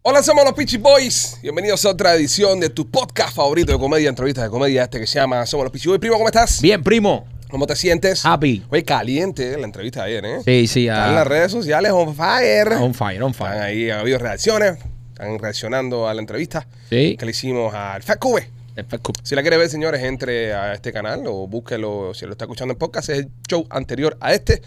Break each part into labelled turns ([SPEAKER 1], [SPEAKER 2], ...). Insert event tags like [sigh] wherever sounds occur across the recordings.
[SPEAKER 1] Hola, somos los Peachy Boys. Bienvenidos a otra edición de tu podcast favorito de comedia, entrevistas de comedia, este que se llama Somos los Peachy Boys. Primo, ¿cómo estás?
[SPEAKER 2] Bien, primo.
[SPEAKER 1] ¿Cómo te sientes?
[SPEAKER 2] Happy.
[SPEAKER 1] Oye, caliente eh, la entrevista de ayer, ¿eh?
[SPEAKER 2] Sí, sí.
[SPEAKER 1] Están
[SPEAKER 2] ah,
[SPEAKER 1] las redes sociales on fire.
[SPEAKER 2] on fire, on
[SPEAKER 1] Están
[SPEAKER 2] fire.
[SPEAKER 1] ahí, ha habido reacciones. Están reaccionando a la entrevista
[SPEAKER 2] Sí.
[SPEAKER 1] que le hicimos al Fat Cube.
[SPEAKER 2] Perfecto.
[SPEAKER 1] Si la quiere ver, señores, entre a este canal o búsquelo si lo está escuchando en podcast. Es el show anterior a este.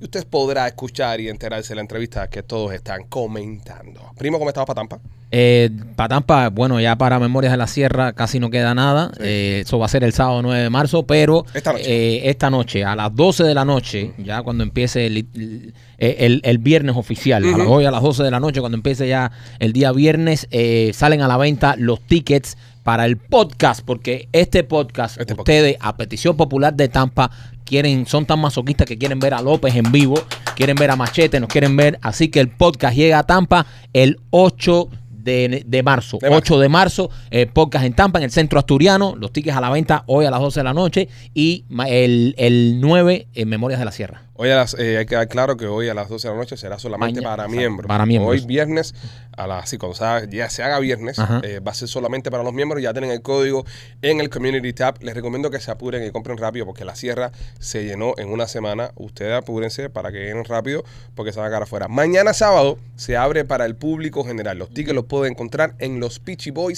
[SPEAKER 1] Y usted podrá escuchar y enterarse de la entrevista que todos están comentando. Primo, ¿cómo estabas para Tampa?
[SPEAKER 2] Eh, Patampa, bueno, ya para Memorias de la Sierra casi no queda nada. Eh, eso va a ser el sábado 9 de marzo, pero
[SPEAKER 1] Esta noche.
[SPEAKER 2] eh, esta noche, a las 12 de la noche, ya cuando empiece el, el, el- el viernes oficial, a las,
[SPEAKER 1] Ujú.
[SPEAKER 2] hoy a las 12 de la noche, cuando empiece ya el día viernes, eh, salen a la venta los tickets para el podcast, porque este podcast,
[SPEAKER 1] Este podcast.
[SPEAKER 2] ustedes, a petición popular de Tampa, quieren, son tan masoquistas que quieren ver a López en vivo, quieren ver a Machete, nos quieren ver. Así que el podcast llega a Tampa el 8 de, de marzo.
[SPEAKER 1] De marzo.
[SPEAKER 2] 8 de marzo, eh, podcast en Tampa, en el centro asturiano. Los tickets a la venta hoy a las 12 de la noche y ma- el, el 9 en Memorias de la Sierra.
[SPEAKER 1] Hoy a las, eh, hay que quedar claro que hoy a las 12 de la noche será solamente
[SPEAKER 2] Maña-
[SPEAKER 1] para
[SPEAKER 2] exacto,
[SPEAKER 1] miembros.
[SPEAKER 2] para miembros.
[SPEAKER 1] Hoy viernes, a las, sí, cuando sea- ya se haga viernes,
[SPEAKER 2] Ajá.
[SPEAKER 1] eh, va a ser solamente para los miembros. Ya tienen el código en el Community Tab. Les recomiendo que se apuren y compren rápido porque la sierra se llenó en una semana. Ustedes apúrense para que lleguen rápido porque se va a quedar afuera. Mañana sábado se abre para el público general. Los tickets los pueden encontrar en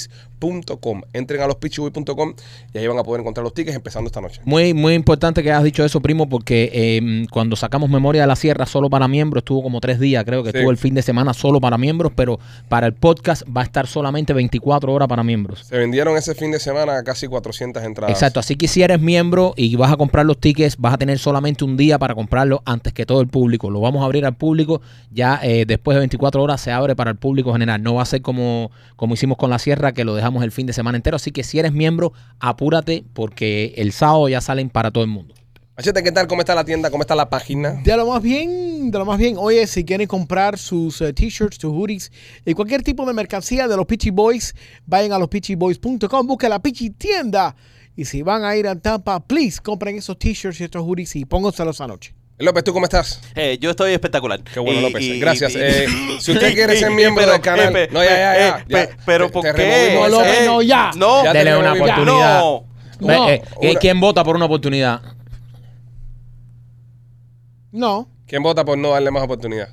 [SPEAKER 1] lospitchyboys.com. Entren a lospitchyboys.com y ahí van a poder encontrar los tickets empezando esta noche.
[SPEAKER 2] Muy, muy importante que has dicho eso, primo, porque eh, cuando sacamos Memoria de la Sierra solo para miembros, estuvo como tres días, creo que
[SPEAKER 1] Sí.
[SPEAKER 2] estuvo el fin de semana solo para miembros, pero para el podcast va a estar solamente 24 horas para miembros.
[SPEAKER 1] Se vendieron ese fin de semana casi 400 entradas.
[SPEAKER 2] Exacto, así que si eres miembro y vas a comprar los tickets, vas a tener solamente un día para comprarlos antes que todo el público. Lo vamos a abrir al público, ya eh, después de 24 horas se abre para el público general. No va a ser como, como hicimos con la Sierra, que lo dejamos el fin de semana entero. Así que si eres miembro, apúrate porque el sábado ya salen para todo el mundo.
[SPEAKER 1] Machete, ¿qué tal? ¿Cómo está la tienda? ¿Cómo está la página?
[SPEAKER 3] De lo más bien, de lo más bien. Oye, si quieren comprar sus eh, t-shirts, sus hoodies y cualquier tipo de mercancía de los Peachy Boys, vayan a lospitchyboys.com, busquen la Peachy Tienda. Y si van a ir a Tampa, please, compren esos t-shirts y estos hoodies y pónganselos anoche.
[SPEAKER 1] López, ¿tú cómo estás?
[SPEAKER 4] Eh, yo estoy espectacular.
[SPEAKER 1] Qué bueno,
[SPEAKER 4] Y-
[SPEAKER 1] López.
[SPEAKER 4] y-
[SPEAKER 1] Gracias.
[SPEAKER 4] y-
[SPEAKER 1] Eh, si
[SPEAKER 4] [laughs]
[SPEAKER 1] usted quiere ser
[SPEAKER 4] y-
[SPEAKER 1] miembro
[SPEAKER 4] pero-
[SPEAKER 1] del canal.
[SPEAKER 4] eh, pe-
[SPEAKER 1] no, ya, ya, ya.
[SPEAKER 4] eh,
[SPEAKER 1] ya.
[SPEAKER 4] pe- pero
[SPEAKER 1] Te-
[SPEAKER 4] ¿por
[SPEAKER 1] te
[SPEAKER 4] qué?
[SPEAKER 1] removimos
[SPEAKER 3] No,
[SPEAKER 1] esa-
[SPEAKER 3] López,
[SPEAKER 4] Eh,
[SPEAKER 3] no, ya.
[SPEAKER 4] No,
[SPEAKER 1] Ya
[SPEAKER 2] Dele
[SPEAKER 1] tenemos
[SPEAKER 2] una
[SPEAKER 1] mi- ya.
[SPEAKER 2] oportunidad.
[SPEAKER 4] No.
[SPEAKER 3] No,
[SPEAKER 2] Ve, eh, ¿quién-
[SPEAKER 1] una-
[SPEAKER 2] ¿Quién vota por una oportunidad?
[SPEAKER 3] No.
[SPEAKER 1] ¿Quién vota por no darle más oportunidad?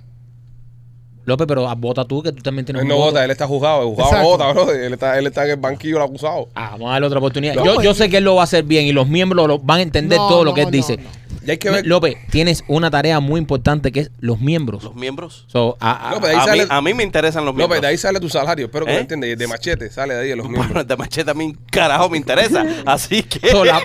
[SPEAKER 2] López, pero vota tú, que tú también tienes
[SPEAKER 1] Él
[SPEAKER 2] un
[SPEAKER 1] Eh, no
[SPEAKER 2] voto.
[SPEAKER 1] vota, él está juzgado. El juzgado
[SPEAKER 3] Exacto.
[SPEAKER 1] no vota, bro. Él está, él está en el banquillo, el acusado.
[SPEAKER 2] Ah, vamos a darle otra oportunidad.
[SPEAKER 3] No,
[SPEAKER 2] yo, yo
[SPEAKER 3] pues-
[SPEAKER 2] sé que él lo va a hacer bien y los miembros lo, van a entender
[SPEAKER 3] No,
[SPEAKER 2] todo lo
[SPEAKER 3] no,
[SPEAKER 2] que él
[SPEAKER 3] no,
[SPEAKER 2] dice.
[SPEAKER 3] no.
[SPEAKER 1] Y hay que ver.
[SPEAKER 2] López, tienes una tarea muy importante que es los miembros.
[SPEAKER 4] Los miembros.
[SPEAKER 2] So, a- a-
[SPEAKER 1] López, ahí
[SPEAKER 4] a, mí,
[SPEAKER 1] sale,
[SPEAKER 4] a mí me interesan los miembros.
[SPEAKER 1] López, de ahí sale tu salario. Espero que
[SPEAKER 4] ¿Eh?
[SPEAKER 1] lo entiendas. Y el de machete sale de ahí de los
[SPEAKER 4] [laughs] Bueno,
[SPEAKER 1] miembros.
[SPEAKER 4] el de machete a mí, carajo, me interesa. Así que.
[SPEAKER 2] so, la,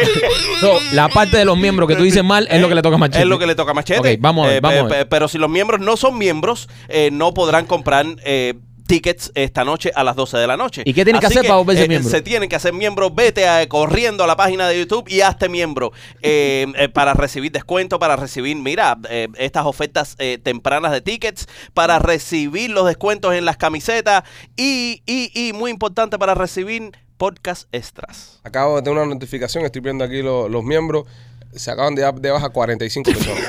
[SPEAKER 2] so, la parte de los miembros que tú dices mal es lo que le toca a Machete.
[SPEAKER 4] Eh, Es lo que le toca a Machete.
[SPEAKER 2] Ok, vamos a ver,
[SPEAKER 4] Eh,
[SPEAKER 2] vamos a
[SPEAKER 4] pe-
[SPEAKER 2] ver.
[SPEAKER 4] pe- Pero si los miembros no son miembros, eh, no podrán comprar eh, tickets esta noche a las 12 de la noche. eh,
[SPEAKER 2] ¿Y qué tienen que hacer para volverse miembro?
[SPEAKER 4] Se tienen que hacer miembros. Vete a- corriendo a la página de YouTube y hazte miembro eh, eh, para recibir descuento, para recibir, mira, eh, estas ofertas eh, tempranas de tickets, para recibir los descuentos en las camisetas y, y, y muy importante, para recibir podcast extras.
[SPEAKER 1] Acabo de tener una notificación. Estoy viendo aquí lo- los miembros. Se acaban de dar de baja 45
[SPEAKER 2] [laughs]
[SPEAKER 1] personas.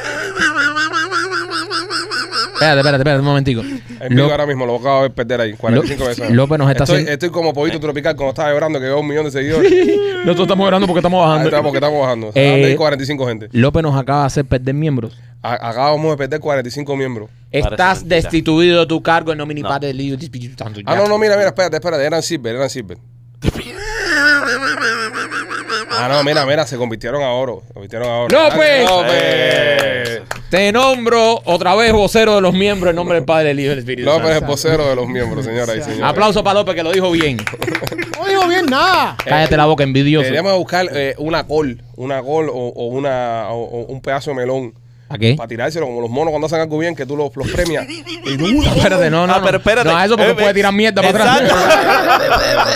[SPEAKER 2] Espérate, espérate, espérate un momentico.
[SPEAKER 1] En
[SPEAKER 2] Lo-
[SPEAKER 1] vivo ahora mismo lo acabo de perder ahí. 45
[SPEAKER 2] Lo-
[SPEAKER 1] veces.
[SPEAKER 2] López nos está
[SPEAKER 1] estoy,
[SPEAKER 2] haciendo-
[SPEAKER 1] estoy como Pobito Tropical cuando estaba llorando que veo un millón de
[SPEAKER 2] [laughs]
[SPEAKER 1] seguidores.
[SPEAKER 2] nosotros estamos orando porque estamos
[SPEAKER 1] Ahí
[SPEAKER 2] bajando.
[SPEAKER 1] estamos, que estamos bajando. O sea,
[SPEAKER 2] Eh,
[SPEAKER 1] ahí 45 gente.
[SPEAKER 2] López nos acaba de hacer perder miembros.
[SPEAKER 1] A- acabamos de perder 45 miembros.
[SPEAKER 4] Parece
[SPEAKER 2] Estás
[SPEAKER 4] mentira.
[SPEAKER 2] destituido de tu cargo en nomini
[SPEAKER 4] No.
[SPEAKER 2] parte del lío- tanto
[SPEAKER 1] Ah,
[SPEAKER 2] ya.
[SPEAKER 1] no, no, mira, mira, espérate, espérate. Eran Silver, eran Silver. Ah, no, mira, mira, se convirtieron a oro. Se convirtieron a oro. pues.
[SPEAKER 2] ¡López!
[SPEAKER 1] Ah,
[SPEAKER 4] Eso.
[SPEAKER 1] ¡López!
[SPEAKER 2] Te nombro otra vez vocero de los miembros en nombre del Padre, del Hijo y del Espíritu
[SPEAKER 1] López es
[SPEAKER 2] Santo.
[SPEAKER 1] pues, el vocero de los miembros, señoras y señores.
[SPEAKER 2] Aplauso para López que lo dijo bien.
[SPEAKER 3] No digo bien nada.
[SPEAKER 2] Cállate la boca, envidioso.
[SPEAKER 1] Deberíamos buscar eh, una col, una col o, o una, o- o un pedazo de melón.
[SPEAKER 2] ¿A qué?
[SPEAKER 1] Para tirárselo como los monos cuando hacen algo bien, que tú los, los premias. Y tú,
[SPEAKER 2] Espérate, no, no.
[SPEAKER 4] Ah,
[SPEAKER 2] no.
[SPEAKER 1] Eh,
[SPEAKER 4] pero espérate.
[SPEAKER 2] No, a eso porque
[SPEAKER 4] Eh,
[SPEAKER 2] puede
[SPEAKER 4] eh,
[SPEAKER 2] tirar mierda para atrás.
[SPEAKER 4] exacto.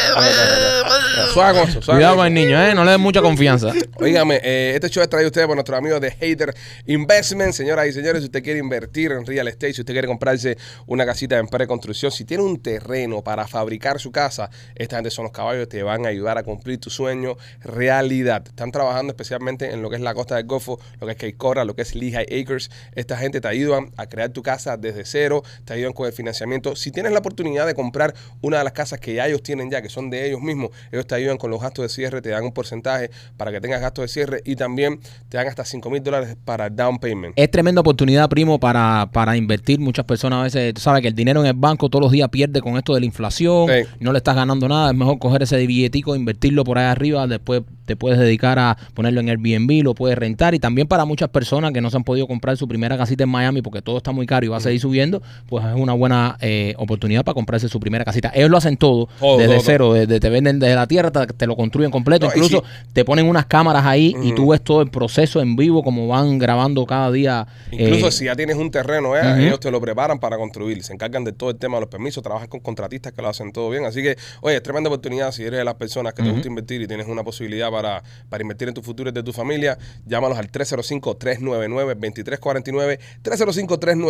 [SPEAKER 1] Suave con eso. suave
[SPEAKER 2] Cuidado
[SPEAKER 1] con
[SPEAKER 2] con el niño, ¿eh? No le den mucha confianza.
[SPEAKER 1] Óigame, eh, este show es traído a ustedes por nuestros amigos de Hater Investment. Señoras y señores, si usted quiere invertir en real estate, si usted quiere comprarse una casita en preconstrucción, si tiene un terreno para fabricar su casa, esta gente son los caballos, te van a ayudar a cumplir tu sueño realidad. Están trabajando especialmente en lo que es la costa del Golfo, lo que es Cape Coral, lo que es Lehigh Acres. Esta gente te ayudan a crear tu casa desde cero, te ayudan con el financiamiento. Si tienes la oportunidad de comprar una de las casas que ya ellos tienen ya, que son de ellos mismos, ellos te ayudan con los gastos de cierre, te dan un porcentaje para que tengas gastos de cierre y también te dan hasta 5 mil dólares para el down payment.
[SPEAKER 2] Es tremenda oportunidad, primo, para, para invertir. Muchas personas a veces, tú sabes que el dinero en el banco todos los días pierde con esto de la inflación.
[SPEAKER 1] Sí.
[SPEAKER 2] No le estás ganando nada. Es mejor coger ese billetico, invertirlo por ahí arriba. Después te puedes dedicar a ponerlo en Airbnb, lo puedes rentar. Y también para muchas personas que no se han podido comprar su primera casita en Miami porque todo está muy caro y va a seguir subiendo, pues es una buena eh, oportunidad para comprarse su primera casita. Ellos lo hacen todo,
[SPEAKER 1] Todo,
[SPEAKER 2] desde
[SPEAKER 1] todo, todo.
[SPEAKER 2] cero. desde- te venden desde la tierra, te, te lo construyen completo.
[SPEAKER 1] No, y
[SPEAKER 2] Incluso
[SPEAKER 1] si-
[SPEAKER 2] te ponen unas cámaras ahí y tú
[SPEAKER 1] Ujú.
[SPEAKER 2] ves todo el proceso en vivo, como van grabando cada día.
[SPEAKER 1] Incluso
[SPEAKER 2] eh,
[SPEAKER 1] si ya tienes un terreno, ¿eh?
[SPEAKER 2] Ujú.
[SPEAKER 1] ellos te lo preparan para construir, se encargan de todo el tema de los permisos, trabajan con contratistas que lo hacen todo bien. Así que, oye, es tremenda oportunidad si eres de las personas que te gusta invertir y tienes una posibilidad para, para invertir en tu futuro y de tu familia, llámalos al 305-399-2349,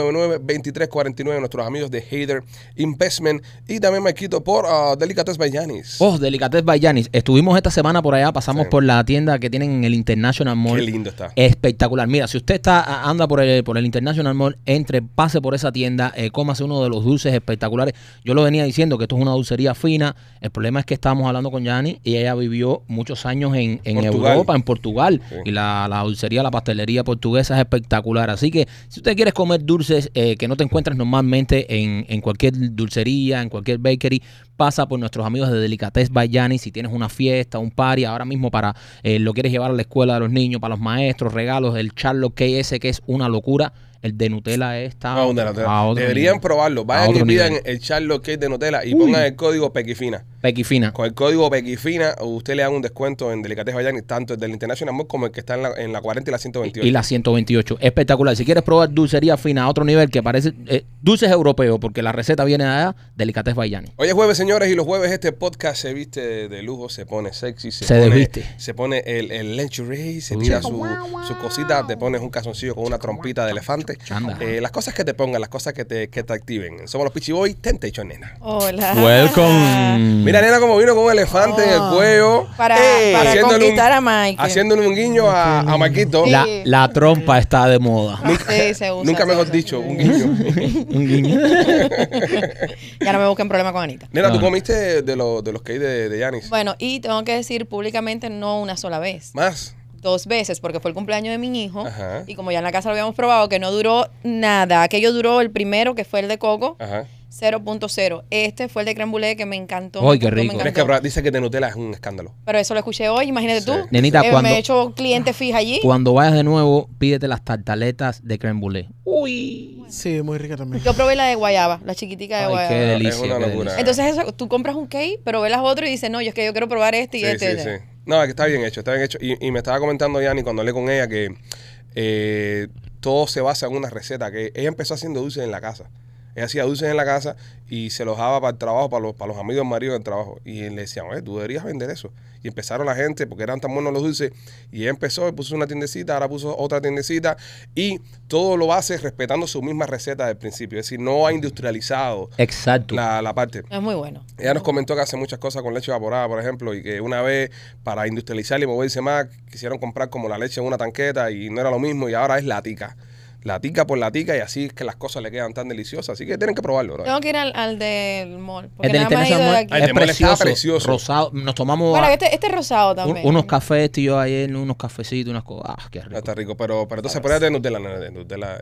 [SPEAKER 1] 305-399-2349, nuestros amigos de Hader Investment y también me quito por ah, Delicatez Bayanis.
[SPEAKER 2] Oh, Delicatez by Yanis. Estuvimos esta semana por allá, pasamos
[SPEAKER 1] Sí.
[SPEAKER 2] por la tienda que tienen en el International Mall.
[SPEAKER 1] Qué lindo está.
[SPEAKER 2] Eh, Espectacular. Mira, si usted está a- anda por el, por el International Mall, entre, pase por esa tienda, eh, cómase uno de los dulces espectaculares. Yo lo venía diciendo que esto es una dulcería fina. El problema es que estábamos hablando con Yani y ella vivió muchos años en, en
[SPEAKER 1] Portugal.
[SPEAKER 2] Europa, en Portugal.
[SPEAKER 1] Sí.
[SPEAKER 2] Y la, la dulcería, la pastelería portuguesa es espectacular. Así que si usted quiere comer dulces eh, que no te encuentras normalmente en, en cualquier dulcería, en cualquier bakery, pasa por nuestros amigos de Delicatez Bayani. Si tienes una fiesta, un party, ahora mismo para eh, lo quieres llevar a la escuela de los niños, para los maestros, regalos, el Charlo KS, que es una locura. El de Nutella está
[SPEAKER 1] Ah, un de Nutella.
[SPEAKER 2] a otro
[SPEAKER 1] Deberían
[SPEAKER 2] nivel.
[SPEAKER 1] probarlo.
[SPEAKER 2] A
[SPEAKER 1] Vayan
[SPEAKER 2] otro
[SPEAKER 1] y pidan
[SPEAKER 2] nivel.
[SPEAKER 1] el Charlo Cake de Nutella y pongan el código Pequifina.
[SPEAKER 2] Pequifina.
[SPEAKER 1] Con el código Pequifina, usted le dan un descuento en Delicatez Bayani, tanto el del International Mall como el que está en la, en la 40 y la 128.
[SPEAKER 2] Y la 128. Espectacular. Si quieres probar dulcería fina a otro nivel que parece eh, dulces europeos, porque la receta viene de allá, Delicatez Bayani.
[SPEAKER 1] Hoy es jueves, señores, y los jueves este podcast se viste de, de lujo, se pone sexy, se,
[SPEAKER 2] Se
[SPEAKER 1] pone,
[SPEAKER 2] desviste.
[SPEAKER 1] se pone el, el lingerie, se
[SPEAKER 2] Uh.
[SPEAKER 1] tira su, su cosita, te pones un calzoncillo con una trompita de elefante.
[SPEAKER 2] Anda.
[SPEAKER 1] Eh, las cosas que te pongan, las cosas que te, que te activen. Somos los Pichi Boy, Temptation, nena.
[SPEAKER 5] Oh. Hola.
[SPEAKER 2] Welcome.
[SPEAKER 1] Mira, nena, como vino con un elefante en el
[SPEAKER 5] Oh.
[SPEAKER 1] cuello.
[SPEAKER 5] [laughs] Para,
[SPEAKER 4] Eh,
[SPEAKER 5] para
[SPEAKER 1] haciéndole un-
[SPEAKER 5] conquistar a Mike.
[SPEAKER 1] Haciéndole un guiño a, a Marquito.
[SPEAKER 5] Sí.
[SPEAKER 2] la, la trompa está de moda.
[SPEAKER 5] Sí, se usa,
[SPEAKER 1] Nunca
[SPEAKER 5] se
[SPEAKER 1] mejor
[SPEAKER 5] usa.
[SPEAKER 1] dicho, un
[SPEAKER 5] [laughs]
[SPEAKER 1] guiño.
[SPEAKER 2] Un guiño.
[SPEAKER 5] Ya no me busquen problema con Anita.
[SPEAKER 1] Nena, ¿tú
[SPEAKER 2] No.
[SPEAKER 1] comiste de, lo- de los que hay de de Yanis?
[SPEAKER 5] Bueno, y tengo que decir públicamente no una sola vez.
[SPEAKER 1] Más.
[SPEAKER 5] Dos veces, porque fue el cumpleaños de mi hijo.
[SPEAKER 1] Ajá.
[SPEAKER 5] Y como ya en la casa lo habíamos probado, que no duró nada. Aquello duró el primero, que fue el de coco,
[SPEAKER 1] Ajá.
[SPEAKER 5] 0.0. Este fue el de creme brulee, que me encantó.
[SPEAKER 2] Ay,
[SPEAKER 5] me
[SPEAKER 2] qué
[SPEAKER 5] encantó, me
[SPEAKER 2] rico.
[SPEAKER 1] Tienes
[SPEAKER 5] encantó.
[SPEAKER 1] que probar. Dice que de Nutella es un escándalo.
[SPEAKER 5] Pero eso lo escuché hoy, imagínate
[SPEAKER 1] Sí.
[SPEAKER 5] tú.
[SPEAKER 2] Nenita,
[SPEAKER 5] Eh,
[SPEAKER 2] cuando-
[SPEAKER 5] Me he hecho cliente fija allí.
[SPEAKER 2] Cuando vayas de nuevo, pídete las tartaletas de creme brulee. Uy.
[SPEAKER 3] Sí, muy rica también.
[SPEAKER 5] Yo probé la de guayaba, la chiquitica de
[SPEAKER 2] Ay,
[SPEAKER 5] guayaba.
[SPEAKER 2] qué delicia.
[SPEAKER 1] Es una
[SPEAKER 2] qué
[SPEAKER 1] locura.
[SPEAKER 2] delicia.
[SPEAKER 5] Entonces eso, tú compras un cake, pero ves las otras y dices, no, yo es que yo quiero probar este y
[SPEAKER 1] Sí,
[SPEAKER 5] este.
[SPEAKER 1] sí, sí. No, es que está bien hecho, está bien hecho. Y, y me estaba comentando Yani cuando hablé con ella que eh, todo se basa en una receta. Que ella empezó haciendo dulces en la casa. Ella hacía dulces en la casa y se los daba para el trabajo, para los, para los amigos del marido del trabajo. Y le decían, oye, tú deberías vender eso. Y empezaron la gente, porque eran tan buenos los dulces. Y ella empezó, y puso una tiendecita, ahora puso otra tiendecita. Y todo lo hace respetando su misma receta del principio. Es decir, no ha industrializado
[SPEAKER 2] Exacto.
[SPEAKER 1] la, la parte.
[SPEAKER 5] Es muy bueno.
[SPEAKER 1] Ella nos comentó que hace muchas cosas con leche evaporada, por ejemplo, y que una vez para industrializar y moverse más, quisieron comprar como la leche en una tanqueta y no era lo mismo y ahora es latica. Latica por latica y así es que las cosas le quedan tan deliciosas. Así que tienen que probarlo. ¿verdad?
[SPEAKER 5] Tengo que ir al, al del mall. Porque
[SPEAKER 2] El del
[SPEAKER 5] nada más he
[SPEAKER 2] International
[SPEAKER 5] ido de
[SPEAKER 2] Mall
[SPEAKER 5] aquí.
[SPEAKER 1] Ay,
[SPEAKER 2] es
[SPEAKER 1] el mall está
[SPEAKER 2] precioso,
[SPEAKER 1] precioso.
[SPEAKER 2] Rosado. Nos tomamos
[SPEAKER 5] Bueno,
[SPEAKER 2] ah,
[SPEAKER 5] este, este es rosado
[SPEAKER 2] un-
[SPEAKER 5] también.
[SPEAKER 2] unos cafés, tío, ayer, unos cafecitos, unas cosas. Ah, qué
[SPEAKER 1] No,
[SPEAKER 2] rico.
[SPEAKER 1] está rico, pero, pero entonces ponete Nutella, nena, de Nutella.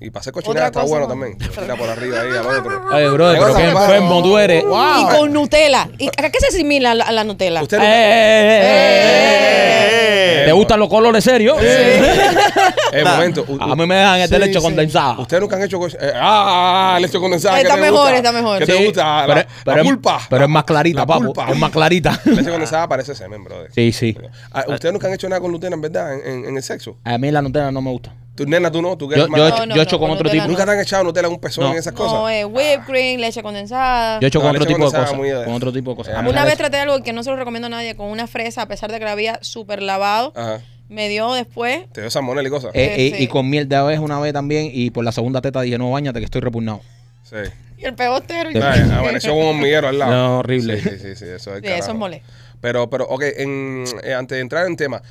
[SPEAKER 1] Y, y pasé cochinada, está
[SPEAKER 5] Otra
[SPEAKER 1] bueno
[SPEAKER 5] cosa más.
[SPEAKER 1] también. Se tira por arriba ahí, a ver,
[SPEAKER 5] [laughs]
[SPEAKER 1] pero-
[SPEAKER 2] Oye, brother, pero qué
[SPEAKER 1] Qué cosa,
[SPEAKER 2] enfermo tú eres.
[SPEAKER 5] Y
[SPEAKER 3] ¡Wow!
[SPEAKER 5] con Nutella. ¿Y a qué se asimila la, la Nutella?
[SPEAKER 1] Usted
[SPEAKER 2] Eh, eh, eh, eh, eh, eh.
[SPEAKER 1] Eh.
[SPEAKER 2] ¿Te gustan los colores serios?
[SPEAKER 1] Eh, momento. u-
[SPEAKER 2] [laughs] A mí me dejan este
[SPEAKER 3] Sí,
[SPEAKER 2] leche
[SPEAKER 3] sí.
[SPEAKER 2] condensada.
[SPEAKER 1] Ustedes nunca han hecho. co- eh, ah, leche condensada.
[SPEAKER 5] Está
[SPEAKER 1] ¿qué te
[SPEAKER 5] mejor,
[SPEAKER 1] gusta?
[SPEAKER 5] está mejor.
[SPEAKER 1] ¿Qué
[SPEAKER 2] Sí,
[SPEAKER 1] te gusta? La,
[SPEAKER 2] pero, pero
[SPEAKER 1] la
[SPEAKER 2] es-
[SPEAKER 1] pulpa.
[SPEAKER 2] Pero es más clarita,
[SPEAKER 1] la
[SPEAKER 2] papo.
[SPEAKER 1] pulpa.
[SPEAKER 2] Es más
[SPEAKER 1] [laughs]
[SPEAKER 2] clarita.
[SPEAKER 1] Leche condensada parece semen, brother.
[SPEAKER 2] Ah. Sí, Ah. sí.
[SPEAKER 1] Ah, Ustedes nunca han hecho nada con Nutella, en verdad, en, en- en el sexo.
[SPEAKER 2] A mí la Nutella no me gusta.
[SPEAKER 1] Tú, nena, tú no, tú que
[SPEAKER 2] Yo,
[SPEAKER 1] eres más-
[SPEAKER 2] yo,
[SPEAKER 5] No, no,
[SPEAKER 2] yo he hecho
[SPEAKER 5] no,
[SPEAKER 2] con
[SPEAKER 5] con
[SPEAKER 2] otro
[SPEAKER 5] Nutella
[SPEAKER 2] tipo.
[SPEAKER 5] no.
[SPEAKER 1] Nunca te han echado Nutella en un pezón
[SPEAKER 2] No.
[SPEAKER 1] en esas cosas.
[SPEAKER 5] No, eh, whipped cream, leche condensada.
[SPEAKER 2] Yo he hecho
[SPEAKER 1] No,
[SPEAKER 2] con
[SPEAKER 1] leche
[SPEAKER 2] otro tipo de
[SPEAKER 1] condensada,
[SPEAKER 2] cosas.
[SPEAKER 1] muy de-
[SPEAKER 2] Con otro tipo de cosas.
[SPEAKER 1] Ah,
[SPEAKER 2] A mí
[SPEAKER 5] Una
[SPEAKER 2] la
[SPEAKER 5] vez
[SPEAKER 2] leche-
[SPEAKER 5] traté algo que no se lo recomiendo a nadie, con una fresa, a pesar de que la había súper lavado.
[SPEAKER 1] Ajá.
[SPEAKER 5] Me dio después.
[SPEAKER 1] Te dio salmonella y cosas.
[SPEAKER 2] Eh,
[SPEAKER 5] Sí,
[SPEAKER 2] eh,
[SPEAKER 5] sí.
[SPEAKER 2] Y con miel de abeja una vez también. Y por la segunda teta dije, no, bañate que estoy repugnado.
[SPEAKER 1] Sí.
[SPEAKER 5] Y el pegotero. y- [laughs]
[SPEAKER 1] Ah, eh, Amaneció con un hormiguero al lado.
[SPEAKER 2] No, horrible.
[SPEAKER 1] Sí, sí, sí, sí, eso es
[SPEAKER 5] Sí, eso es
[SPEAKER 1] carajo.
[SPEAKER 5] mole.
[SPEAKER 1] Pero, pero, ok, en- eh, antes de entrar en tema,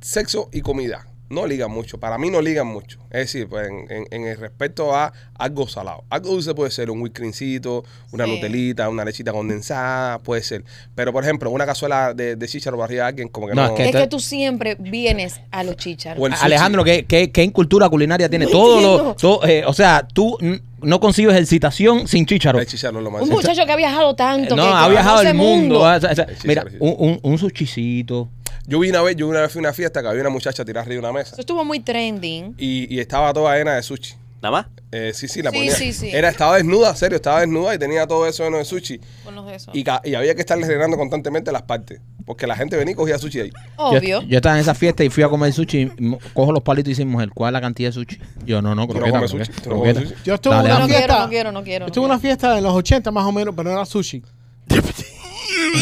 [SPEAKER 1] sexo y comida no ligan mucho. Para mí no ligan mucho. Es decir, pues, en, en- en el respecto a algo salado. Algo dulce puede ser un whiskrincito, una
[SPEAKER 5] Sí.
[SPEAKER 1] nutelita, una lechita condensada, puede ser. Pero, por ejemplo, una cazuela de, de chícharo para arriba de alguien, como que
[SPEAKER 2] No,
[SPEAKER 1] no.
[SPEAKER 2] es
[SPEAKER 5] Es
[SPEAKER 2] Entonces-
[SPEAKER 5] que tú siempre vienes a los chicharos.
[SPEAKER 1] O el sushi.
[SPEAKER 2] Alejandro, ¿qué, qué, qué incultura culinaria tiene?
[SPEAKER 5] No
[SPEAKER 2] Todo lo.
[SPEAKER 5] entiendo.
[SPEAKER 2] todo, eh, o sea, tú mm, no consigues excitación sin chícharo.
[SPEAKER 1] El chícharo es lo más.
[SPEAKER 5] Un muchacho que ha viajado
[SPEAKER 2] Pues,
[SPEAKER 5] tanto.
[SPEAKER 2] No,
[SPEAKER 5] que
[SPEAKER 2] ha viajado
[SPEAKER 5] conoce
[SPEAKER 2] el mundo. ah, o sea, o sea,
[SPEAKER 1] El chícharo,
[SPEAKER 2] mira,
[SPEAKER 1] el chícharo.
[SPEAKER 2] un, un, un sushicito.
[SPEAKER 1] Yo vi una vez, yo una vez fui a una fiesta que había una muchacha tirada arriba de una mesa
[SPEAKER 5] Eso estuvo muy trending.
[SPEAKER 1] y, y estaba toda llena de sushi.
[SPEAKER 4] Nada más.
[SPEAKER 1] Eh, sí, sí, la
[SPEAKER 5] Sí,
[SPEAKER 1] ponía.
[SPEAKER 5] sí, sí.
[SPEAKER 1] Era, estaba desnuda, serio, estaba desnuda y tenía todo eso lleno de sushi.
[SPEAKER 5] Con los de esos.
[SPEAKER 1] Y, ca- y había que estarle rellenando constantemente las partes. Porque la gente venía y cogía sushi ahí.
[SPEAKER 5] Obvio.
[SPEAKER 2] Yo, yo estaba en esa fiesta y fui a comer sushi. y mo- Cojo los palitos y dice, mujer, ¿cuál es la cantidad de sushi? Yo, no, no,
[SPEAKER 1] Tú no
[SPEAKER 2] croqueta.
[SPEAKER 1] comes
[SPEAKER 2] croqueta,
[SPEAKER 1] sushi, tú no comes
[SPEAKER 2] croqueta".
[SPEAKER 1] sushi.
[SPEAKER 3] Yo estuve en
[SPEAKER 2] Dale,
[SPEAKER 3] una
[SPEAKER 5] no,
[SPEAKER 2] hambre.
[SPEAKER 5] quiero,
[SPEAKER 3] fiesta.
[SPEAKER 5] no quiero, no quiero, no
[SPEAKER 3] Estuve en una
[SPEAKER 5] quiero.
[SPEAKER 3] fiesta en los 80 más o menos, pero no era sushi.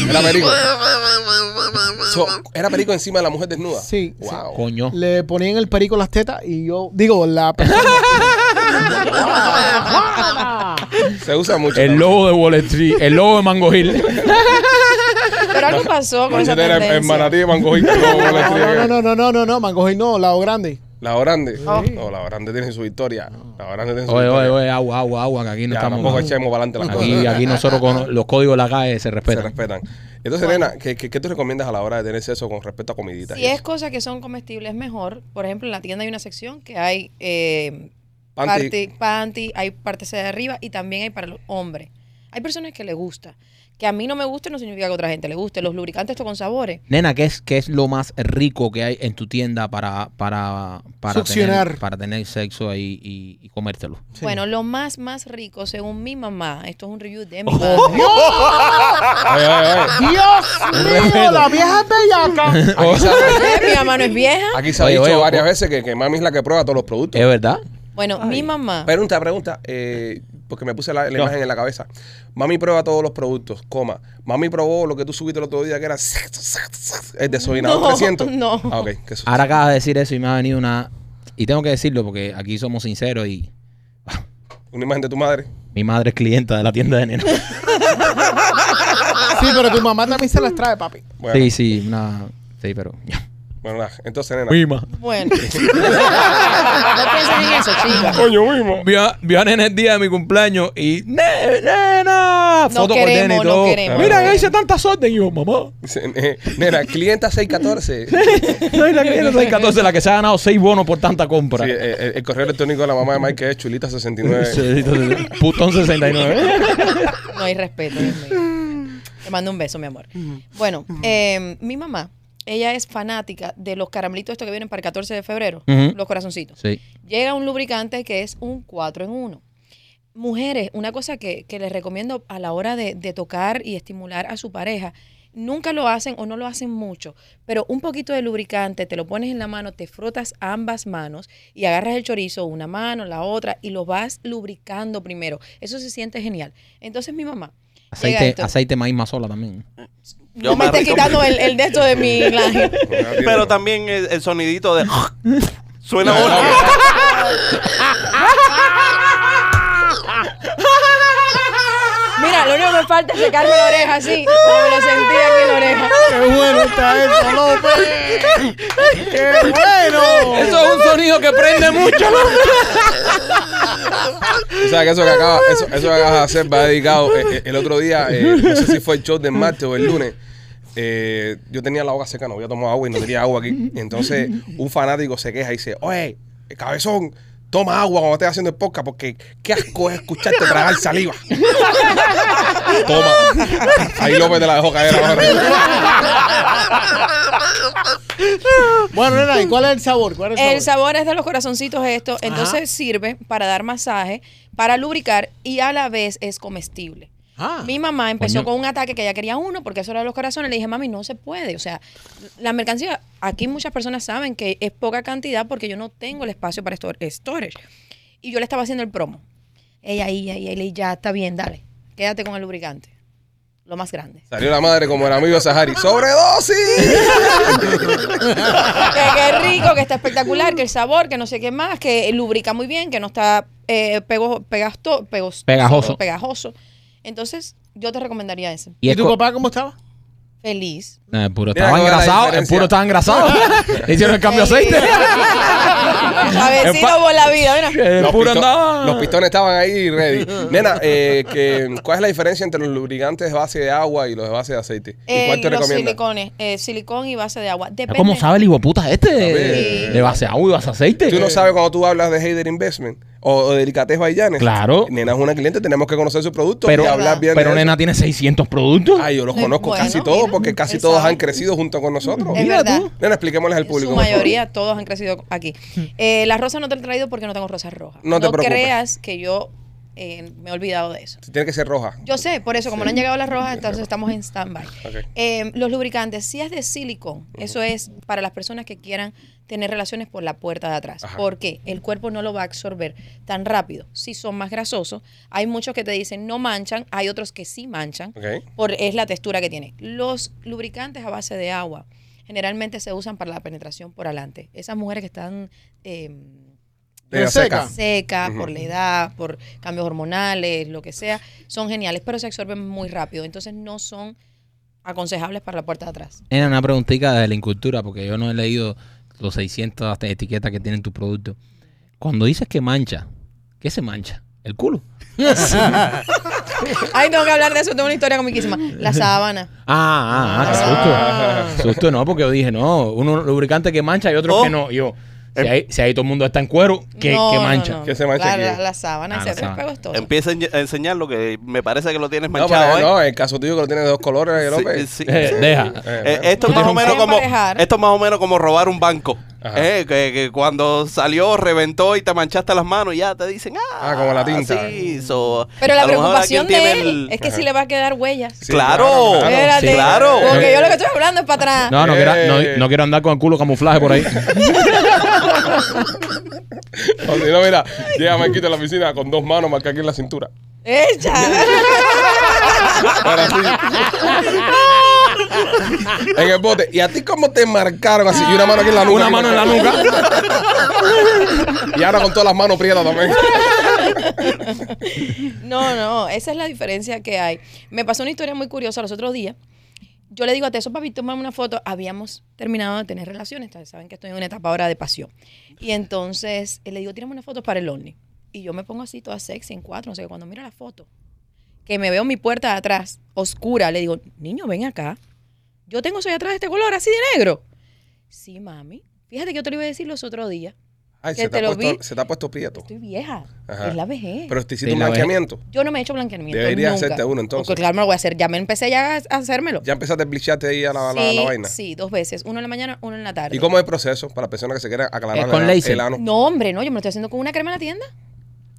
[SPEAKER 1] Era perico. So, era perico encima de la mujer desnuda.
[SPEAKER 3] Sí,
[SPEAKER 1] Wow.
[SPEAKER 2] Coño.
[SPEAKER 3] Le ponían el perico en las tetas y yo, digo, la [laughs] persona.
[SPEAKER 1] Se usa mucho.
[SPEAKER 2] El lobo de Wall Street, el lobo de Mango Hill.
[SPEAKER 5] Pero algo pasó con esa
[SPEAKER 1] Manchete era el- el
[SPEAKER 5] tendencia.
[SPEAKER 1] manatí de Mangojita. No, no, no,
[SPEAKER 3] no, no, no, no, no, no, no, Mango Hill no, Lago Grande.
[SPEAKER 1] La Grande.
[SPEAKER 5] Oh.
[SPEAKER 1] No, la Grande tiene su victoria. La Grande tiene su
[SPEAKER 2] [laughs] Oye, oye,
[SPEAKER 1] victoria.
[SPEAKER 2] oye, agua, agua, agua, que aquí no
[SPEAKER 1] Ya, tampoco
[SPEAKER 2] estamos.
[SPEAKER 1] echemos para adelante las
[SPEAKER 2] Aquí,
[SPEAKER 1] cosas.
[SPEAKER 2] aquí nosotros con los códigos de la calle se
[SPEAKER 1] Se
[SPEAKER 2] respetan.
[SPEAKER 1] respetan. Entonces, Elena, ¿qué, qué, qué tú recomiendas a la hora de tener sexo con respecto a comiditas?
[SPEAKER 5] Si es cosas que son comestibles, mejor. Por ejemplo, en la tienda hay una sección que hay eh,
[SPEAKER 1] Panty.
[SPEAKER 5] parte- panty, hay partes de arriba y también hay para los hombres. Hay personas que les gusta. Que a mí no me guste no significa que a otra gente le guste. Los lubricantes esto con sabores.
[SPEAKER 2] Nena, ¿qué es, ¿qué es lo más rico que hay en tu tienda para, para, para, tener,
[SPEAKER 3] Succionar.
[SPEAKER 2] para tener sexo ahí y, y comértelo?
[SPEAKER 5] Bueno, lo más, más rico, según mi mamá, esto es un review de
[SPEAKER 2] Oh,
[SPEAKER 5] mi mamá.
[SPEAKER 1] Oye, oye, oye.
[SPEAKER 3] Dios mío, la vieja es bellaca.
[SPEAKER 1] Aquí se ha-
[SPEAKER 5] mi mamá no es vieja.
[SPEAKER 1] Aquí se ha
[SPEAKER 2] Oye,
[SPEAKER 1] dicho
[SPEAKER 2] oye, oye.
[SPEAKER 1] varias veces que, que mami es la que prueba todos los productos.
[SPEAKER 2] ¿Es verdad?
[SPEAKER 5] Bueno, mi mamá.
[SPEAKER 1] Pregunta, pregunta, eh, porque me puse la, la imagen en la cabeza. Mami prueba todos los productos, coma. Mami probó lo que tú subiste el otro día que era el desobinador
[SPEAKER 5] No,
[SPEAKER 1] 300.
[SPEAKER 5] no.
[SPEAKER 1] Ah, ok, qué susto.
[SPEAKER 2] Ahora acabas de decir eso y me ha venido una... Y tengo que decirlo porque aquí somos sinceros y
[SPEAKER 1] Una imagen de tu madre.
[SPEAKER 2] mi madre es clienta de la tienda de nena.
[SPEAKER 3] [laughs] Sí, pero tu mamá también se las trae, papi.
[SPEAKER 1] Bueno,
[SPEAKER 2] [laughs] Sí, sí, una... Sí, pero...
[SPEAKER 1] bueno, nada. Entonces, nena.
[SPEAKER 2] Mima.
[SPEAKER 5] Bueno. no pienses en eso, chica.
[SPEAKER 1] Coño, mismo.
[SPEAKER 2] Vio a, vio a nena el día de mi cumpleaños y "Ne- nena,
[SPEAKER 5] No
[SPEAKER 2] foto con
[SPEAKER 5] queremos,
[SPEAKER 2] nena y
[SPEAKER 5] no
[SPEAKER 2] todo.
[SPEAKER 5] queremos.
[SPEAKER 2] Mira, que hice tantas órdenes y yo, mamá.
[SPEAKER 1] Nena, clienta 614. Sí,
[SPEAKER 2] Soy la que viene 614, la que se ha ganado 6 bonos [laughs] por tanta compra.
[SPEAKER 1] eh, eh, el, correo electrónico de la mamá de Mike es chulita69.
[SPEAKER 2] Sí, entonces, Putón 69.
[SPEAKER 5] No hay respeto. Dios mío. Te mando un beso, mi amor. Bueno, eh, mi mamá, ella es fanática de los caramelitos estos que vienen para el 14 de febrero,
[SPEAKER 2] Ujú.
[SPEAKER 5] los corazoncitos.
[SPEAKER 2] Sí.
[SPEAKER 5] Llega un lubricante que es un 4 en 1. Mujeres, una cosa que, que les recomiendo a la hora de, de tocar y estimular a su pareja, nunca lo hacen o no lo hacen mucho, pero un poquito de lubricante, te lo pones en la mano, te frotas ambas manos y agarras el chorizo, una mano, la otra, y lo vas lubricando primero. Eso se siente genial. Entonces mi mamá... llega
[SPEAKER 2] Aceite,
[SPEAKER 5] esto.
[SPEAKER 2] aceite maíz mazola también.
[SPEAKER 4] Yo
[SPEAKER 5] no me
[SPEAKER 4] me
[SPEAKER 5] estés
[SPEAKER 4] arrepiento.
[SPEAKER 5] quitando el, el de esto de mi [laughs] Ángel.
[SPEAKER 1] Ah,
[SPEAKER 4] Pero también el, el sonidito de. [laughs] Suena
[SPEAKER 1] No,
[SPEAKER 4] ahora.
[SPEAKER 5] Mira, lo único que me falta es secarme la oreja así, como me lo sentía aquí en la oreja.
[SPEAKER 3] ¡Qué bueno está eso, López! ¡Qué bueno!
[SPEAKER 2] Eso es un sonido que prende mucho.
[SPEAKER 1] O sea, que eso que acaba, eso, eso que acabas de hacer va dedicado. eh, eh, el otro día, eh, no sé si fue el show del martes o el lunes. eh, yo tenía la boca seca, no había tomado agua y no tenía agua aquí. Entonces, un fanático se queja y dice: Oye, cabezón, toma agua cuando estés haciendo el podcast, porque qué asco es escucharte tragar saliva. toma. Ahí López te la dejó caer ahora.
[SPEAKER 3] Bueno, nena, ¿y cuál es el sabor? ¿Cuál es
[SPEAKER 5] El sabor es de los corazoncitos esto, entonces sirve para dar masaje, para lubricar y a la vez es comestible.
[SPEAKER 3] Ah.
[SPEAKER 5] Mi mamá empezó
[SPEAKER 2] Coño.
[SPEAKER 5] con un ataque que ella quería uno porque eso era de los corazones. Le dije, mami, no se puede. O sea, la mercancía, aquí muchas personas saben que es poca cantidad porque yo no tengo el espacio para stor- storage. Y yo le estaba haciendo el promo. Ella ahí, ahí, ahí, le dije, ya está bien, dale. Quédate con el lubricante. Lo más grande.
[SPEAKER 1] Salió la madre como el amigo de Sahari. ¡Sobredosis!
[SPEAKER 5] que qué rico, que está espectacular, que el sabor, que no sé qué más, que lubrica muy bien, que no está eh, pego- pegasto- pegos-
[SPEAKER 2] Pegajoso.
[SPEAKER 5] pegajoso. Entonces, yo te recomendaría ese.
[SPEAKER 3] ¿Y,
[SPEAKER 2] es
[SPEAKER 3] tu
[SPEAKER 2] co-
[SPEAKER 3] papá cómo estaba?
[SPEAKER 5] Feliz.
[SPEAKER 2] Ah, El puro
[SPEAKER 1] Mira
[SPEAKER 2] estaba
[SPEAKER 1] cómo era la
[SPEAKER 2] engrasado, el
[SPEAKER 1] diferencia.
[SPEAKER 2] puro estaba engrasado. Le hicieron el cambio de
[SPEAKER 5] [laughs]
[SPEAKER 2] aceite. [laughs]
[SPEAKER 5] A ver si
[SPEAKER 2] Es pa-
[SPEAKER 5] no por la vida, mira.
[SPEAKER 2] El
[SPEAKER 1] Los,
[SPEAKER 2] puro
[SPEAKER 1] pisto-
[SPEAKER 2] andaba.
[SPEAKER 1] los pistones estaban ahí ready. Nena, eh, que, ¿cuál es la diferencia entre los lubricantes de base de agua y los de base de aceite? ¿Y
[SPEAKER 5] Eh,
[SPEAKER 1] cuál te
[SPEAKER 5] los
[SPEAKER 1] recomiendas? Ah,
[SPEAKER 5] silicones, eh, silicón y base de agua. Depende.
[SPEAKER 2] ¿Cómo sabe el hijueputa este?
[SPEAKER 1] Sí.
[SPEAKER 2] De base a agua y base a aceite.
[SPEAKER 1] Tú no sabes cuando tú hablas de Hader Investment o, o de Delicates Bayanes.
[SPEAKER 2] Claro.
[SPEAKER 1] Nena es una cliente, tenemos que conocer su producto
[SPEAKER 2] Pero,
[SPEAKER 1] y hablar bien
[SPEAKER 2] pero
[SPEAKER 1] de
[SPEAKER 2] nena tiene 600 productos.
[SPEAKER 1] eso. Ay, yo los conozco
[SPEAKER 5] Bueno,
[SPEAKER 1] casi todos
[SPEAKER 5] mira,
[SPEAKER 1] porque casi
[SPEAKER 5] él
[SPEAKER 1] todos
[SPEAKER 5] sabe.
[SPEAKER 1] han crecido junto con nosotros.
[SPEAKER 5] Es
[SPEAKER 2] Mira
[SPEAKER 5] verdad.
[SPEAKER 2] tú.
[SPEAKER 1] Nena, expliquémosles al público.
[SPEAKER 5] Su
[SPEAKER 1] por favor.
[SPEAKER 5] mayoría, todos han crecido aquí. Eh, las rosas no te he traído porque no tengo rosas rojas.
[SPEAKER 1] No te preocupes.
[SPEAKER 5] creas que yo eh, me he olvidado de eso.
[SPEAKER 1] Tiene que ser roja.
[SPEAKER 5] Yo sé, por eso, como no han llegado las rojas, entonces estamos en stand-by.
[SPEAKER 1] Ok.
[SPEAKER 5] Eh, los lubricantes, si es de silicón, eso es para las personas que quieran tener relaciones por la puerta de atrás.
[SPEAKER 1] Ajá.
[SPEAKER 5] Porque el cuerpo no lo va a absorber tan rápido. Si son más grasosos, hay muchos que te dicen no manchan, hay otros que sí manchan,
[SPEAKER 1] Ok.
[SPEAKER 5] por, es la textura que tiene. Los lubricantes a base de agua generalmente se usan para la penetración por adelante. Esas mujeres que están... eh,
[SPEAKER 1] Nena
[SPEAKER 3] Reseca.
[SPEAKER 1] seca.
[SPEAKER 5] seca,
[SPEAKER 1] Ujú.
[SPEAKER 5] por la edad, por cambios hormonales, lo que sea, son geniales, pero se absorben muy rápido. Entonces no son aconsejables para la puerta de atrás.
[SPEAKER 2] Nena, una preguntita de la incultura, porque yo no he leído los 600 hasta etiquetas que tienen tu producto. Cuando dices que mancha, ¿qué se mancha? El culo.
[SPEAKER 5] Ay, tengo que hablar de eso, tengo una historia comiquísima.
[SPEAKER 2] [laughs]
[SPEAKER 5] La sábana.
[SPEAKER 2] Ah, ah, ah, qué susto. Susto no, porque yo dije, no, uno lubricante que mancha y otro
[SPEAKER 4] Oh.
[SPEAKER 2] que no. Y Yo, si
[SPEAKER 1] Eh.
[SPEAKER 2] ahí, si ahí todo el mundo está en cuero, ¿qué,
[SPEAKER 5] No,
[SPEAKER 2] qué
[SPEAKER 5] no,
[SPEAKER 2] mancha?
[SPEAKER 5] no, no.
[SPEAKER 1] ¿Qué se mancha
[SPEAKER 5] La,
[SPEAKER 1] aquí?
[SPEAKER 5] la- la sábana,
[SPEAKER 2] Ah, la
[SPEAKER 5] etcétera.
[SPEAKER 2] sábana.
[SPEAKER 5] Pero es todo.
[SPEAKER 4] Empieza a ense- a enseñar lo que me parece que lo tienes
[SPEAKER 1] No, pero
[SPEAKER 4] manchado. ¿eh?
[SPEAKER 1] no, el caso tuyo que lo tiene de dos colores, yo lo
[SPEAKER 4] Sí,
[SPEAKER 1] veo.
[SPEAKER 4] sí.
[SPEAKER 2] Eh, deja.
[SPEAKER 1] Eh,
[SPEAKER 4] Eh,
[SPEAKER 1] bueno.
[SPEAKER 4] esto, es
[SPEAKER 5] Bueno,
[SPEAKER 4] más o menos
[SPEAKER 5] vamos a
[SPEAKER 4] como,
[SPEAKER 5] emparejar.
[SPEAKER 4] esto es más o menos como robar un banco.
[SPEAKER 1] Ajá.
[SPEAKER 4] Eh, que, que cuando salió, reventó y te manchaste las manos y ya te dicen, ah,
[SPEAKER 1] Ah, como la tinta.
[SPEAKER 4] sí, so,
[SPEAKER 5] Pero
[SPEAKER 4] a
[SPEAKER 5] la
[SPEAKER 4] lo mejor
[SPEAKER 5] preocupación
[SPEAKER 4] alguien
[SPEAKER 5] de
[SPEAKER 4] tiene
[SPEAKER 5] él
[SPEAKER 4] el-
[SPEAKER 5] es que si le va a quedar huellas.
[SPEAKER 1] Sí,
[SPEAKER 4] claro,
[SPEAKER 1] claro, claro.
[SPEAKER 5] Espérate,
[SPEAKER 4] sí, claro.
[SPEAKER 5] Porque yo lo que estoy hablando es para atrás.
[SPEAKER 2] No, no,
[SPEAKER 1] Eh.
[SPEAKER 2] quiero, no, no quiero andar con el culo camuflaje por ahí.
[SPEAKER 1] O si no, mira, llega Marquito a la oficina con dos manos marcadas aquí en la cintura.
[SPEAKER 5] Echa.
[SPEAKER 1] Ahora sí. en el bote. ¿Y a ti cómo te marcaron así? Y una mano aquí en la nuca.
[SPEAKER 2] Una mano en la nuca.
[SPEAKER 1] Y ahora con todas las manos prietas también.
[SPEAKER 5] No, no, esa es la diferencia que hay. Me pasó una historia muy curiosa los otros días. Yo le digo a Teso, papi, tómame una foto. Habíamos terminado de tener relaciones. tal- Saben que estoy en una etapa ahora de pasión. Y entonces eh, le digo, tírame una foto para el Only. Y yo me pongo así, toda sexy, en cuatro. No sé qué. Cuando miro la foto, que me veo mi puerta de atrás, oscura, le digo, niño, ven acá. Yo tengo soy atrás de este color, así de negro. Sí, mami. Fíjate que yo te lo iba a decir los otros días.
[SPEAKER 1] Ay,
[SPEAKER 5] Que
[SPEAKER 1] se, te
[SPEAKER 5] te
[SPEAKER 1] ha
[SPEAKER 5] lo
[SPEAKER 1] puesto,
[SPEAKER 5] vi.
[SPEAKER 1] se te ha puesto prieto.
[SPEAKER 5] Estoy vieja.
[SPEAKER 1] Ajá.
[SPEAKER 5] Es la vejez.
[SPEAKER 1] Pero te hiciste
[SPEAKER 2] Sí,
[SPEAKER 1] un
[SPEAKER 2] la vez.
[SPEAKER 1] blanqueamiento.
[SPEAKER 5] Yo no me he hecho blanqueamiento.
[SPEAKER 1] Deberías
[SPEAKER 5] nunca.
[SPEAKER 1] hacerte uno, entonces.
[SPEAKER 5] Porque, claro, me lo voy a hacer. Ya me empecé ya a hacérmelo.
[SPEAKER 1] Ya empezaste a blicharte ahí a la, la- la
[SPEAKER 5] sí,
[SPEAKER 1] vaina.
[SPEAKER 5] sí, dos veces. Uno en la mañana, uno en la tarde.
[SPEAKER 1] ¿Y cómo es el proceso para personas que se quieran aclarar
[SPEAKER 2] Es con
[SPEAKER 1] el,
[SPEAKER 2] láser.
[SPEAKER 1] el
[SPEAKER 5] [laughs]
[SPEAKER 1] ano?
[SPEAKER 5] No, hombre, no. Yo me lo estoy haciendo con una crema en la tienda.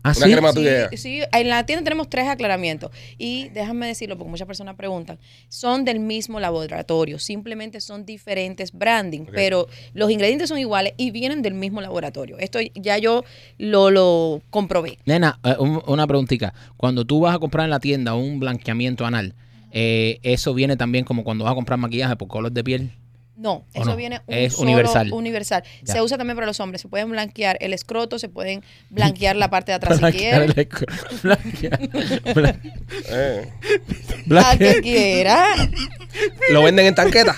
[SPEAKER 2] Ah,
[SPEAKER 1] Una
[SPEAKER 2] sí.
[SPEAKER 1] crema- Ah, tú
[SPEAKER 5] Sí,
[SPEAKER 1] ya.
[SPEAKER 5] sí, en la tienda tenemos tres aclaramientos. Y déjame decirlo, porque muchas personas preguntan. Son del mismo laboratorio. Simplemente son diferentes branding.
[SPEAKER 1] Ok.
[SPEAKER 5] Pero los ingredientes son iguales y vienen del mismo laboratorio. Esto ya yo lo, lo comprobé.
[SPEAKER 2] Nena, eh, un- una preguntita. Cuando tú vas a comprar en la tienda un blanqueamiento anal, eh, eso viene también como cuando vas a comprar maquillaje por color de
[SPEAKER 5] [laughs]
[SPEAKER 2] piel.
[SPEAKER 5] No,
[SPEAKER 2] ¿O
[SPEAKER 5] eso
[SPEAKER 2] no?
[SPEAKER 5] viene un
[SPEAKER 2] Es
[SPEAKER 5] solo
[SPEAKER 2] universal.
[SPEAKER 5] universal.
[SPEAKER 2] Ya.
[SPEAKER 5] Se usa también para los hombres. Se pueden blanquear el escroto, se pueden blanquear la parte de atrás si
[SPEAKER 2] Blanquear
[SPEAKER 5] quieren.
[SPEAKER 2] el escro- [laughs] blanquear-
[SPEAKER 5] [laughs]
[SPEAKER 2] blan-
[SPEAKER 1] Eh.
[SPEAKER 5] La que
[SPEAKER 2] blanquear- [laughs]
[SPEAKER 5] quiera.
[SPEAKER 1] ¿Lo venden en tanqueta?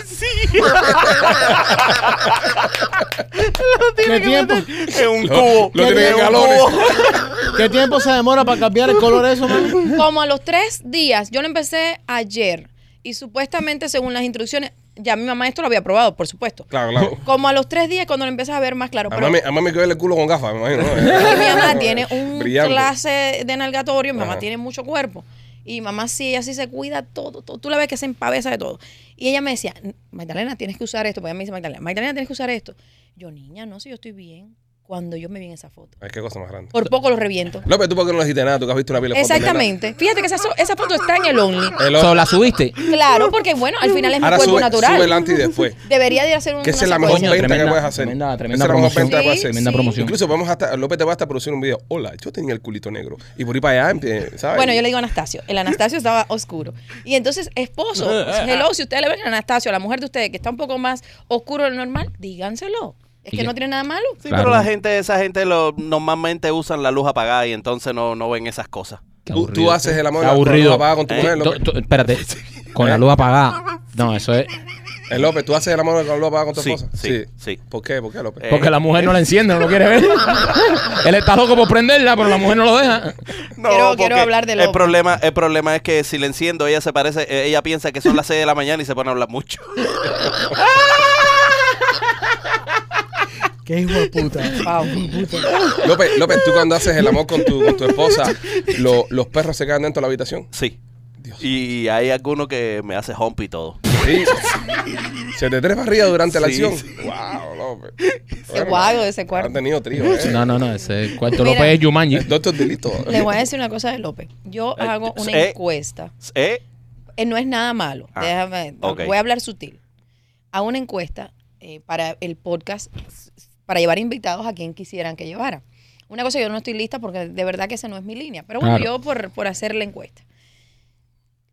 [SPEAKER 3] ¿Qué tiempo,
[SPEAKER 4] Es un cubo.
[SPEAKER 1] lo tienen
[SPEAKER 4] Es
[SPEAKER 1] en
[SPEAKER 4] un
[SPEAKER 1] galones.
[SPEAKER 4] cubo.
[SPEAKER 2] [laughs]
[SPEAKER 3] ¿Qué tiempo se demora para cambiar el color de eso, mami?
[SPEAKER 5] Como a los tres días, yo lo empecé ayer y supuestamente según las instrucciones, ya mi mamá esto lo había probado, por supuesto.
[SPEAKER 1] Claro, claro.
[SPEAKER 5] Como a los tres días cuando lo empiezas a ver más claro.
[SPEAKER 1] A
[SPEAKER 5] Pero
[SPEAKER 1] mami, a mami que ve el culo con gafas, me imagino. ¿no?
[SPEAKER 5] porque mi mamá tiene un
[SPEAKER 1] Brillante.
[SPEAKER 5] clase de nalgatorio, mi mamá
[SPEAKER 1] Ajá.
[SPEAKER 5] tiene mucho cuerpo. Y mamá sí, ella sí se cuida todo, todo. Tú la ves que se empaveza de todo. Y ella me decía, Magdalena, tienes que usar esto. Porque ella me dice, Magdalena, Magdalena, tienes que usar esto. Yo, niña, no sé, yo estoy bien. cuando yo me vi en esa foto.
[SPEAKER 1] Es que cosa más grande.
[SPEAKER 5] Por poco lo reviento.
[SPEAKER 1] López, ¿tú por qué no le dijiste nada? Tú que has visto una pila de fotos,
[SPEAKER 5] Exactamente. Fíjate que esa, so- esa foto está en el Only.
[SPEAKER 1] nena. El otro-
[SPEAKER 2] So, ¿La subiste?
[SPEAKER 5] Claro, porque bueno, al final es mi
[SPEAKER 1] Ahora
[SPEAKER 5] cuerpo
[SPEAKER 1] sube,
[SPEAKER 5] natural.
[SPEAKER 1] sube el antes y después.
[SPEAKER 5] Debería de hacer un,
[SPEAKER 1] Que esa es la mejor
[SPEAKER 5] secuencia.
[SPEAKER 2] Coño,
[SPEAKER 1] venta que
[SPEAKER 2] tremenda-
[SPEAKER 1] puedes hacer.
[SPEAKER 2] tremenda-
[SPEAKER 1] Esa
[SPEAKER 2] tremenda
[SPEAKER 1] es la mejor
[SPEAKER 2] promoción.
[SPEAKER 1] venta que puedes hacer.
[SPEAKER 2] Tremenda promoción.
[SPEAKER 1] Incluso vamos hasta, López te va hasta producir un video. Hola, yo tenía el culito negro. Y por ahí para allá, empie- ¿sabes?
[SPEAKER 5] Bueno, yo le digo Anastasio. El Anastasio estaba oscuro. Y entonces, esposo,
[SPEAKER 4] Eh, ah.
[SPEAKER 5] hello, si ustedes le ven a Anastasio, a la mujer de ustedes, que está un poco más oscuro de lo normal, díganselo. Es que
[SPEAKER 2] Ya.
[SPEAKER 5] no tiene nada malo.
[SPEAKER 4] Sí,
[SPEAKER 2] Claro.
[SPEAKER 4] pero la gente, esa gente lo, normalmente usan la luz apagada y entonces no, no ven esas cosas.
[SPEAKER 2] Qué
[SPEAKER 1] Tú-
[SPEAKER 2] aburrido.
[SPEAKER 1] Tú haces el amor
[SPEAKER 2] Qué
[SPEAKER 1] la-
[SPEAKER 2] aburrido. Eh,
[SPEAKER 1] la paga con tu mujer,
[SPEAKER 2] Tú-
[SPEAKER 1] López.
[SPEAKER 2] tú- espérate, con la luz apagada. No, eso es.
[SPEAKER 1] Eh, López, ¿tú haces el amor con López con tu
[SPEAKER 4] Sí,
[SPEAKER 1] esposa?
[SPEAKER 4] sí, sí.
[SPEAKER 1] ¿Por qué? ¿Por qué, López?
[SPEAKER 4] Eh,
[SPEAKER 2] Porque la mujer no la enciende, no lo quiere ver. [laughs] Él está loco por prenderla, pero la mujer no lo deja.
[SPEAKER 4] No,
[SPEAKER 5] Quiero-
[SPEAKER 4] porque
[SPEAKER 5] quiero hablar de
[SPEAKER 4] el
[SPEAKER 5] López.
[SPEAKER 4] problema, el problema es que si le enciendo, ella se parece, eh, ella piensa que son las 6 de la mañana y se pone a hablar mucho. [laughs]
[SPEAKER 3] Qué hijo de puta.
[SPEAKER 5] Wow.
[SPEAKER 1] López, López, tú cuando haces el amor con tu, con tu
[SPEAKER 2] [laughs]
[SPEAKER 1] esposa, lo- los perros se quedan dentro de la habitación.
[SPEAKER 4] Sí. Y hay alguno que me hace hump y todo.
[SPEAKER 1] Sí. Se te trepa arriba durante la
[SPEAKER 4] Sí,
[SPEAKER 1] acción.
[SPEAKER 4] sí.
[SPEAKER 1] Wow, López.
[SPEAKER 5] Ese guago de ese cuarto.
[SPEAKER 1] Han tenido
[SPEAKER 2] [laughs]
[SPEAKER 1] trío. ¿eh? [laughs]
[SPEAKER 2] No, no, no, ese cuarto
[SPEAKER 5] Mira.
[SPEAKER 2] López es Yumanji.
[SPEAKER 1] Eh, Doctor Delito. [laughs]
[SPEAKER 5] Les voy a decir una cosa de López. Yo
[SPEAKER 4] Eh,
[SPEAKER 5] hago una
[SPEAKER 4] eh.
[SPEAKER 5] encuesta.
[SPEAKER 4] ¿Eh?
[SPEAKER 5] Eh, no es nada malo.
[SPEAKER 4] Ah,
[SPEAKER 5] Déjame, no,
[SPEAKER 4] ok.
[SPEAKER 5] voy a hablar sutil. Hago una encuesta eh, para el podcast, s- para llevar invitados a quien quisieran que llevara. Una cosa que yo no estoy lista porque de verdad que esa no es mi línea. Pero bueno,
[SPEAKER 2] Claro.
[SPEAKER 5] yo por, por hacer la encuesta.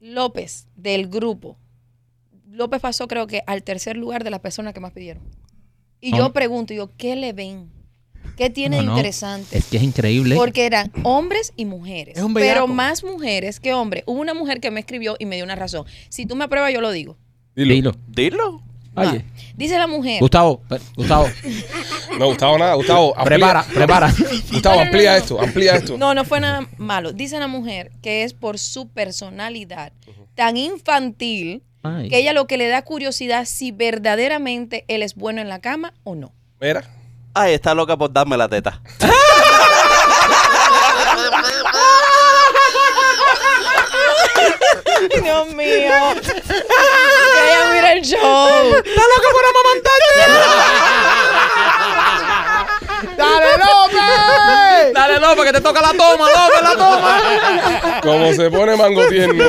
[SPEAKER 5] López, del grupo. López pasó creo que al tercer lugar de las personas que más pidieron. Y yo
[SPEAKER 2] No.
[SPEAKER 5] pregunto, yo, ¿qué le ven? ¿Qué tiene
[SPEAKER 2] No,
[SPEAKER 5] de
[SPEAKER 2] no.
[SPEAKER 5] interesante?
[SPEAKER 2] Es que es increíble.
[SPEAKER 5] Porque eran hombres y mujeres.
[SPEAKER 3] Es un bellaco.
[SPEAKER 5] pero más mujeres que hombres. Hubo una mujer que me escribió y me dio una razón. Si tú me apruebas, yo lo digo.
[SPEAKER 2] Dilo.
[SPEAKER 4] Dilo.
[SPEAKER 5] Ah,
[SPEAKER 2] Oye.
[SPEAKER 5] Dice la mujer.
[SPEAKER 2] Gustavo, per- Gustavo,
[SPEAKER 1] No, Gustavo, nada. Gustavo, amplía- [laughs]
[SPEAKER 2] prepara, prepara.
[SPEAKER 1] Gustavo,
[SPEAKER 5] No, no, no,
[SPEAKER 1] amplía
[SPEAKER 5] no.
[SPEAKER 1] esto, amplía esto.
[SPEAKER 5] No, no fue nada malo. Dice la mujer que es por su personalidad tan infantil
[SPEAKER 2] Ay.
[SPEAKER 5] [laughs] que ella lo que le da curiosidad si verdaderamente él es bueno en la cama o no.
[SPEAKER 1] Mira.
[SPEAKER 4] Ay, está loca por darme la teta.
[SPEAKER 5] Dios [laughs] mío. que ella mira el show.
[SPEAKER 3] ¡Dale, López!
[SPEAKER 2] Dale, López, que te toca la toma, López, la toma.
[SPEAKER 1] Como se pone mango
[SPEAKER 2] [laughs]
[SPEAKER 1] tierno.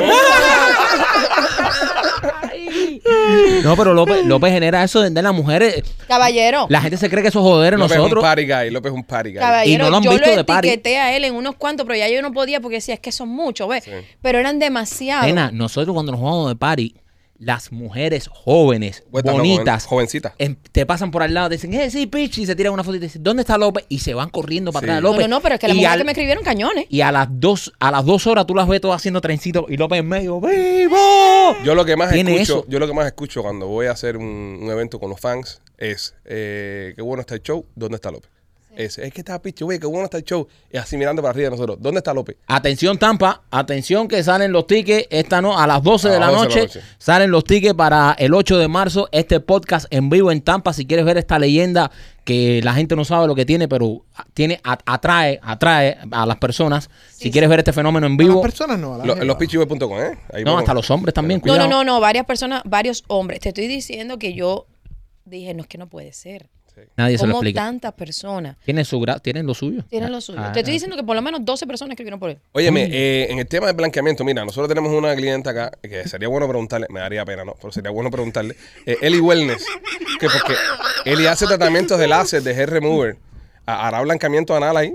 [SPEAKER 2] No, pero López, López genera eso de de las mujeres.
[SPEAKER 5] Caballero.
[SPEAKER 2] La gente se cree que eso es joder en
[SPEAKER 1] López es un
[SPEAKER 2] nosotros.
[SPEAKER 1] party guy. López es un party guy.
[SPEAKER 5] Caballero,
[SPEAKER 2] Y no lo han
[SPEAKER 5] yo
[SPEAKER 2] visto
[SPEAKER 5] lo
[SPEAKER 2] de party.
[SPEAKER 5] etiqueté a él en unos cuantos, pero ya yo no podía porque decía, es que son muchos, ¿ves?
[SPEAKER 1] Sí.
[SPEAKER 5] Pero eran demasiados.
[SPEAKER 2] Nena, nosotros cuando nos jugamos de party, las mujeres jóvenes,
[SPEAKER 1] Vuelta, no, joven-
[SPEAKER 2] bonitas,
[SPEAKER 1] jovencita.
[SPEAKER 2] em- te pasan por al lado, te dicen, eh, sí, pichi, y se tiran una foto y te dicen, ¿dónde está López? Y se van corriendo para
[SPEAKER 1] Sí.
[SPEAKER 2] atrás de
[SPEAKER 5] no,
[SPEAKER 2] López.
[SPEAKER 5] no, no, pero es que la
[SPEAKER 2] pues, Y
[SPEAKER 5] mujer
[SPEAKER 2] al-
[SPEAKER 5] que me escribieron cañones.
[SPEAKER 2] Y a las dos, a las dos horas tú las ves todas haciendo trencito y López en medio, ¡vivo!
[SPEAKER 1] Yo lo que más
[SPEAKER 2] Tiene
[SPEAKER 1] escucho,
[SPEAKER 2] eso.
[SPEAKER 1] yo lo que más escucho cuando voy a hacer un, un evento con los fans es eh, qué bueno está el show, ¿dónde está López? Es, es que está picho, güey, qué bueno está el show. Y así mirando para arriba de nosotros, ¿dónde está López?
[SPEAKER 2] Atención Tampa, atención que salen los tickets esta no, a las 12
[SPEAKER 1] A
[SPEAKER 2] de la
[SPEAKER 1] las 12 de
[SPEAKER 2] noche,
[SPEAKER 1] la noche.
[SPEAKER 2] salen los tickets para el 8 de marzo, este podcast en vivo en Tampa, si quieres ver esta leyenda que la gente no sabe lo que tiene, pero tiene a- atrae, atrae a las personas, si
[SPEAKER 5] sí.
[SPEAKER 2] quieres ver este fenómeno en
[SPEAKER 3] Las
[SPEAKER 2] vivo,
[SPEAKER 3] personas no. a la
[SPEAKER 1] Lo-
[SPEAKER 3] gente
[SPEAKER 1] los
[SPEAKER 3] no.
[SPEAKER 1] pichiboy.com, ¿eh? Ahí
[SPEAKER 2] no,
[SPEAKER 1] pongo.
[SPEAKER 2] hasta los hombres también,
[SPEAKER 5] No,
[SPEAKER 2] cuidado.
[SPEAKER 5] no, no, no, varias personas, varios hombres. Te estoy diciendo que yo dije, no, es que no puede ser.
[SPEAKER 2] Nadie se lo
[SPEAKER 5] Como
[SPEAKER 2] explica.
[SPEAKER 5] tantas personas
[SPEAKER 2] Tienen su gra- tienen lo suyo.
[SPEAKER 5] tienen lo suyo.
[SPEAKER 2] Ah,
[SPEAKER 5] Te estoy
[SPEAKER 2] ah.
[SPEAKER 5] diciendo que por lo menos 12 personas escribieron por él.
[SPEAKER 1] Óyeme, eh, en el tema del blanqueamiento, mira, nosotros tenemos una clienta acá que sería bueno preguntarle, me daría pena, ¿no? Pero sería bueno preguntarle. Eh, Eli Wellness, que porque Eli hace tratamientos de láser, de hair remover. ¿Ha- ¿Hará blanqueamiento anal ahí?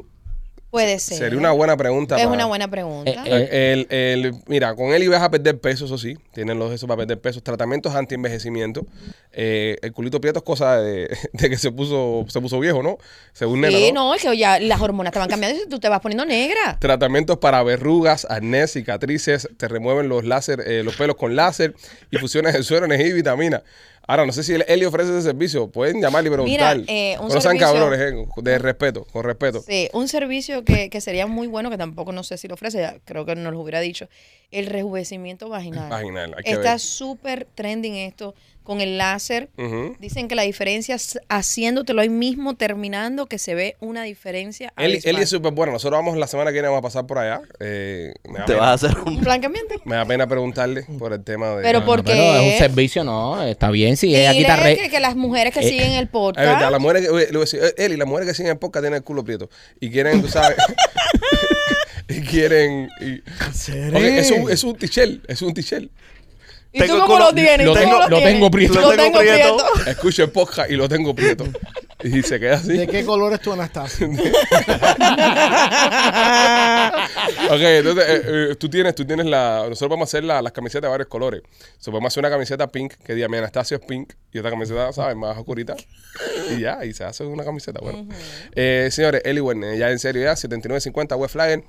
[SPEAKER 5] Puede ser.
[SPEAKER 1] Sería una buena pregunta.
[SPEAKER 5] Es
[SPEAKER 1] para-
[SPEAKER 5] una buena pregunta.
[SPEAKER 2] Eh, eh.
[SPEAKER 1] El, el- mira, con Eli vas a perder peso, eso sí. Tienen los esos para perder peso. Tratamientos anti-envejecimiento. Eh, el culito prieto es cosa de, [laughs] de que se puso, se puso viejo, ¿no? Según Nena,
[SPEAKER 5] sí,
[SPEAKER 1] ¿no?
[SPEAKER 5] no, es que ya las hormonas te van cambiando y tú te vas poniendo negra.
[SPEAKER 1] Tratamientos para verrugas, acné, cicatrices. Te remueven los láser, eh, los pelos con láser. Infusiones de suero, energía y vitamina. Ahora, no sé si el- Eli ofrece ese servicio. Pueden llamarle y
[SPEAKER 5] Mira,
[SPEAKER 1] preguntar.
[SPEAKER 5] eh, un
[SPEAKER 1] Pero no sean
[SPEAKER 5] servicio-
[SPEAKER 1] cabrones, eh, de respeto, con respeto.
[SPEAKER 5] Sí, un servicio que, que sería muy bueno, que tampoco no sé si lo ofrece, ya creo que nos lo hubiera dicho, el rejuvenecimiento vaginal.
[SPEAKER 1] Vaginal, hay que
[SPEAKER 5] Está
[SPEAKER 1] ver.
[SPEAKER 5] súper trending esto con el láser.
[SPEAKER 1] Ujú.
[SPEAKER 5] Dicen que la diferencia es haciéndotelo ahí mismo, terminando, que se ve una diferencia.
[SPEAKER 1] Eli,
[SPEAKER 5] abismal.
[SPEAKER 1] Eli es súper bueno. Nosotros vamos la semana que viene, vamos a pasar por allá. Eh, me, da
[SPEAKER 4] Te vas a
[SPEAKER 1] pena,
[SPEAKER 4] hacer
[SPEAKER 5] un
[SPEAKER 4] un...
[SPEAKER 5] plan que miente.
[SPEAKER 1] me da pena preguntarle por el tema de.
[SPEAKER 5] Pero
[SPEAKER 2] No,
[SPEAKER 5] por- porque-
[SPEAKER 2] pero es un servicio, no, está bien. Si ella
[SPEAKER 5] Dile
[SPEAKER 2] quita re-
[SPEAKER 5] que, que las mujeres que
[SPEAKER 2] Eh,
[SPEAKER 5] siguen el
[SPEAKER 1] Es verdad,
[SPEAKER 5] podcast.
[SPEAKER 1] la mujer que, oye, le voy a decir, "Eh, Eli, las mujeres que siguen el podcast tienen el culo prieto. Y quieren, tú sabes. [laughs] y quieren. y-
[SPEAKER 3] ¿Seré?
[SPEAKER 1] Ok, es un, es un tichel, es un tichel.
[SPEAKER 5] ¿Y tú
[SPEAKER 4] Tengo
[SPEAKER 5] cómo
[SPEAKER 4] culo-
[SPEAKER 5] lo tienes?
[SPEAKER 2] lo
[SPEAKER 5] ¿Cómo
[SPEAKER 2] tengo- lo
[SPEAKER 5] tienes?
[SPEAKER 2] tengo prieto.
[SPEAKER 5] Lo
[SPEAKER 4] Lo tengo
[SPEAKER 5] tengo
[SPEAKER 4] prieto.
[SPEAKER 5] prieto.
[SPEAKER 1] Escucho el podcast y lo tengo prieto. Y se queda así.
[SPEAKER 3] ¿De qué color es
[SPEAKER 1] [laughs]
[SPEAKER 3] tu Anastasia?
[SPEAKER 1] Ok, entonces eh, eh, tú tienes, tú tienes la. Nosotros vamos a hacer la- las camisetas de varios colores. So, podemos hacer una camiseta pink que diga mi Anastasio es pink y otra camiseta, ¿sabes? Más oscurita. Y ya, y se hace una camiseta. Bueno, Eh, señores, Eli Werner, ya en serio, ya 7950 West Flagger.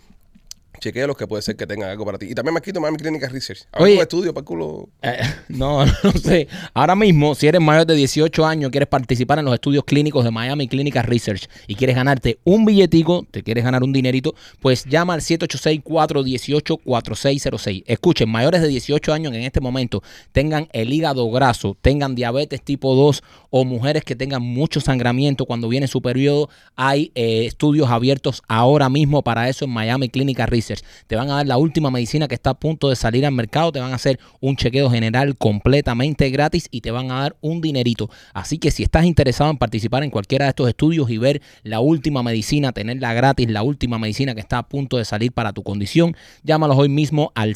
[SPEAKER 1] Chequea los que puede ser que tengan algo para ti. Y también me quito Miami Clinic Research. A ver,
[SPEAKER 2] Oye.
[SPEAKER 1] un estudio para el culo.
[SPEAKER 2] Eh, [laughs] no, no sé. Ahora mismo, si eres mayor de 18 años, quieres participar en los estudios clínicos de Miami Clinical Research y quieres ganarte un billetico, te quieres ganar un dinerito, pues llama al 786-418-4606. Escuchen, mayores de 18 años que en este momento tengan el hígado graso, tengan diabetes tipo 2 o mujeres que tengan mucho sangramiento cuando viene su periodo, hay eh, estudios abiertos ahora mismo para eso en Miami Clinical Research. Te van a dar la última medicina que está a punto de salir al mercado, te van a hacer un chequeo general completamente gratis y te van a dar un dinerito. Así que si estás interesado en participar en cualquiera de estos estudios y ver la última medicina, tenerla gratis, la última medicina que está a punto de salir para tu condición, llámalos hoy mismo al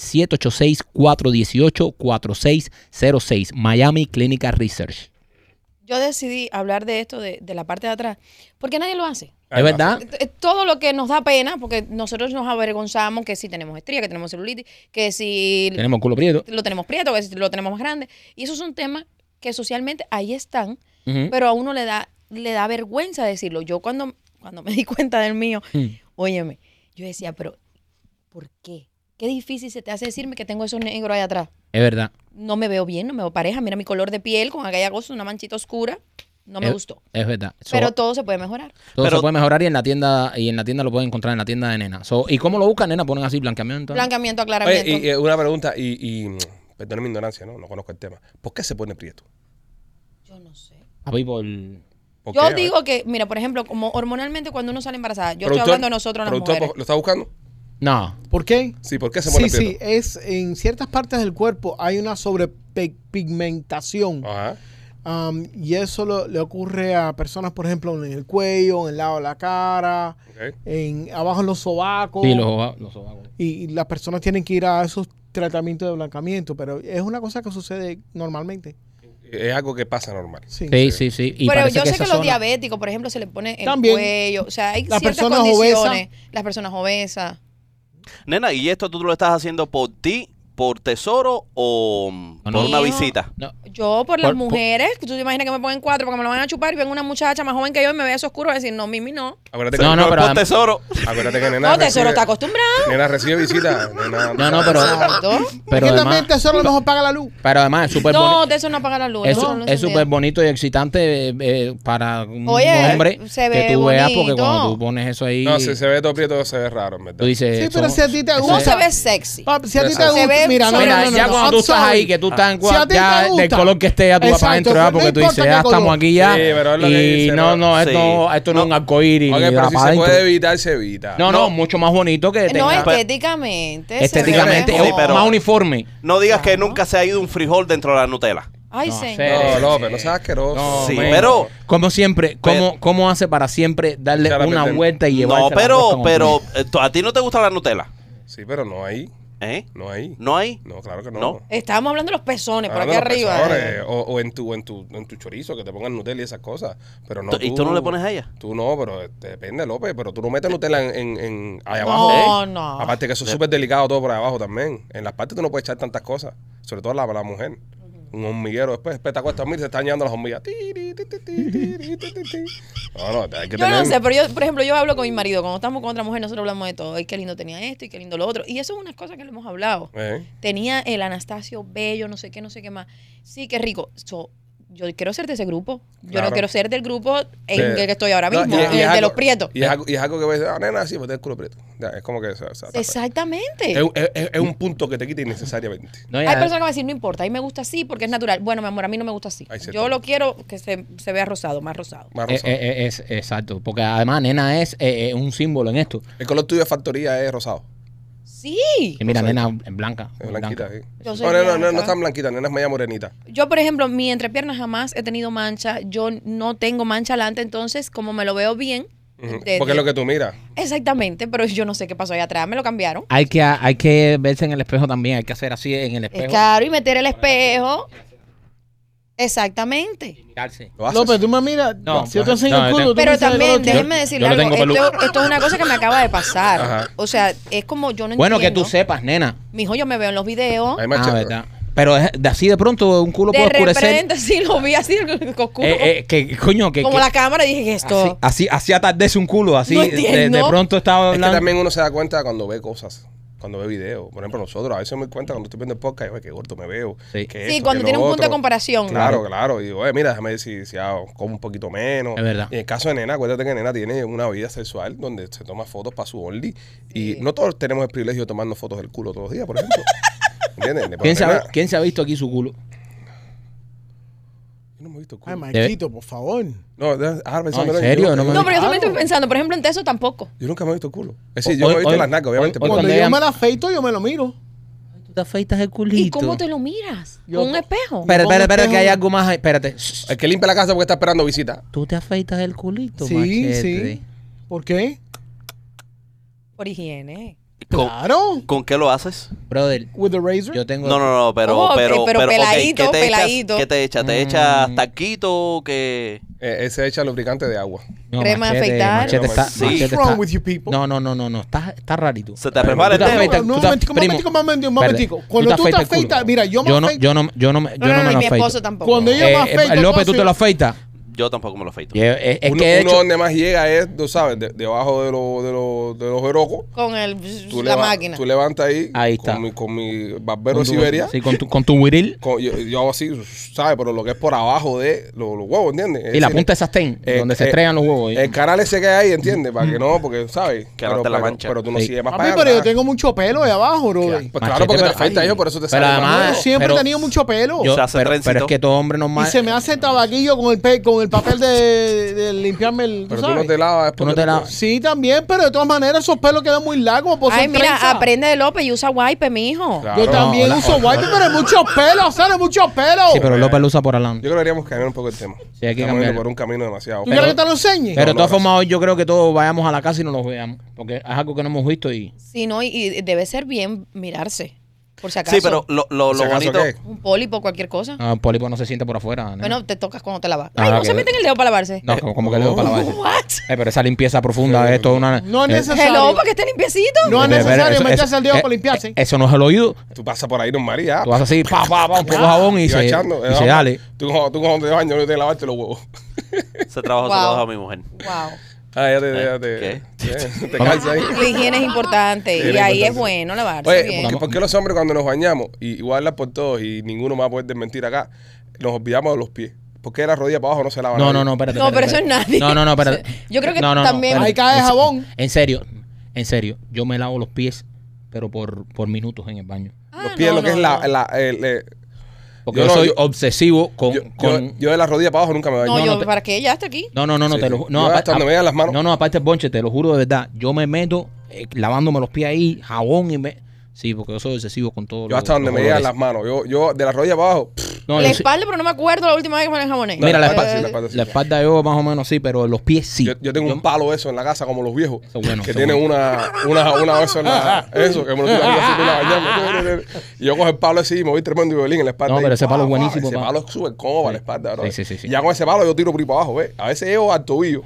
[SPEAKER 2] 786-418-4606, Miami Clinical Research.
[SPEAKER 5] Yo decidí hablar de esto de, de la parte de atrás, porque nadie lo hace.
[SPEAKER 1] Ahí va.
[SPEAKER 2] ¿Es verdad?
[SPEAKER 5] Eh, Todo lo que nos da pena, porque nosotros nos avergonzamos que si tenemos estría, que tenemos celulitis, que si
[SPEAKER 2] Tenemos culo prieto.
[SPEAKER 5] lo tenemos prieto, que si lo tenemos más grande. Y esos son temas que socialmente ahí están,
[SPEAKER 2] Ujú.
[SPEAKER 5] pero a uno le da, le da vergüenza decirlo. Yo cuando, cuando me di cuenta del mío,
[SPEAKER 2] Mm.
[SPEAKER 5] óyeme, yo decía, pero ¿por qué? Qué difícil se te hace decirme que tengo esos negros ahí atrás.
[SPEAKER 2] Es verdad.
[SPEAKER 5] No me veo bien, no me veo pareja. Mira mi color de piel con aquella cosa, una manchita oscura. No me
[SPEAKER 1] Eh,
[SPEAKER 2] Es-
[SPEAKER 5] gustó.
[SPEAKER 2] Es verdad. So-
[SPEAKER 5] Pero todo se puede mejorar.
[SPEAKER 2] Todo
[SPEAKER 4] Pero-
[SPEAKER 2] se puede mejorar y en la tienda y en la tienda lo pueden encontrar en la tienda de nena. So, ¿Y cómo lo buscan, nena? Ponen así blanqueamiento.
[SPEAKER 5] Blanqueamiento,
[SPEAKER 1] Oye,
[SPEAKER 5] aclaramiento.
[SPEAKER 1] y, eh, una pregunta, y, y mm, perdona mi ignorancia, ¿no? No conozco el tema. ¿Por qué se pone prieto?
[SPEAKER 5] Yo no sé.
[SPEAKER 2] Papi, por- Yo
[SPEAKER 1] ¿Por qué?
[SPEAKER 5] Yo
[SPEAKER 1] A ver.
[SPEAKER 5] digo que, mira, por ejemplo, como hormonalmente cuando uno sale embarazada, yo
[SPEAKER 1] Productor,
[SPEAKER 5] estoy hablando de nosotros las
[SPEAKER 1] productor,
[SPEAKER 5] mujeres.
[SPEAKER 1] ¿Lo está buscando?
[SPEAKER 2] No.
[SPEAKER 3] ¿Por qué?
[SPEAKER 1] Sí, ¿por qué se pone
[SPEAKER 3] Sí,
[SPEAKER 1] prieto?
[SPEAKER 3] sí, es en ciertas partes del cuerpo hay una sobrepigmentación.
[SPEAKER 1] Ajá.
[SPEAKER 3] Um, y eso lo- le ocurre a personas, por ejemplo, en el cuello, en el lado de la cara,
[SPEAKER 1] ok.
[SPEAKER 3] en abajo en los sobacos.
[SPEAKER 2] Sí, los, ova- los ovagos.
[SPEAKER 3] y, y las personas tienen que ir a esos tratamientos de blancamiento, pero es una cosa que sucede normalmente.
[SPEAKER 1] Es algo que pasa normal.
[SPEAKER 3] Sí.
[SPEAKER 2] Sí, sí, sí. Y
[SPEAKER 5] Pero
[SPEAKER 2] parece
[SPEAKER 5] yo
[SPEAKER 2] que
[SPEAKER 5] sé
[SPEAKER 2] esa
[SPEAKER 5] que los
[SPEAKER 2] zona-
[SPEAKER 5] diabéticos, por ejemplo, se les pone el
[SPEAKER 3] También.
[SPEAKER 5] cuello. O sea, hay
[SPEAKER 3] Las
[SPEAKER 5] ciertas
[SPEAKER 3] personas
[SPEAKER 5] condiciones. Las personas obesas.
[SPEAKER 4] Nena, ¿y esto tú lo estás haciendo por ti, por tesoro o por
[SPEAKER 2] no.
[SPEAKER 4] una
[SPEAKER 5] Mío.
[SPEAKER 4] visita?
[SPEAKER 2] No.
[SPEAKER 5] Yo, por las
[SPEAKER 2] Por- por-
[SPEAKER 5] mujeres, que tú te imaginas que me ponen cuatro porque me lo van a chupar y ven una muchacha más joven que yo y me ve eso oscuro y decir, no, Mimi, no.
[SPEAKER 1] Acuérdate
[SPEAKER 2] No,
[SPEAKER 1] que,
[SPEAKER 2] no, pero
[SPEAKER 4] por
[SPEAKER 2] adem-
[SPEAKER 4] tesoro.
[SPEAKER 1] acuérdate que nena
[SPEAKER 5] No, tesoro,
[SPEAKER 1] recibe-
[SPEAKER 5] está acostumbrado.
[SPEAKER 1] Nena recibe visita.
[SPEAKER 5] [laughs]
[SPEAKER 1] Nena,
[SPEAKER 2] No, no, pero,
[SPEAKER 5] Exacto.
[SPEAKER 2] pero
[SPEAKER 3] Porque
[SPEAKER 2] además,
[SPEAKER 3] también tesoro a lo mejor paga la luz.
[SPEAKER 2] pero además es
[SPEAKER 1] Pues
[SPEAKER 2] súper
[SPEAKER 5] No,
[SPEAKER 2] boni-
[SPEAKER 5] de eso no apaga la luz.
[SPEAKER 2] es-
[SPEAKER 5] eso no lo
[SPEAKER 2] es súper
[SPEAKER 5] encendía.
[SPEAKER 2] bonito y excitante eh, eh, para un
[SPEAKER 5] Oye,
[SPEAKER 2] hombre
[SPEAKER 5] se ve
[SPEAKER 2] que tú veas porque
[SPEAKER 5] bonito.
[SPEAKER 2] cuando tú pones eso ahí,
[SPEAKER 1] No, si se ve todo prieto, se ve raro, en
[SPEAKER 2] tú
[SPEAKER 1] verdad.
[SPEAKER 2] dices,
[SPEAKER 3] Sí, pero
[SPEAKER 2] Eh, somos-
[SPEAKER 3] si a ti te
[SPEAKER 2] eso
[SPEAKER 3] gusta.
[SPEAKER 5] No
[SPEAKER 2] es-
[SPEAKER 5] se ve sexy.
[SPEAKER 3] Ah, si a ti
[SPEAKER 1] Se
[SPEAKER 3] te
[SPEAKER 5] ve
[SPEAKER 3] gusta, mira, no,
[SPEAKER 5] sobre-
[SPEAKER 2] Mira,
[SPEAKER 3] no, no,
[SPEAKER 2] ya
[SPEAKER 3] no,
[SPEAKER 2] cuando
[SPEAKER 3] I'm
[SPEAKER 2] tú estás
[SPEAKER 3] sorry.
[SPEAKER 2] ahí, que tú estás en
[SPEAKER 3] Si a
[SPEAKER 2] cua-
[SPEAKER 3] ti
[SPEAKER 2] ya
[SPEAKER 3] te gusta.
[SPEAKER 2] del color que esté, ya tú vas para
[SPEAKER 3] Exacto,
[SPEAKER 2] adentro, ya,
[SPEAKER 3] no
[SPEAKER 2] porque tú
[SPEAKER 3] importa
[SPEAKER 2] dices, ya
[SPEAKER 3] qué color.
[SPEAKER 2] estamos aquí ya.
[SPEAKER 1] Sí, pero es lo que
[SPEAKER 2] y
[SPEAKER 1] dice,
[SPEAKER 2] no,
[SPEAKER 1] ¿no?
[SPEAKER 2] no, esto,
[SPEAKER 4] Sí.
[SPEAKER 2] no, esto no es un arcoíris.
[SPEAKER 1] Ok,
[SPEAKER 2] ni
[SPEAKER 1] pero
[SPEAKER 2] va
[SPEAKER 1] si
[SPEAKER 2] para
[SPEAKER 1] se
[SPEAKER 2] adentro.
[SPEAKER 1] puede evitar, se evita.
[SPEAKER 2] No, no, mucho más bonito que
[SPEAKER 5] No,
[SPEAKER 2] tenga-
[SPEAKER 5] estéticamente. se ve
[SPEAKER 2] estéticamente oh,
[SPEAKER 4] Sí,
[SPEAKER 2] es
[SPEAKER 5] mejor.
[SPEAKER 4] pero-
[SPEAKER 2] más uniforme.
[SPEAKER 4] No digas que nunca se ha ido un frijol dentro de la Nutella.
[SPEAKER 5] Ay,
[SPEAKER 2] No,
[SPEAKER 5] señor.
[SPEAKER 1] No, López, no seas asqueroso.
[SPEAKER 2] No,
[SPEAKER 4] sí,
[SPEAKER 2] bueno.
[SPEAKER 4] pero
[SPEAKER 2] Como siempre, ¿cómo, cómo hace para siempre darle
[SPEAKER 1] Echar a
[SPEAKER 2] una
[SPEAKER 1] perder.
[SPEAKER 2] vuelta y llevarse la
[SPEAKER 4] no,
[SPEAKER 2] rosca
[SPEAKER 4] pero
[SPEAKER 2] completa?
[SPEAKER 4] pero eh, tú- a ti no te gusta la Nutella,
[SPEAKER 1] Sí, pero no ahí.
[SPEAKER 4] ¿eh?
[SPEAKER 1] No ahí.
[SPEAKER 4] No hay.
[SPEAKER 1] No, claro que no.
[SPEAKER 4] No.
[SPEAKER 5] Estábamos hablando de los pezones por
[SPEAKER 1] Hablando
[SPEAKER 5] aquí
[SPEAKER 1] de los
[SPEAKER 5] arriba. eh.
[SPEAKER 1] pezones, O, o en tu, en tu, en tu chorizo, que te pongan Nutella y esas cosas. Pero no.
[SPEAKER 4] ¿Tú- ¿Y tú no le pones a ella? Eh.
[SPEAKER 1] Tú no, pero eh, depende, López. Pero tú no metes Nutella en, en, en- ahí abajo.
[SPEAKER 5] No, no.
[SPEAKER 1] Aparte que eso es súper delicado todo por ahí abajo también. En las partes tú no puedes echar tantas cosas. Sobre todo la, la mujer. Un hormiguero después, después te acuestas a dormir y se están llevando las hormigas. Tiri, ti, ti, ti, tiri, ti, ti, ti. No, no, hay que
[SPEAKER 5] Yo
[SPEAKER 1] tener...
[SPEAKER 5] no sé, pero yo, por ejemplo, yo hablo con mi marido. Cuando estamos con otra mujer, nosotros hablamos de todo. Ay, qué lindo tenía esto y qué lindo lo otro. Y eso es una cosa que le hemos hablado.
[SPEAKER 1] Eh,
[SPEAKER 5] Tenía el Anastasio bello, no sé qué, no sé qué más. Sí, qué rico. So, yo quiero ser de ese grupo. Yo
[SPEAKER 1] Claro.
[SPEAKER 5] no quiero ser del grupo en
[SPEAKER 1] Sí.
[SPEAKER 5] el que estoy ahora
[SPEAKER 1] No,
[SPEAKER 5] mismo,
[SPEAKER 1] y- y
[SPEAKER 5] el
[SPEAKER 1] es
[SPEAKER 5] de
[SPEAKER 1] algo-
[SPEAKER 5] los prietos.
[SPEAKER 1] Y es algo, y es algo que voy a decir, ah, nena, sí, pues tenés el culo prieto. Ya, es como que. o sea, o sea, está-
[SPEAKER 5] Exactamente.
[SPEAKER 1] es, un- es- es- es un punto que te quita innecesariamente.
[SPEAKER 2] No,
[SPEAKER 5] Hay
[SPEAKER 2] ya-
[SPEAKER 5] personas que van a decir, no importa, a mí me gusta así porque es natural. Bueno, mi amor, a mí no me gusta así.
[SPEAKER 1] Ahí se
[SPEAKER 5] Yo
[SPEAKER 1] está.
[SPEAKER 5] lo quiero que se, se vea rosado, más rosado.
[SPEAKER 1] Más
[SPEAKER 2] eh,
[SPEAKER 1] rosado.
[SPEAKER 2] eh, eh, es, exacto, porque además nena es eh, eh, un símbolo en esto.
[SPEAKER 1] el color tuyo de factoría es rosado.
[SPEAKER 5] Sí.
[SPEAKER 2] Y mira, nena es blanca.
[SPEAKER 1] Es blanquita. sí.
[SPEAKER 5] Yo soy
[SPEAKER 1] No, no, no, no,
[SPEAKER 5] blanca.
[SPEAKER 1] no es tan blanquita, nena es media morenita.
[SPEAKER 5] Yo, por ejemplo, mi entrepierna jamás he tenido mancha. Yo no tengo mancha alante, entonces, como me lo veo bien.
[SPEAKER 1] Ujú.
[SPEAKER 5] de-
[SPEAKER 1] Porque es
[SPEAKER 5] de-
[SPEAKER 1] lo que tú miras.
[SPEAKER 5] Exactamente, pero yo no sé qué pasó allá atrás, me lo cambiaron.
[SPEAKER 2] Hay que, hay que verse en el espejo también, hay que hacer así en el
[SPEAKER 5] Es
[SPEAKER 2] espejo.
[SPEAKER 5] caro y meter el espejo. Exactamente.
[SPEAKER 2] Mirarse.
[SPEAKER 1] Lo haces.
[SPEAKER 3] López, tú me miras.
[SPEAKER 2] No,
[SPEAKER 3] si yo te enseño
[SPEAKER 2] no,
[SPEAKER 3] el
[SPEAKER 2] yo
[SPEAKER 3] culo,
[SPEAKER 2] tengo-
[SPEAKER 3] tú me
[SPEAKER 5] Pero
[SPEAKER 3] enseñas el
[SPEAKER 5] también,
[SPEAKER 3] otro.
[SPEAKER 5] déjeme decirle
[SPEAKER 2] yo no
[SPEAKER 5] algo.
[SPEAKER 2] tengo
[SPEAKER 5] Esto, esto es una cosa que me acaba de pasar.
[SPEAKER 1] Ajá.
[SPEAKER 5] O sea, es como yo no
[SPEAKER 2] Bueno, que
[SPEAKER 5] entiendo.
[SPEAKER 2] tú sepas, nena.
[SPEAKER 5] Mijo, yo me veo en los videos.
[SPEAKER 1] Ahí
[SPEAKER 2] Ah,
[SPEAKER 1] macha-
[SPEAKER 2] verdad. Pero es- de así de pronto un culo
[SPEAKER 5] De
[SPEAKER 2] puede oscurecer.
[SPEAKER 5] repente, sí, lo vi así, oscuro.
[SPEAKER 2] Eh, eh, que, coño, que,
[SPEAKER 5] como
[SPEAKER 2] que- Ah,
[SPEAKER 5] la cámara, dije que esto.
[SPEAKER 2] así, así, así atardece un culo, así
[SPEAKER 5] No
[SPEAKER 2] de- de,
[SPEAKER 5] entiendo.
[SPEAKER 2] pronto estaba
[SPEAKER 1] Es que
[SPEAKER 2] hablando.
[SPEAKER 1] también uno se da cuenta cuando ve cosas, cuando ve videos. Por ejemplo, nosotros a veces me doy cuenta cuando estoy viendo el podcast, oye, qué gordo me veo.
[SPEAKER 2] Sí.
[SPEAKER 1] que
[SPEAKER 5] Sí,
[SPEAKER 1] esto,
[SPEAKER 5] cuando
[SPEAKER 1] que
[SPEAKER 5] tiene
[SPEAKER 1] lo
[SPEAKER 5] un punto de
[SPEAKER 1] otro.
[SPEAKER 5] comparación.
[SPEAKER 1] Claro, claro. Y digo, oye, mira, déjame decir si hago, como un poquito menos.
[SPEAKER 2] Es verdad.
[SPEAKER 1] Y en el caso de Nena, acuérdate que Nena tiene una vida sexual donde se toma fotos para su only.
[SPEAKER 5] Sí.
[SPEAKER 1] Y no todos tenemos el privilegio de tomarnos fotos del culo todos los días, por
[SPEAKER 5] [laughs]
[SPEAKER 1] ejemplo. ¿Entiendes? Pero
[SPEAKER 2] ¿Quién se, ha,
[SPEAKER 1] Nena,
[SPEAKER 2] quién se ha visto aquí su culo?
[SPEAKER 1] yo no me he visto el culo.
[SPEAKER 3] Ay, Marquito, por favor.
[SPEAKER 1] No, de- ah, ahora
[SPEAKER 2] No,
[SPEAKER 1] pensando
[SPEAKER 2] en serio, no me
[SPEAKER 5] No, pero yo también
[SPEAKER 3] Claro.
[SPEAKER 5] estoy
[SPEAKER 2] Ah.
[SPEAKER 5] pensando, por ejemplo, en Teso tampoco.
[SPEAKER 1] Yo nunca me he visto el culo. Es
[SPEAKER 2] Hoy-
[SPEAKER 1] decir, yo me he visto
[SPEAKER 2] hoy-
[SPEAKER 1] las nalgas, obviamente.
[SPEAKER 2] hoy-
[SPEAKER 1] pero-
[SPEAKER 2] hoy-
[SPEAKER 3] Cuando yo
[SPEAKER 2] vean-
[SPEAKER 3] me la afeito, yo me lo miro.
[SPEAKER 2] Tú te afeitas el culito.
[SPEAKER 5] ¿Y cómo te lo miras?
[SPEAKER 3] Yo-
[SPEAKER 5] ¿Con un espejo?
[SPEAKER 2] Espera, espera, espera,
[SPEAKER 3] Pongo
[SPEAKER 2] que hay
[SPEAKER 3] espejo.
[SPEAKER 2] algo más. ahí, Espérate.
[SPEAKER 1] El que limpia la casa porque está esperando visita.
[SPEAKER 2] Tú te afeitas el culito,
[SPEAKER 3] Sí,
[SPEAKER 2] machete.
[SPEAKER 3] sí. ¿Por qué?
[SPEAKER 5] Por higiene.
[SPEAKER 4] ¿Con,
[SPEAKER 3] Claro.
[SPEAKER 4] con qué lo haces?
[SPEAKER 2] Brother,
[SPEAKER 3] With the razor.
[SPEAKER 2] yo tengo.
[SPEAKER 4] No, no, no, pero,
[SPEAKER 5] Ojo,
[SPEAKER 4] pero,
[SPEAKER 5] que- pero
[SPEAKER 4] ok,
[SPEAKER 5] peladito,
[SPEAKER 4] ¿qué te
[SPEAKER 5] peladito.
[SPEAKER 4] Echas, ¿Qué te echas? ¿Te
[SPEAKER 2] Mm.
[SPEAKER 4] echas taquito? ¿Qué?
[SPEAKER 1] Eh, él se echa lubricante de agua.
[SPEAKER 2] No,
[SPEAKER 5] Crema de afeitar.
[SPEAKER 2] Machete está.
[SPEAKER 4] Sí.
[SPEAKER 2] machete
[SPEAKER 3] What's wrong
[SPEAKER 2] está-
[SPEAKER 3] with you people?
[SPEAKER 2] No, no, no, no, no. Está, está rarito.
[SPEAKER 4] ¿Se te resbala el
[SPEAKER 2] Tú te
[SPEAKER 4] dedo?
[SPEAKER 2] afeitas-
[SPEAKER 3] No,
[SPEAKER 2] tú te-
[SPEAKER 3] un momentico,
[SPEAKER 2] primo.
[SPEAKER 3] un momentico, un momentico, un momentico.
[SPEAKER 2] Espérate,
[SPEAKER 3] Cuando tú te
[SPEAKER 2] el culo.
[SPEAKER 3] afeitas, mira, yo me
[SPEAKER 2] yo no,
[SPEAKER 3] afeito.
[SPEAKER 2] yo no, yo no, me- yo
[SPEAKER 5] No,
[SPEAKER 2] no
[SPEAKER 5] no,
[SPEAKER 2] me
[SPEAKER 5] no,
[SPEAKER 2] lo
[SPEAKER 5] y mi
[SPEAKER 2] afeito.
[SPEAKER 5] esposo tampoco.
[SPEAKER 3] Cuando yo me afeito,
[SPEAKER 2] Eh, López, ¿tú
[SPEAKER 3] entonces-
[SPEAKER 2] te lo afeitas?
[SPEAKER 4] Yo tampoco me lo afeito.
[SPEAKER 2] Y Es, es
[SPEAKER 1] uno,
[SPEAKER 2] que de
[SPEAKER 1] uno
[SPEAKER 2] hecho-
[SPEAKER 1] donde más llega es, tú sabes, de- debajo de, los de, los de los jerocos.
[SPEAKER 5] Con el,
[SPEAKER 1] Tú,
[SPEAKER 5] la
[SPEAKER 1] leva-
[SPEAKER 5] máquina.
[SPEAKER 1] tú levantas ahí,
[SPEAKER 2] Ahí está.
[SPEAKER 1] Con, mi, con mi
[SPEAKER 2] con
[SPEAKER 1] barbero de
[SPEAKER 2] tu-
[SPEAKER 1] Siberia.
[SPEAKER 2] Sí, con tu, con tu wiril
[SPEAKER 1] con- yo, yo hago así, ¿sabes? Pero lo que es por abajo de lo- los, huevos, ¿entiendes? Es
[SPEAKER 2] y la
[SPEAKER 1] decir,
[SPEAKER 2] punta de sastén,
[SPEAKER 1] eh,
[SPEAKER 2] donde se
[SPEAKER 1] eh,
[SPEAKER 2] estrellan los huevos.
[SPEAKER 1] El canal ese que hay ahí, ¿entiendes? Para que no, porque, ¿sabes?
[SPEAKER 4] Que ahora te la
[SPEAKER 1] pero,
[SPEAKER 4] mancha.
[SPEAKER 1] pero tú no
[SPEAKER 2] Sí.
[SPEAKER 1] sigues más
[SPEAKER 3] Papi,
[SPEAKER 1] para allá,
[SPEAKER 3] pero yo
[SPEAKER 1] ¿verdad?
[SPEAKER 3] tengo mucho pelo ahí abajo, bro.
[SPEAKER 1] Pues claro, porque te
[SPEAKER 2] Machete, pero-
[SPEAKER 1] afecta yo, por eso te
[SPEAKER 2] pero
[SPEAKER 1] sale. más
[SPEAKER 2] además-
[SPEAKER 1] nuevo.
[SPEAKER 3] Yo siempre
[SPEAKER 2] pero-
[SPEAKER 3] he tenido mucho pelo.
[SPEAKER 2] Yo-
[SPEAKER 4] se hace
[SPEAKER 2] pero,
[SPEAKER 4] trencito.
[SPEAKER 2] pero es que todo hombre normal.
[SPEAKER 3] y se me hace tabaquillo con el, pe- con el papel de, de limpiarme el.
[SPEAKER 1] Pero tú
[SPEAKER 3] sabes?
[SPEAKER 1] no te lavas.
[SPEAKER 2] Tú no
[SPEAKER 1] porque-
[SPEAKER 2] te lavas.
[SPEAKER 3] Sí, también, pero de todas maneras esos pelos quedan muy largos. pues,
[SPEAKER 5] Ay,
[SPEAKER 3] son
[SPEAKER 5] mira,
[SPEAKER 3] trenza.
[SPEAKER 5] aprende de López y usa wipe, mijo.
[SPEAKER 1] Claro.
[SPEAKER 3] Yo también
[SPEAKER 2] No, la-
[SPEAKER 3] uso wipe, pero hay muchos pelos, sale muchos pelos.
[SPEAKER 2] Sí, pero López lo usa por
[SPEAKER 1] Yo
[SPEAKER 2] adelante.
[SPEAKER 1] creo que deberíamos cambiar un poco el tema.
[SPEAKER 2] Sí, hay
[SPEAKER 1] Estamos
[SPEAKER 2] que
[SPEAKER 1] yendo
[SPEAKER 2] cambiarlo.
[SPEAKER 1] por un camino demasiado.
[SPEAKER 3] ¿Tú quieres que te lo enseñe?
[SPEAKER 2] Pero de
[SPEAKER 1] no,
[SPEAKER 2] todas
[SPEAKER 1] no.
[SPEAKER 2] formas, hoy yo creo que todos vayamos a la casa y nos los veamos. Porque es algo que no hemos visto y.
[SPEAKER 5] Sí, no, y, y debe ser bien mirarse. Por si acaso.
[SPEAKER 4] Sí, pero lo, lo, lo
[SPEAKER 1] ¿Si acaso
[SPEAKER 4] bonito...
[SPEAKER 1] qué?
[SPEAKER 5] Un pólipo, cualquier cosa.
[SPEAKER 2] Ah, No, el pólipo no se siente por afuera. nena.
[SPEAKER 5] Bueno, te tocas cuando te lavas.
[SPEAKER 2] Ah,
[SPEAKER 5] Ay, no
[SPEAKER 2] que-
[SPEAKER 5] se meten el dedo para lavarse.
[SPEAKER 2] no, como, como que le doy para la base.
[SPEAKER 5] What?
[SPEAKER 2] Eh, pero esa limpieza profunda es toda una.
[SPEAKER 3] No es
[SPEAKER 2] eh,
[SPEAKER 3] necesario.
[SPEAKER 5] Hello, para que esté limpiecito.
[SPEAKER 3] No es
[SPEAKER 2] pero- pero
[SPEAKER 3] necesario
[SPEAKER 2] eso-
[SPEAKER 3] meterse
[SPEAKER 2] eso-
[SPEAKER 3] el dedo
[SPEAKER 2] eh,
[SPEAKER 3] para limpiarse.
[SPEAKER 2] Eso no es el oído.
[SPEAKER 1] Tú pasas por ahí, no María.
[SPEAKER 2] Tú vas así, pa, pa, pa, un poco de jabón y
[SPEAKER 1] Y va
[SPEAKER 2] se,
[SPEAKER 1] echando,
[SPEAKER 2] y
[SPEAKER 1] eh,
[SPEAKER 2] se
[SPEAKER 1] vamos.
[SPEAKER 2] dale.
[SPEAKER 1] Tú con tú con de baño no te lavaste los huevos. [laughs]
[SPEAKER 4] Se trabajo se
[SPEAKER 5] Wow.
[SPEAKER 4] lo dejo a mi mujer.
[SPEAKER 5] Wow.
[SPEAKER 1] Ah, ya te, ya
[SPEAKER 4] ¿Qué?
[SPEAKER 1] te, te, te cansas ahí.
[SPEAKER 5] La higiene es importante.
[SPEAKER 1] Sí,
[SPEAKER 5] y
[SPEAKER 1] la
[SPEAKER 5] ahí
[SPEAKER 1] importante.
[SPEAKER 5] es bueno lavarse
[SPEAKER 1] Oye,
[SPEAKER 5] bien.
[SPEAKER 1] ¿por qué, por qué los hombres cuando nos bañamos, y igual hablar por todos y ninguno más puede desmentir acá, nos olvidamos de los pies? ¿Por qué la rodilla para abajo no se lava
[SPEAKER 2] No,
[SPEAKER 1] nadie?
[SPEAKER 2] no, no, espérate.
[SPEAKER 5] No, pero
[SPEAKER 2] espérate,
[SPEAKER 5] eso es
[SPEAKER 2] espérate.
[SPEAKER 5] nadie.
[SPEAKER 2] No, no, no, espérate.
[SPEAKER 5] [laughs] Yo creo que
[SPEAKER 2] No, no, no,
[SPEAKER 5] también-
[SPEAKER 2] espérate.
[SPEAKER 3] Ahí cae
[SPEAKER 2] En-
[SPEAKER 3] jabón.
[SPEAKER 2] En serio, en serio. Yo me lavo los pies, pero por, por minutos en el baño.
[SPEAKER 5] Ah,
[SPEAKER 1] Los pies,
[SPEAKER 5] no,
[SPEAKER 1] lo que
[SPEAKER 5] no,
[SPEAKER 1] es la,
[SPEAKER 5] no.
[SPEAKER 1] la- el- el-
[SPEAKER 2] Porque yo,
[SPEAKER 1] Yo no,
[SPEAKER 2] soy
[SPEAKER 1] yo-
[SPEAKER 2] obsesivo con.
[SPEAKER 1] yo,
[SPEAKER 2] con-
[SPEAKER 1] yo- yo de la rodilla para abajo nunca me baño.
[SPEAKER 5] No,
[SPEAKER 2] no,
[SPEAKER 5] yo,
[SPEAKER 2] te-
[SPEAKER 5] ¿para qué? Ya está aquí.
[SPEAKER 2] No, no, no, no,
[SPEAKER 1] Sí,
[SPEAKER 2] te lo
[SPEAKER 1] sí.
[SPEAKER 2] ju- No,
[SPEAKER 1] Yo
[SPEAKER 2] apa-
[SPEAKER 1] hasta donde me vean las manos.
[SPEAKER 2] No, no, aparte Bonche, te lo juro de verdad. Yo me meto eh, lavándome los pies ahí, jabón y me. Sí, porque yo soy obsesivo con todo.
[SPEAKER 1] yo hasta donde me llegan las manos. Yo, yo de la rodilla para abajo, pff,
[SPEAKER 2] No,
[SPEAKER 5] la
[SPEAKER 2] yo sí-
[SPEAKER 5] espalda, pero no me acuerdo la última vez que me la jaboné.
[SPEAKER 2] Mira, la espalda,
[SPEAKER 5] Eh,
[SPEAKER 1] sí, la espalda.
[SPEAKER 2] la espalda yo más o menos sí, pero los pies sí.
[SPEAKER 1] yo, yo tengo un palo eso en la casa como los viejos.
[SPEAKER 2] Eso es bueno,
[SPEAKER 1] que
[SPEAKER 2] eso es
[SPEAKER 1] tiene una, una, una eso en la, eso, que me lo tiran así tú la bañamos. Y yo cojo el palo así y me voy tremendo violín en la espalda.
[SPEAKER 2] No,
[SPEAKER 1] Y,
[SPEAKER 2] pero ese palo
[SPEAKER 1] ¡guau,
[SPEAKER 2] es
[SPEAKER 1] guau!
[SPEAKER 2] buenísimo,
[SPEAKER 1] Ese
[SPEAKER 2] pa.
[SPEAKER 1] palo es súper cómodo para la espalda, bro.
[SPEAKER 2] Sí, sí, sí, sí.
[SPEAKER 1] Y ya con ese palo yo tiro por ahí para abajo, ¿ves? A veces llego al tobillo.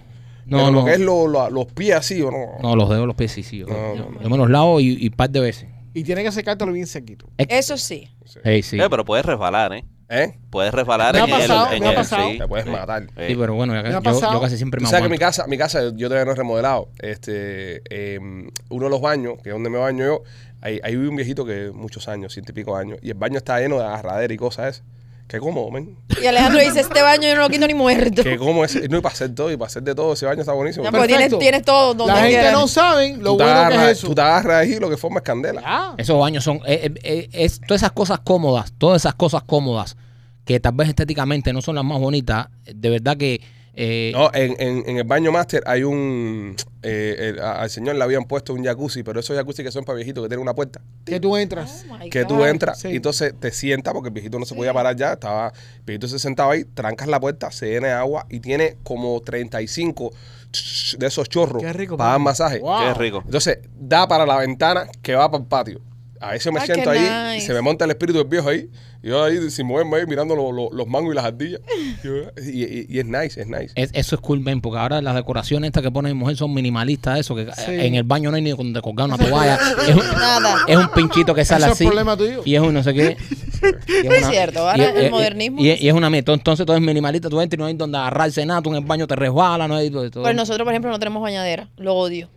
[SPEAKER 1] No,
[SPEAKER 2] No,
[SPEAKER 1] pero
[SPEAKER 2] no.
[SPEAKER 1] lo que es lo- lo- los pies así o no.
[SPEAKER 2] No, los dedos, los pies sí, sí. Yo,
[SPEAKER 1] No,
[SPEAKER 2] yo-
[SPEAKER 1] no.
[SPEAKER 2] yo me los lavo y, y par de veces.
[SPEAKER 3] Y tiene que secártelo bien sequito.
[SPEAKER 5] Eso sí.
[SPEAKER 2] Ey, sí.
[SPEAKER 4] Eh, pero puedes resbalar, ¿eh?
[SPEAKER 1] ¿Eh?
[SPEAKER 4] Puedes resbalar
[SPEAKER 3] Me ha
[SPEAKER 4] en
[SPEAKER 3] pasado,
[SPEAKER 4] el... en
[SPEAKER 3] me ha
[SPEAKER 4] el-
[SPEAKER 3] pasado.
[SPEAKER 4] sí.
[SPEAKER 1] Te puedes matar.
[SPEAKER 4] Eh,
[SPEAKER 2] Sí, pero bueno, yo,
[SPEAKER 3] ha
[SPEAKER 2] yo-
[SPEAKER 3] pasado?
[SPEAKER 2] yo casi siempre
[SPEAKER 1] Tú
[SPEAKER 2] me
[SPEAKER 1] sabes que mi
[SPEAKER 2] aguanto.
[SPEAKER 1] casa, mi casa yo todavía no he remodelado. Este, eh, uno de los baños, que es donde me baño yo, ahí, ahí vive un viejito que muchos años, ciento y pico años, y el baño está lleno de agarradera y cosas esas. Que como, men.
[SPEAKER 5] Y Alejandro dice, este baño yo no lo quito ni muerto.
[SPEAKER 1] Que como es. No, y para hacer todo, y para hacer de todo, ese baño está buenísimo.
[SPEAKER 5] Ya, pues,
[SPEAKER 3] Perfecto.
[SPEAKER 5] tienes, tienes todo donde
[SPEAKER 3] La gente
[SPEAKER 5] quieras. Oh
[SPEAKER 3] no sabe lo
[SPEAKER 1] tú, te
[SPEAKER 3] bueno que
[SPEAKER 1] agarras-
[SPEAKER 3] es eso.
[SPEAKER 1] tú te agarras ahí y lo que forma es candela.
[SPEAKER 3] Ya.
[SPEAKER 2] Esos baños son. eh, eh, eh, es, todas esas cosas cómodas, todas esas cosas cómodas que tal vez estéticamente no son las más bonitas, de verdad que. eh,
[SPEAKER 1] No, en, en- en el baño master hay un. eh, el- a- al señor le habían puesto un jacuzzi, pero esos jacuzzi que son para viejitos, que tienen una puerta.
[SPEAKER 3] Que tú entras.
[SPEAKER 5] Oh, my
[SPEAKER 1] Que tú
[SPEAKER 5] God.
[SPEAKER 1] entras
[SPEAKER 3] sí.
[SPEAKER 1] y entonces te sientas, porque el viejito no se podía parar ya, estaba. El viejito se sentaba ahí, trancas la puerta, se llena de agua y tiene como 35 ch- de esos chorros
[SPEAKER 3] Qué rico,
[SPEAKER 1] para dar
[SPEAKER 3] papi.
[SPEAKER 1] masaje.
[SPEAKER 3] Wow.
[SPEAKER 4] Qué rico.
[SPEAKER 1] Entonces, da para la ventana que va para el patio. A veces me
[SPEAKER 5] Ah,
[SPEAKER 1] siento
[SPEAKER 5] qué
[SPEAKER 1] ahí y
[SPEAKER 5] nice.
[SPEAKER 1] se me monta el espíritu del viejo ahí. Y yo ahí sin moverme ahí mirando lo- lo- los mangos y las ardillas. Y, y- y es nice, es nice.
[SPEAKER 2] es- eso es cool, men, porque ahora las decoraciones estas que ponen mi mujer son minimalistas, eso, que eh,
[SPEAKER 3] Sí.
[SPEAKER 2] en el baño no hay ni donde colgar una
[SPEAKER 3] [laughs]
[SPEAKER 2] toalla. es, un,
[SPEAKER 5] Nada.
[SPEAKER 2] es un pinchito que sale
[SPEAKER 3] Eso es
[SPEAKER 2] así.
[SPEAKER 3] problema tuyo.
[SPEAKER 2] Y es un no sé
[SPEAKER 3] [laughs]
[SPEAKER 2] qué. Y eh,
[SPEAKER 5] Es cierto, ahora el modernismo
[SPEAKER 2] Y,
[SPEAKER 5] es-
[SPEAKER 2] y es una mierda. Entonces todo es minimalista, tú entras y no hay donde agarrarse nada, tú en el baño te resbala, no hay todo. todo.
[SPEAKER 5] Pues nosotros, por ejemplo, no tenemos bañadera. Lo odio.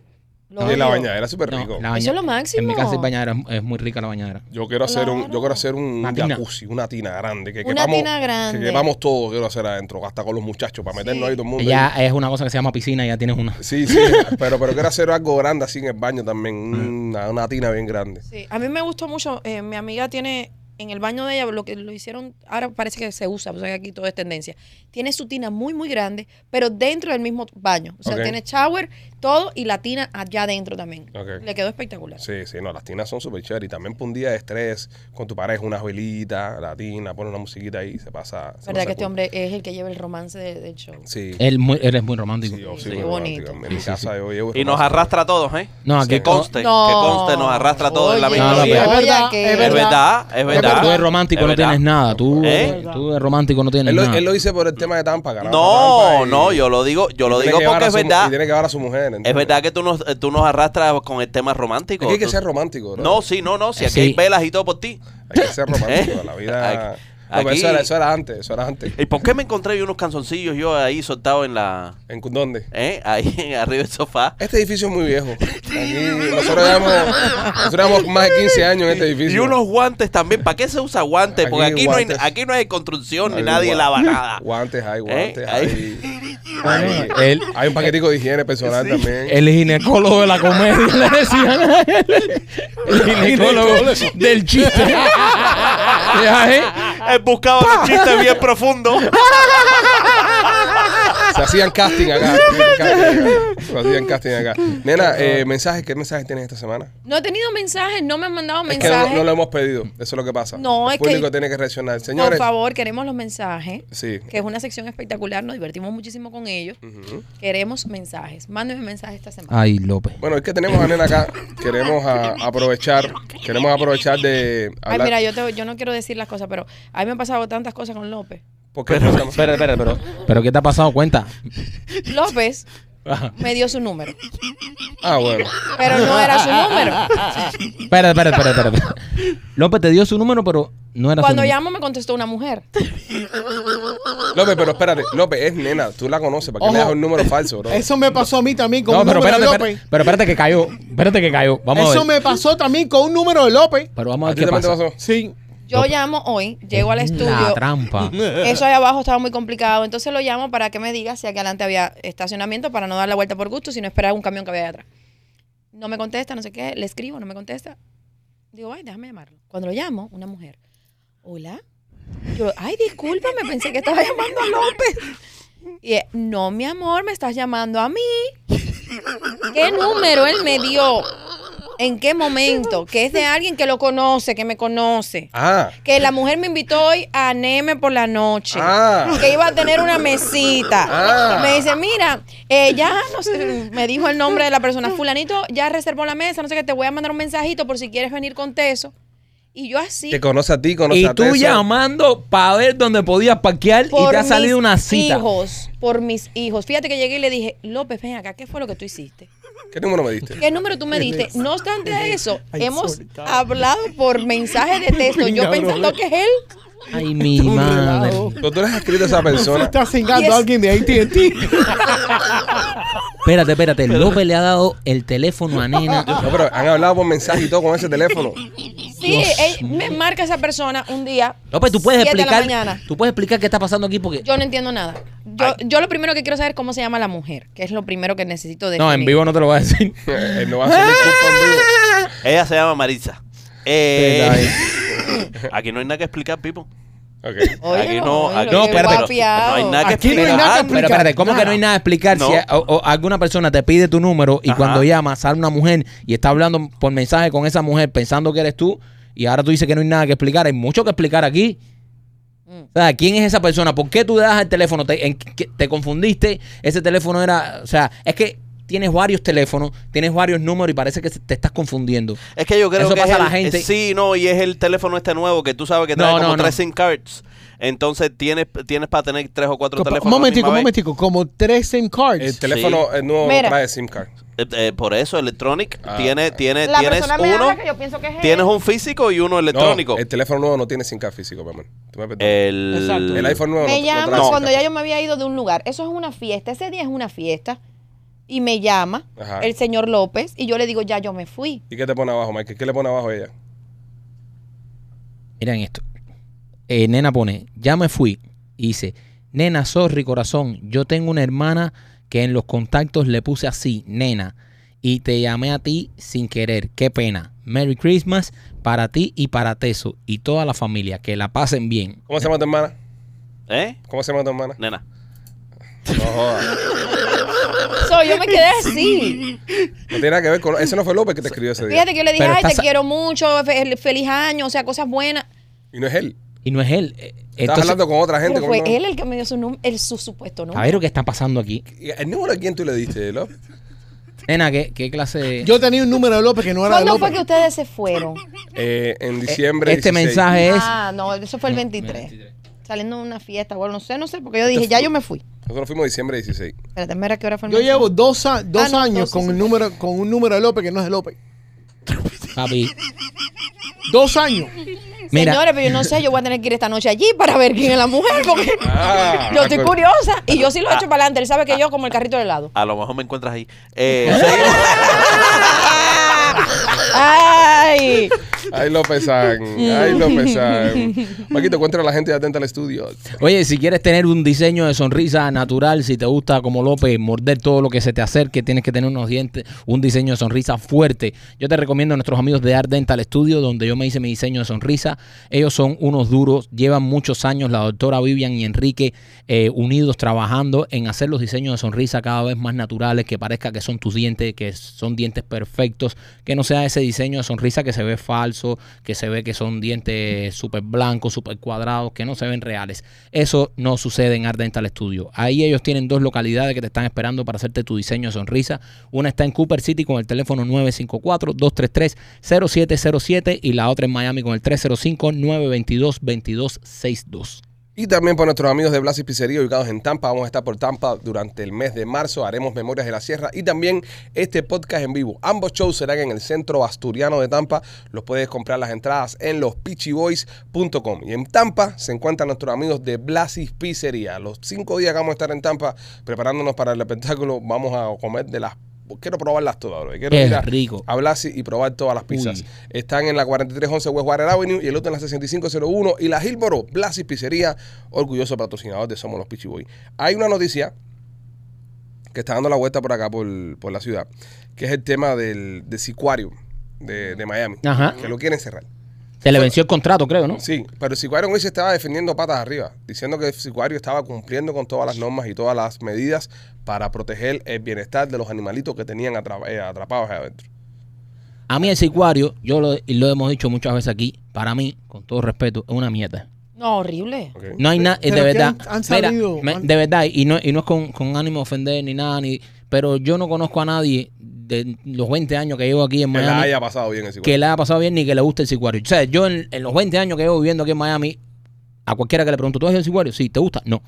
[SPEAKER 5] Lo
[SPEAKER 1] Y
[SPEAKER 5] odio.
[SPEAKER 1] la bañadera es súper
[SPEAKER 2] No,
[SPEAKER 1] rico.
[SPEAKER 2] la
[SPEAKER 5] Eso es lo
[SPEAKER 2] En mi casa hay
[SPEAKER 5] máximo.
[SPEAKER 2] bañadera, es- es muy rica la bañadera.
[SPEAKER 1] Yo quiero hacer un, yo
[SPEAKER 5] Claro.
[SPEAKER 1] quiero hacer un
[SPEAKER 2] Una tina.
[SPEAKER 1] jacuzzi, una tina grande, que
[SPEAKER 5] Una
[SPEAKER 1] quepamos,
[SPEAKER 5] tina grande.
[SPEAKER 1] que quepamos todo, quiero hacer adentro, hasta con los muchachos, para meternos ahí todo el mundo.
[SPEAKER 2] Ya es una cosa que se llama piscina, ya tienes una.
[SPEAKER 1] Sí, sí, [laughs] pero, pero quiero hacer algo grande así en el baño también,
[SPEAKER 2] Mm.
[SPEAKER 1] una, una tina bien grande.
[SPEAKER 5] Sí, a mí me gustó mucho. eh, mi amiga tiene en el baño de ella lo que lo hicieron. Ahora parece que se usa, o sea, que aquí todo es tendencia. Tiene su tina muy, muy grande, pero dentro del mismo baño. O sea,
[SPEAKER 1] Ok.
[SPEAKER 5] tiene shower, todo y la tina allá adentro también.
[SPEAKER 1] Ok.
[SPEAKER 5] Le quedó espectacular.
[SPEAKER 1] Sí, sí, no, las tinas son súper chéveres. Y también para un día de estrés, con tu pareja, unas velitas, la tina, pone una musiquita ahí, se pasa. se pasa
[SPEAKER 5] ¿Verdad que este
[SPEAKER 1] cool.
[SPEAKER 5] hombre es el que lleva el romance de- del show?
[SPEAKER 1] Sí,
[SPEAKER 2] Él, muy- él es muy romántico.
[SPEAKER 1] sí, yo
[SPEAKER 5] Sí,
[SPEAKER 1] soy
[SPEAKER 5] qué
[SPEAKER 1] muy
[SPEAKER 5] bonito.
[SPEAKER 1] romántico. En mi
[SPEAKER 2] Eh, Sí, sí,
[SPEAKER 1] casa yo llevo
[SPEAKER 4] Y nos
[SPEAKER 1] romántico.
[SPEAKER 4] arrastra a todos, ¿eh?
[SPEAKER 2] No, aquí
[SPEAKER 1] Sí.
[SPEAKER 4] Que conste, que conste, nos arrastra a todos en la
[SPEAKER 5] Oye,
[SPEAKER 4] misma
[SPEAKER 2] No, no,
[SPEAKER 4] vida.
[SPEAKER 2] pero-
[SPEAKER 5] oye,
[SPEAKER 3] verdad,
[SPEAKER 5] que-
[SPEAKER 4] Es verdad, es verdad.
[SPEAKER 2] Tú de romántico
[SPEAKER 4] Es
[SPEAKER 2] no
[SPEAKER 4] verdad.
[SPEAKER 2] tienes nada. Tú,
[SPEAKER 4] ¿Eh?
[SPEAKER 2] tú de romántico no tienes
[SPEAKER 1] Él lo,
[SPEAKER 2] nada.
[SPEAKER 1] él lo dice por el tema de Tampa, carajo.
[SPEAKER 4] No,
[SPEAKER 1] Tampa y-
[SPEAKER 4] no, yo lo digo, yo lo
[SPEAKER 1] tiene
[SPEAKER 4] digo
[SPEAKER 1] que llevar
[SPEAKER 4] porque
[SPEAKER 1] a
[SPEAKER 4] es
[SPEAKER 1] su- Y
[SPEAKER 4] verdad.
[SPEAKER 1] tiene que llevar a su mujer.
[SPEAKER 4] Es
[SPEAKER 1] ¿entiendes?
[SPEAKER 4] verdad que tú nos, eh, tú nos arrastras con el tema romántico.
[SPEAKER 1] Es que hay que
[SPEAKER 4] Tú-
[SPEAKER 1] ser romántico, bro.
[SPEAKER 4] No, sí, no, no. Si
[SPEAKER 2] Eh,
[SPEAKER 4] aquí
[SPEAKER 2] sí.
[SPEAKER 4] hay velas y todo por ti.
[SPEAKER 1] Hay que ser romántico.
[SPEAKER 4] [laughs] ¿Eh?
[SPEAKER 1] La vida.
[SPEAKER 4] Aquí-
[SPEAKER 1] No, pero
[SPEAKER 4] aquí-
[SPEAKER 1] eso, era, eso era antes, eso era antes.
[SPEAKER 4] ¿Y por qué me encontré yo unos canzoncillos yo ahí soltados en la.
[SPEAKER 1] ¿En cu- dónde?
[SPEAKER 4] ¿Eh? Ahí [laughs] en- arriba del sofá.
[SPEAKER 1] Este edificio es muy viejo. Aquí nosotros llevamos, nosotros llevamos más de 15 años en este edificio.
[SPEAKER 4] Y unos guantes también. ¿Para qué se usa guantes? Porque
[SPEAKER 1] Aquí
[SPEAKER 4] aquí, no, hay,
[SPEAKER 1] guantes.
[SPEAKER 4] aquí no hay construcción ni
[SPEAKER 1] Hay
[SPEAKER 4] nadie
[SPEAKER 1] gua-
[SPEAKER 4] lava
[SPEAKER 1] [laughs]
[SPEAKER 4] nada.
[SPEAKER 1] Guantes hay, guantes
[SPEAKER 4] ¿Eh?
[SPEAKER 1] hay. Hay, hay un paquetico de higiene personal también.
[SPEAKER 2] El ginecólogo de la comedia, le decían a
[SPEAKER 1] [laughs]
[SPEAKER 2] él. El ginecólogo del chiste. Ya, ¿eh?
[SPEAKER 4] He buscado un chiste bien profundo.
[SPEAKER 1] [laughs] Se hacían casting acá. se hacían casting acá. Se hacían casting acá. Nena, eh, mensajes, ¿qué mensajes tienes esta semana?
[SPEAKER 5] No he tenido mensajes, no me han mandado
[SPEAKER 1] Es que no,
[SPEAKER 5] mensajes.
[SPEAKER 1] no lo hemos pedido. Eso es lo que pasa.
[SPEAKER 5] No,
[SPEAKER 1] El
[SPEAKER 5] es que-
[SPEAKER 1] público tiene que reaccionar.
[SPEAKER 5] Por
[SPEAKER 1] Señores.
[SPEAKER 5] favor, queremos los mensajes,
[SPEAKER 1] Sí.
[SPEAKER 5] que es una sección espectacular, nos divertimos muchísimo con ellos.
[SPEAKER 1] Ujú. Ah,
[SPEAKER 5] Queremos mensajes. Mándenme mensajes esta semana.
[SPEAKER 2] Ay, López.
[SPEAKER 1] Bueno, es que tenemos a Nena acá. Queremos a- aprovechar. Queremos aprovechar de.
[SPEAKER 5] Ay,
[SPEAKER 1] Hablar,
[SPEAKER 5] mira, yo, te- yo no quiero decir las cosas, pero a mí me han pasado tantas cosas con López.
[SPEAKER 1] porque
[SPEAKER 2] Pero, espera, espera, pero, pero ¿qué te ha pasado? Cuenta.
[SPEAKER 5] [laughs] López me dio su número,
[SPEAKER 1] Ah, bueno.
[SPEAKER 5] pero [laughs] no era su número.
[SPEAKER 2] Espera, espera, espera, espera. espera. López te dio su número, pero no era
[SPEAKER 5] Cuando
[SPEAKER 2] su número.
[SPEAKER 5] llamo me contestó una mujer.
[SPEAKER 1] López, pero espérate. López, es nena. Tú la conoces. ¿Para qué
[SPEAKER 3] Ojo.
[SPEAKER 1] le das un número falso,
[SPEAKER 4] Ah.
[SPEAKER 1] bro?
[SPEAKER 3] Eso me pasó a mí también con
[SPEAKER 2] No,
[SPEAKER 3] un
[SPEAKER 2] pero
[SPEAKER 3] número
[SPEAKER 2] espérate,
[SPEAKER 3] de
[SPEAKER 2] espérate,
[SPEAKER 3] López.
[SPEAKER 2] pero espérate que cayó. Espérate que cayó. Vamos a
[SPEAKER 3] Eso
[SPEAKER 2] ver.
[SPEAKER 3] me pasó también con un número de López.
[SPEAKER 2] Pero vamos a
[SPEAKER 1] ¿A
[SPEAKER 2] ver
[SPEAKER 1] ti
[SPEAKER 2] qué
[SPEAKER 1] también te
[SPEAKER 2] pasa.
[SPEAKER 1] pasó?
[SPEAKER 3] Sí.
[SPEAKER 5] Yo llamo hoy, llego al
[SPEAKER 2] La
[SPEAKER 5] estudio.
[SPEAKER 1] [laughs]
[SPEAKER 2] trampa.
[SPEAKER 5] Eso ahí abajo estaba muy complicado, entonces lo llamo para que me diga si aquí adelante había estacionamiento para no dar la vuelta por gusto, sino esperar un camión que había ahí atrás. No me contesta, no sé qué, le escribo, no me contesta. Digo, ay, déjame llamarlo. Cuando lo llamo, una mujer, hola. Yo, ay, discúlpame, pensé que estaba llamando a López. Y él, no, mi amor, me estás llamando a mí. ¿Qué número él me dio? ¿En qué momento? Que es de alguien que lo conoce, que me conoce
[SPEAKER 1] Ah.
[SPEAKER 5] que la mujer me invitó hoy a Neme por la noche.
[SPEAKER 1] Ah.
[SPEAKER 5] Que iba a tener una mesita.
[SPEAKER 1] Ah.
[SPEAKER 5] Me dice, mira, eh, ya no sé, me dijo el nombre de la persona, fulanito, ya reservó la mesa, no sé qué, te voy a mandar un mensajito por si quieres venir con Teso. Y yo así.
[SPEAKER 1] Que conoce a ti, conoce
[SPEAKER 2] Y
[SPEAKER 1] a ti.
[SPEAKER 2] tú llamando para ver dónde podías parquear y
[SPEAKER 5] por
[SPEAKER 2] te ha
[SPEAKER 5] mis
[SPEAKER 2] salido una cita.
[SPEAKER 5] hijos, por mis hijos. Fíjate que llegué y le dije, López, ven acá, ¿qué fue lo que tú hiciste?
[SPEAKER 1] ¿Qué número me diste?
[SPEAKER 5] ¿Qué número tú me diste? No obstante a eso,
[SPEAKER 3] Ay,
[SPEAKER 5] hemos
[SPEAKER 3] sorry, cabrón.
[SPEAKER 5] hablado por mensaje de texto.
[SPEAKER 3] Venga,
[SPEAKER 5] Yo pensando
[SPEAKER 3] brother.
[SPEAKER 5] que es él.
[SPEAKER 1] [laughs]
[SPEAKER 2] Ay, mi
[SPEAKER 3] Un
[SPEAKER 2] madre.
[SPEAKER 3] relajo.
[SPEAKER 1] Pero tú le has escrito a esa
[SPEAKER 3] Se
[SPEAKER 1] persona.
[SPEAKER 3] está cingando
[SPEAKER 5] Yes.
[SPEAKER 3] a alguien de AT&T.
[SPEAKER 2] Espérate, espérate. López le ha dado el teléfono a Nena.
[SPEAKER 1] [laughs] No, pero han hablado por mensaje y todo con ese teléfono. [laughs]
[SPEAKER 5] Sí,
[SPEAKER 2] Dios
[SPEAKER 5] él- me marca esa persona un día.
[SPEAKER 2] López, tú puedes
[SPEAKER 5] siete de la
[SPEAKER 2] explicar.
[SPEAKER 5] mañana.
[SPEAKER 2] Tú puedes explicar qué está pasando aquí porque.
[SPEAKER 5] Yo no entiendo nada. Yo, yo lo primero que quiero saber es cómo se llama la mujer, que es lo primero que necesito de
[SPEAKER 2] no, en vivo no te lo voy a decir.
[SPEAKER 1] Él no va a hacer disculpa en vivo.
[SPEAKER 4] Ella se llama Maritza.
[SPEAKER 2] [laughs]
[SPEAKER 4] Eh, aquí no hay nada que explicar, Pipo.
[SPEAKER 1] Ok.
[SPEAKER 4] Aquí no, aquí-
[SPEAKER 2] No, espérate, pero-
[SPEAKER 5] No hay nada que
[SPEAKER 3] Aquí no hay nada que
[SPEAKER 4] explicar.
[SPEAKER 2] Pero espérate, ¿cómo
[SPEAKER 3] Nada.
[SPEAKER 2] que no hay nada a explicar? Si
[SPEAKER 4] No.
[SPEAKER 2] a- o- o alguna persona te pide tu número y
[SPEAKER 4] Ajá.
[SPEAKER 2] cuando llama sale una mujer y está hablando por mensaje con esa mujer pensando que eres tú y ahora tú dices que no hay nada que explicar. Hay mucho que explicar aquí.
[SPEAKER 5] Mm.
[SPEAKER 2] O sea, ¿quién es esa persona? ¿Por qué tú le das el teléfono? ¿Te, en qué- te confundiste? Ese teléfono era... O sea, es que tienes varios teléfonos, tienes varios números y parece que se- te estás confundiendo.
[SPEAKER 4] Es que yo creo
[SPEAKER 2] Eso
[SPEAKER 4] que
[SPEAKER 2] pasa
[SPEAKER 4] es
[SPEAKER 2] a la
[SPEAKER 4] el-
[SPEAKER 2] gente.
[SPEAKER 4] Sí, no, y es el teléfono este nuevo que tú sabes que trae
[SPEAKER 2] No,
[SPEAKER 4] como
[SPEAKER 2] no, no.
[SPEAKER 4] tres SIM cards. Entonces tienes, tienes para tener tres o cuatro
[SPEAKER 3] Copa-
[SPEAKER 4] teléfonos. a la
[SPEAKER 3] momentico,
[SPEAKER 4] misma vez.
[SPEAKER 3] momentico. Como tres SIM cards.
[SPEAKER 1] El teléfono eh, nuevo
[SPEAKER 5] Mira.
[SPEAKER 1] no trae SIM card.
[SPEAKER 4] Eh, eh, por eso, Electronic
[SPEAKER 1] Ah.
[SPEAKER 4] tiene, tiene,
[SPEAKER 5] La
[SPEAKER 4] tienes
[SPEAKER 5] persona me
[SPEAKER 4] uno.
[SPEAKER 5] habla que yo pienso que es él.
[SPEAKER 4] Tienes un físico y uno electrónico.
[SPEAKER 1] No, el teléfono nuevo no tiene SIM card físico, mi amor. Tú me perdonas.
[SPEAKER 4] el,
[SPEAKER 3] Exacto.
[SPEAKER 1] eh, el iPhone nuevo
[SPEAKER 5] Me
[SPEAKER 1] no,
[SPEAKER 5] llama
[SPEAKER 1] no trae
[SPEAKER 5] cuando
[SPEAKER 1] SIM
[SPEAKER 5] ya yo me había ido de un lugar. Eso es una fiesta. Ese día es una fiesta. Y me llama
[SPEAKER 1] Ajá.
[SPEAKER 5] el señor López y yo le digo, ya yo me
[SPEAKER 4] [laughs]
[SPEAKER 5] fui.
[SPEAKER 1] card. ¿Y qué te pone abajo, Mike? ¿Qué le pone abajo a ella?
[SPEAKER 2] Miren esto. Eh, nena pone, ya me fui. Y dice, nena, sorry corazón, yo tengo una hermana que en los contactos le puse así, nena, y te llamé a ti sin querer, qué pena. Merry Christmas para ti y para Teso y toda la familia, que la pasen bien.
[SPEAKER 1] ¿Cómo se llama tu hermana?
[SPEAKER 4] ¿Eh?
[SPEAKER 1] ¿Cómo se llama tu hermana?
[SPEAKER 4] Nena.
[SPEAKER 1] No jodas.
[SPEAKER 5] So, yo me quedé así.
[SPEAKER 1] No tiene nada que ver con. Ese no fue López que te escribió ese día.
[SPEAKER 5] Fíjate que yo le dije,
[SPEAKER 2] Pero
[SPEAKER 5] ay, te
[SPEAKER 2] estás-
[SPEAKER 5] quiero mucho, fe- feliz año, o sea, cosas buenas.
[SPEAKER 1] Y no es él.
[SPEAKER 2] Y no es él. eh,
[SPEAKER 1] Estás
[SPEAKER 2] Entonces,
[SPEAKER 1] hablando con otra gente.
[SPEAKER 5] Pero fue
[SPEAKER 1] con
[SPEAKER 5] él el que me dio su, num- el, su supuesto
[SPEAKER 2] a
[SPEAKER 5] nombre.
[SPEAKER 2] ver lo que está pasando aquí.
[SPEAKER 1] ¿Y ¿El número a quién tú le diste, López?
[SPEAKER 2] Nena, ¿qué, qué clase de...
[SPEAKER 3] Yo tenía un número de López que no era de
[SPEAKER 5] ¿Cuándo
[SPEAKER 3] López.
[SPEAKER 5] fue que ustedes se
[SPEAKER 1] [laughs]
[SPEAKER 5] fueron?
[SPEAKER 1] Eh, en diciembre.
[SPEAKER 2] este
[SPEAKER 1] 16.
[SPEAKER 2] mensaje es...
[SPEAKER 5] Ah, no, eso fue el 23. Saliendo de una fiesta, bueno, no sé, no sé, porque yo dije, ya yo me fui.
[SPEAKER 1] Nosotros fuimos diciembre 16.
[SPEAKER 5] Espérate, mira qué hora fue el
[SPEAKER 3] Yo
[SPEAKER 5] mensaje.
[SPEAKER 3] llevo dos, a- dos
[SPEAKER 5] Ah, no,
[SPEAKER 3] años
[SPEAKER 5] dos,
[SPEAKER 3] con,
[SPEAKER 5] sí,
[SPEAKER 3] el
[SPEAKER 5] sí.
[SPEAKER 3] número, con un número de López que no es de López.
[SPEAKER 2] Papi,
[SPEAKER 3] Dos años.
[SPEAKER 2] mira,
[SPEAKER 5] Señores, pero yo no sé, yo voy a tener que ir esta noche allí para ver quién es
[SPEAKER 1] [laughs]
[SPEAKER 5] la mujer, porque
[SPEAKER 1] Ah,
[SPEAKER 5] yo estoy
[SPEAKER 1] acuerdo.
[SPEAKER 5] curiosa. Y yo sí lo he hecho para adelante. Él sabe que yo como el carrito de helado.
[SPEAKER 4] A lo mejor me encuentras
[SPEAKER 2] [laughs]
[SPEAKER 4] ahí. Eh, seguimos.
[SPEAKER 5] ¡Ay!
[SPEAKER 1] Ay, López San. Ay,
[SPEAKER 5] [laughs]
[SPEAKER 1] López San. Maquito, cuéntale a la gente de Atenta al Estudio.
[SPEAKER 2] Oye, si quieres tener un diseño de sonrisa natural, si te gusta como López, morder todo lo que se te acerque, tienes que tener unos dientes, un diseño de sonrisa fuerte. Yo te recomiendo a nuestros amigos de Art Dental Studio, donde yo me hice mi diseño de sonrisa. Ellos son unos duros, llevan muchos años, la doctora Vivian y Enrique, eh, unidos trabajando en hacer los diseños de sonrisa cada vez más naturales, que parezca que son tus dientes, que son dientes perfectos, que no sea ese diseño de sonrisa que se ve falso, que se ve que son dientes súper blancos, súper cuadrados, que no se ven reales. Eso no sucede en Art Dental Studio. Ahí ellos tienen dos localidades que te están esperando para hacerte tu diseño de sonrisa. Una está en Cooper City con el teléfono 954-233-0707 y la otra en Miami con el 305-922-2262.
[SPEAKER 1] Y también por nuestros amigos de Blas y Pizzería ubicados en Tampa. Vamos a estar por Tampa durante el mes de marzo. Haremos Memorias de la Sierra y también este podcast en vivo. Ambos shows serán en el centro asturiano de Tampa. Los puedes comprar las entradas en lospitchyboys.com. Y en Tampa se encuentran nuestros amigos de Blas y Pizzería. Los cinco días que vamos a estar en Tampa preparándonos para el espectáculo, vamos a comer de las. Quiero probarlas todas, bro. Quiero Ah,
[SPEAKER 2] Qué
[SPEAKER 1] ir a-
[SPEAKER 2] rico.
[SPEAKER 1] a Blasi y probar todas las pizzas.
[SPEAKER 2] Uy.
[SPEAKER 1] Están en la 4311 West Water Avenue y el otro en la 6501 y la Gilboro Blasi Pizzería, orgulloso patrocinador de Somos los Pichi Boy. Hay una noticia que está dando la vuelta por acá, por, por la ciudad, que es el tema del de Sicuario de, de Miami,
[SPEAKER 2] Ajá.
[SPEAKER 1] que lo quieren cerrar.
[SPEAKER 2] Se le venció el contrato, creo, ¿no?
[SPEAKER 1] Sí, pero Sicuario hoy se estaba defendiendo patas arriba, diciendo que Sicuario estaba cumpliendo con todas las normas y todas las medidas para proteger el bienestar de los animalitos que tenían atra- eh, atrapados ahí adentro.
[SPEAKER 2] A mí el sicuario, yo lo, y lo hemos dicho muchas veces aquí, para mí, con todo respeto, es una mierda.
[SPEAKER 5] No, horrible.
[SPEAKER 1] ¿ok?
[SPEAKER 2] No hay nada, de
[SPEAKER 3] Eh, Pero que
[SPEAKER 2] verdad.
[SPEAKER 3] han- han
[SPEAKER 2] mira,
[SPEAKER 3] salido-
[SPEAKER 2] me-
[SPEAKER 3] han-
[SPEAKER 2] de verdad, y no, y no es con, con ánimo de ofender ni nada, ni, pero yo no conozco a nadie de los 20 años que llevo aquí en
[SPEAKER 1] Que la
[SPEAKER 2] Miami
[SPEAKER 1] haya pasado bien el Sicuario.
[SPEAKER 2] que le haya pasado bien ni que le guste el sicuario. O sea, yo en, en los 20 años que llevo viviendo aquí en Miami, a cualquiera que le pregunto, ¿tú has ido al sicuario? Sí, ¿te gusta? No.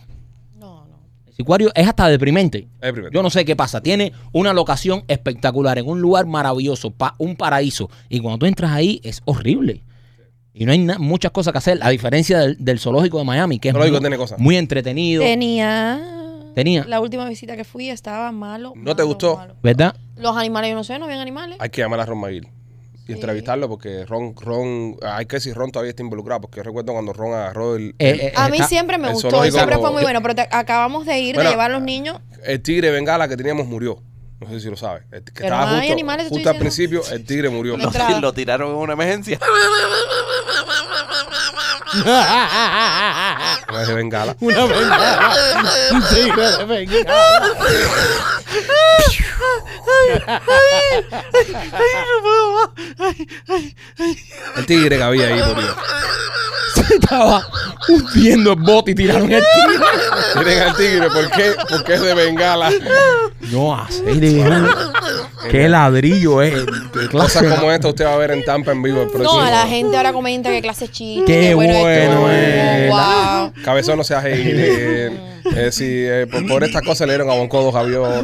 [SPEAKER 5] No, no.
[SPEAKER 2] El sicuario es hasta deprimente.
[SPEAKER 1] Es primero.
[SPEAKER 2] Yo no sé qué pasa. Tiene una locación espectacular, en un lugar maravilloso, pa- un paraíso. Y cuando tú entras ahí es horrible. Y no hay na- muchas cosas que hacer, a diferencia del, del zoológico de Miami, que es
[SPEAKER 1] Zoológico
[SPEAKER 2] muy,
[SPEAKER 1] tiene cosas.
[SPEAKER 2] muy entretenido,
[SPEAKER 5] Tenía.
[SPEAKER 2] Tenía.
[SPEAKER 5] La última visita que fui estaba malo.
[SPEAKER 1] ¿No te
[SPEAKER 5] malo,
[SPEAKER 1] gustó?
[SPEAKER 5] malo.
[SPEAKER 2] ¿verdad?
[SPEAKER 5] Los animales, yo no sé, no habían animales.
[SPEAKER 1] Hay que llamar a Ron McGill. y entrevistarlo porque Ron, Ron, hay que decir Ron todavía está involucrado porque yo recuerdo cuando Ron agarró el,
[SPEAKER 2] Eh,
[SPEAKER 1] el-
[SPEAKER 2] eh,
[SPEAKER 5] A mí
[SPEAKER 2] está-
[SPEAKER 5] siempre me
[SPEAKER 1] el
[SPEAKER 5] gustó,
[SPEAKER 1] zoológico
[SPEAKER 5] siempre
[SPEAKER 1] como-
[SPEAKER 5] fue muy bueno, pero te- acabamos de ir,
[SPEAKER 1] Bueno,
[SPEAKER 5] de llevar a los niños.
[SPEAKER 1] el tigre bengala que teníamos murió. No sé si lo sabes. El que
[SPEAKER 5] Pero
[SPEAKER 1] estaba
[SPEAKER 5] no hay
[SPEAKER 1] justo,
[SPEAKER 5] animales, te
[SPEAKER 1] justo al
[SPEAKER 5] estoy
[SPEAKER 1] principio, el tigre murió.
[SPEAKER 5] No.
[SPEAKER 1] [laughs]
[SPEAKER 4] Lo,
[SPEAKER 5] Entrada.
[SPEAKER 4] lo tiraron en
[SPEAKER 2] [laughs]
[SPEAKER 4] una emergencia.
[SPEAKER 1] Era de bengala.
[SPEAKER 3] [laughs] Una bengala. Un tigre de bengala.
[SPEAKER 1] El tigre que había ahí murió.
[SPEAKER 2] [laughs] se estaba hundiendo el bote y tiraron el tiro.
[SPEAKER 1] Miren al tigre, ¿por qué? Porque es de bengala.
[SPEAKER 2] No,
[SPEAKER 1] [laughs]
[SPEAKER 2] aceite. Qué ladrillo es. Qué clase.
[SPEAKER 1] Cosas como esta usted va a ver en Tampa en vivo el próximo.
[SPEAKER 5] No, a la gente ahora comenta que clase chiste.
[SPEAKER 2] Qué bueno
[SPEAKER 1] es.
[SPEAKER 5] Wow.
[SPEAKER 1] Cabezón no seas
[SPEAKER 5] [laughs]
[SPEAKER 1] hater. Eh, eh, sí, eh, por, por estas cosas le dieron a Bonco dos
[SPEAKER 5] [laughs]
[SPEAKER 1] gaviotas.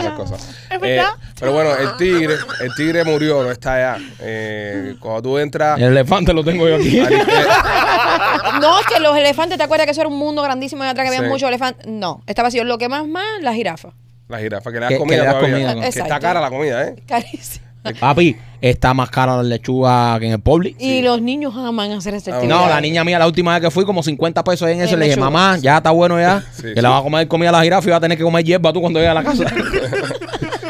[SPEAKER 1] esas cosas. Eh, pero bueno, el tigre, el tigre murió, no está allá. Eh, cuando tú entras.
[SPEAKER 2] El elefante lo tengo yo aquí.
[SPEAKER 1] al- eh,
[SPEAKER 5] No, que los elefantes, ¿te acuerdas que eso era un mundo grandísimo de atrás que había
[SPEAKER 1] Sí.
[SPEAKER 5] muchos elefantes? No, está vacío. Lo que más más, la jirafa.
[SPEAKER 1] la jirafa, que le das
[SPEAKER 2] Que- que
[SPEAKER 1] comida
[SPEAKER 2] le das
[SPEAKER 1] todavía.
[SPEAKER 2] comida, ¿no?
[SPEAKER 1] Que está
[SPEAKER 5] Exacto.
[SPEAKER 1] cara la comida, ¿eh?
[SPEAKER 5] Carísimo.
[SPEAKER 2] Papi, está más cara la lechuga que en el Publix.
[SPEAKER 5] Y los niños aman hacer este
[SPEAKER 1] Ah,
[SPEAKER 5] tipo.
[SPEAKER 2] No, la niña mía, la última vez que fui, como 50 pesos en eso.
[SPEAKER 5] En
[SPEAKER 2] le dije,
[SPEAKER 5] lechuga.
[SPEAKER 2] mamá, ya está bueno ya.
[SPEAKER 1] Sí,
[SPEAKER 2] que
[SPEAKER 1] sí.
[SPEAKER 2] la vas a comer comida a la jirafa y vas a tener que comer hierba tú cuando llegues a la
[SPEAKER 1] [laughs]
[SPEAKER 2] casa.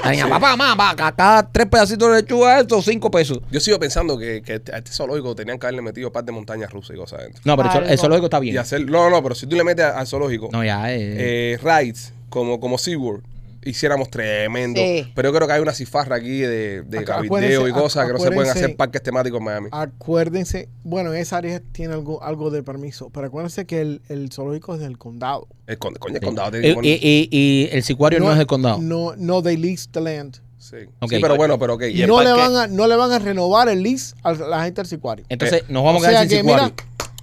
[SPEAKER 2] la niña, papá, mamá, pa- ca- cada tres pedacitos de lechuga, esto, cinco pesos.
[SPEAKER 1] Yo sigo pensando que, que a este zoológico tenían que haberle metido par de montañas rusas y cosas adentro.
[SPEAKER 2] No, pero eso,
[SPEAKER 5] Algo.
[SPEAKER 2] eso lógico está bien.
[SPEAKER 1] Y hacer, no, no, pero si tú le metes a- al zoológico,
[SPEAKER 2] No, ya, eh.
[SPEAKER 1] eh, rides como, como SeaWorld, hiciéramos tremendo.
[SPEAKER 5] Sí.
[SPEAKER 1] Pero yo creo que hay una cifarra aquí de, de
[SPEAKER 3] Acu-
[SPEAKER 1] cabildeo y
[SPEAKER 3] acuérdense,
[SPEAKER 1] cosas que no se pueden
[SPEAKER 3] acuérdense. Ah.
[SPEAKER 1] hacer en parques temáticos en Miami.
[SPEAKER 3] Acuérdense, bueno, esa área tiene algo, algo de permiso, pero acuérdense que el, el zoológico es del condado.
[SPEAKER 1] El Eh, con- coño, el condado tiene que
[SPEAKER 2] y,
[SPEAKER 1] poner-
[SPEAKER 2] eh, y- y- y el sicuario no, es del condado.
[SPEAKER 3] No, no, they lease the land.
[SPEAKER 1] Sí.
[SPEAKER 2] Ok.
[SPEAKER 1] Sí, pero bueno, pero ok.
[SPEAKER 4] Y el
[SPEAKER 3] No le,
[SPEAKER 4] parque-
[SPEAKER 3] van a, no le van a renovar el lease a la gente del sicuario.
[SPEAKER 2] Entonces, nos vamos
[SPEAKER 3] o
[SPEAKER 2] a
[SPEAKER 3] sea
[SPEAKER 2] quedar sin
[SPEAKER 3] que,
[SPEAKER 2] sicuario.
[SPEAKER 3] mira,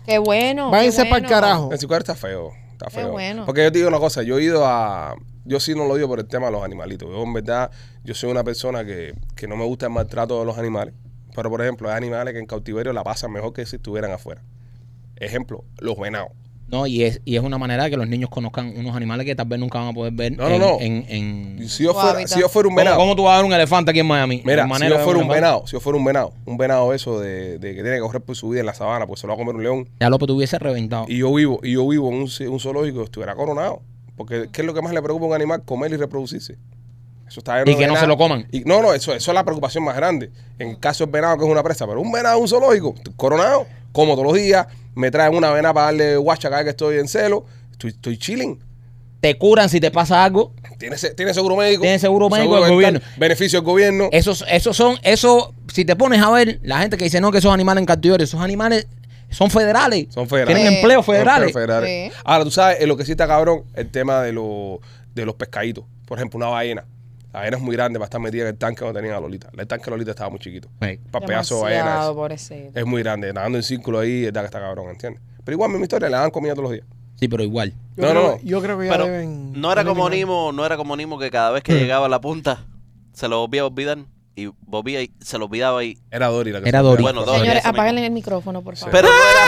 [SPEAKER 5] Qué bueno.
[SPEAKER 3] váyanse
[SPEAKER 5] qué bueno.
[SPEAKER 3] para el carajo.
[SPEAKER 1] El sicuario está feo. Está
[SPEAKER 5] Qué
[SPEAKER 1] feo.
[SPEAKER 5] bueno.
[SPEAKER 1] Porque yo te digo una cosa, yo he ido a. Yo sí no lo digo por el tema de los animalitos. Yo, en verdad, yo soy una persona que, que no me gusta el maltrato de los animales. Pero, por ejemplo, hay animales que en cautiverio la pasan mejor que si estuvieran afuera. Ejemplo, los venados.
[SPEAKER 2] No, y es, y es una manera de que los niños conozcan unos animales que tal vez nunca van a poder ver.
[SPEAKER 1] No, no,
[SPEAKER 2] en,
[SPEAKER 1] no.
[SPEAKER 2] en- en-
[SPEAKER 1] Si yo
[SPEAKER 5] Su
[SPEAKER 1] fuera,
[SPEAKER 5] hábitat.
[SPEAKER 1] si yo fuera un
[SPEAKER 2] ¿Cómo,
[SPEAKER 1] venado.
[SPEAKER 2] cómo tú vas a ver un elefante aquí en Miami?
[SPEAKER 1] Mira,
[SPEAKER 2] En
[SPEAKER 1] si
[SPEAKER 2] Eh, Manera
[SPEAKER 1] yo
[SPEAKER 2] ves
[SPEAKER 1] fuera un
[SPEAKER 2] elefante.
[SPEAKER 1] venado, si yo fuera un venado, un venado eso de, de que tiene que correr por su vida en la sabana, pues se lo va a comer un león.
[SPEAKER 2] Ya López te hubiese reventado.
[SPEAKER 1] Y yo vivo, y yo vivo en un, ci- un zoológico que estuviera coronado. Porque ¿qué es lo que más le preocupa a un animal? Comer y reproducirse. Eso está en
[SPEAKER 2] Y
[SPEAKER 1] los
[SPEAKER 2] que no
[SPEAKER 1] venados.
[SPEAKER 2] se lo coman.
[SPEAKER 1] Y, no, no, eso, eso es la preocupación más grande. En el caso del venado, que es una presa, pero un venado, un zoológico, coronado, como todos los días, me traen una vena para darle guacha cada vez que estoy en celo, estoy, estoy chilling.
[SPEAKER 2] Te curan si te pasa algo.
[SPEAKER 1] Tiene, se- tiene seguro médico.
[SPEAKER 2] Tiene seguro médico del
[SPEAKER 1] dental,
[SPEAKER 2] gobierno. Eh,
[SPEAKER 1] Beneficio del gobierno.
[SPEAKER 2] Esos, esos son, eso, si te pones a ver, la gente que dice no, que esos animales en cautiverio, esos animales son federales.
[SPEAKER 1] Son federales.
[SPEAKER 2] Tienen
[SPEAKER 5] Sí.
[SPEAKER 2] empleos
[SPEAKER 1] Son
[SPEAKER 2] federales.
[SPEAKER 1] perros federales.
[SPEAKER 5] Sí.
[SPEAKER 1] Ahora, tú sabes, eh, lo que sí está cabrón, el tema de, los de los pescaditos. Por ejemplo, una ballena. La ballena es muy grande para estar metida en el tanque donde tenían a Lolita. El tanque de Lolita estaba muy chiquito.
[SPEAKER 2] Sí.
[SPEAKER 1] Para pedazo de ballena.
[SPEAKER 5] Demasiado,
[SPEAKER 1] eso.
[SPEAKER 5] pobrecito.
[SPEAKER 1] Es muy grande. Nadando en círculo ahí, es verdad que está cabrón, ¿entiendes? Pero igual, mi historia, le dan comida todos los días.
[SPEAKER 2] Sí, pero igual.
[SPEAKER 3] Yo,
[SPEAKER 1] No,
[SPEAKER 3] creo,
[SPEAKER 1] no.
[SPEAKER 3] yo creo que ya
[SPEAKER 4] Pero
[SPEAKER 3] deben.
[SPEAKER 4] no era como
[SPEAKER 3] eliminar.
[SPEAKER 4] Nimo, no era como Nimo que cada vez que
[SPEAKER 2] Mm.
[SPEAKER 4] llegaba a la punta se lo volvía a olvidar y volvía y se lo olvidaba y
[SPEAKER 1] Era Dory la que
[SPEAKER 2] Era
[SPEAKER 1] se
[SPEAKER 2] Dory.
[SPEAKER 1] olvidaba.
[SPEAKER 4] Bueno, Dory.
[SPEAKER 5] Señores,
[SPEAKER 4] eso mismo.
[SPEAKER 5] apáguenle el micrófono, por favor.
[SPEAKER 4] pero no era,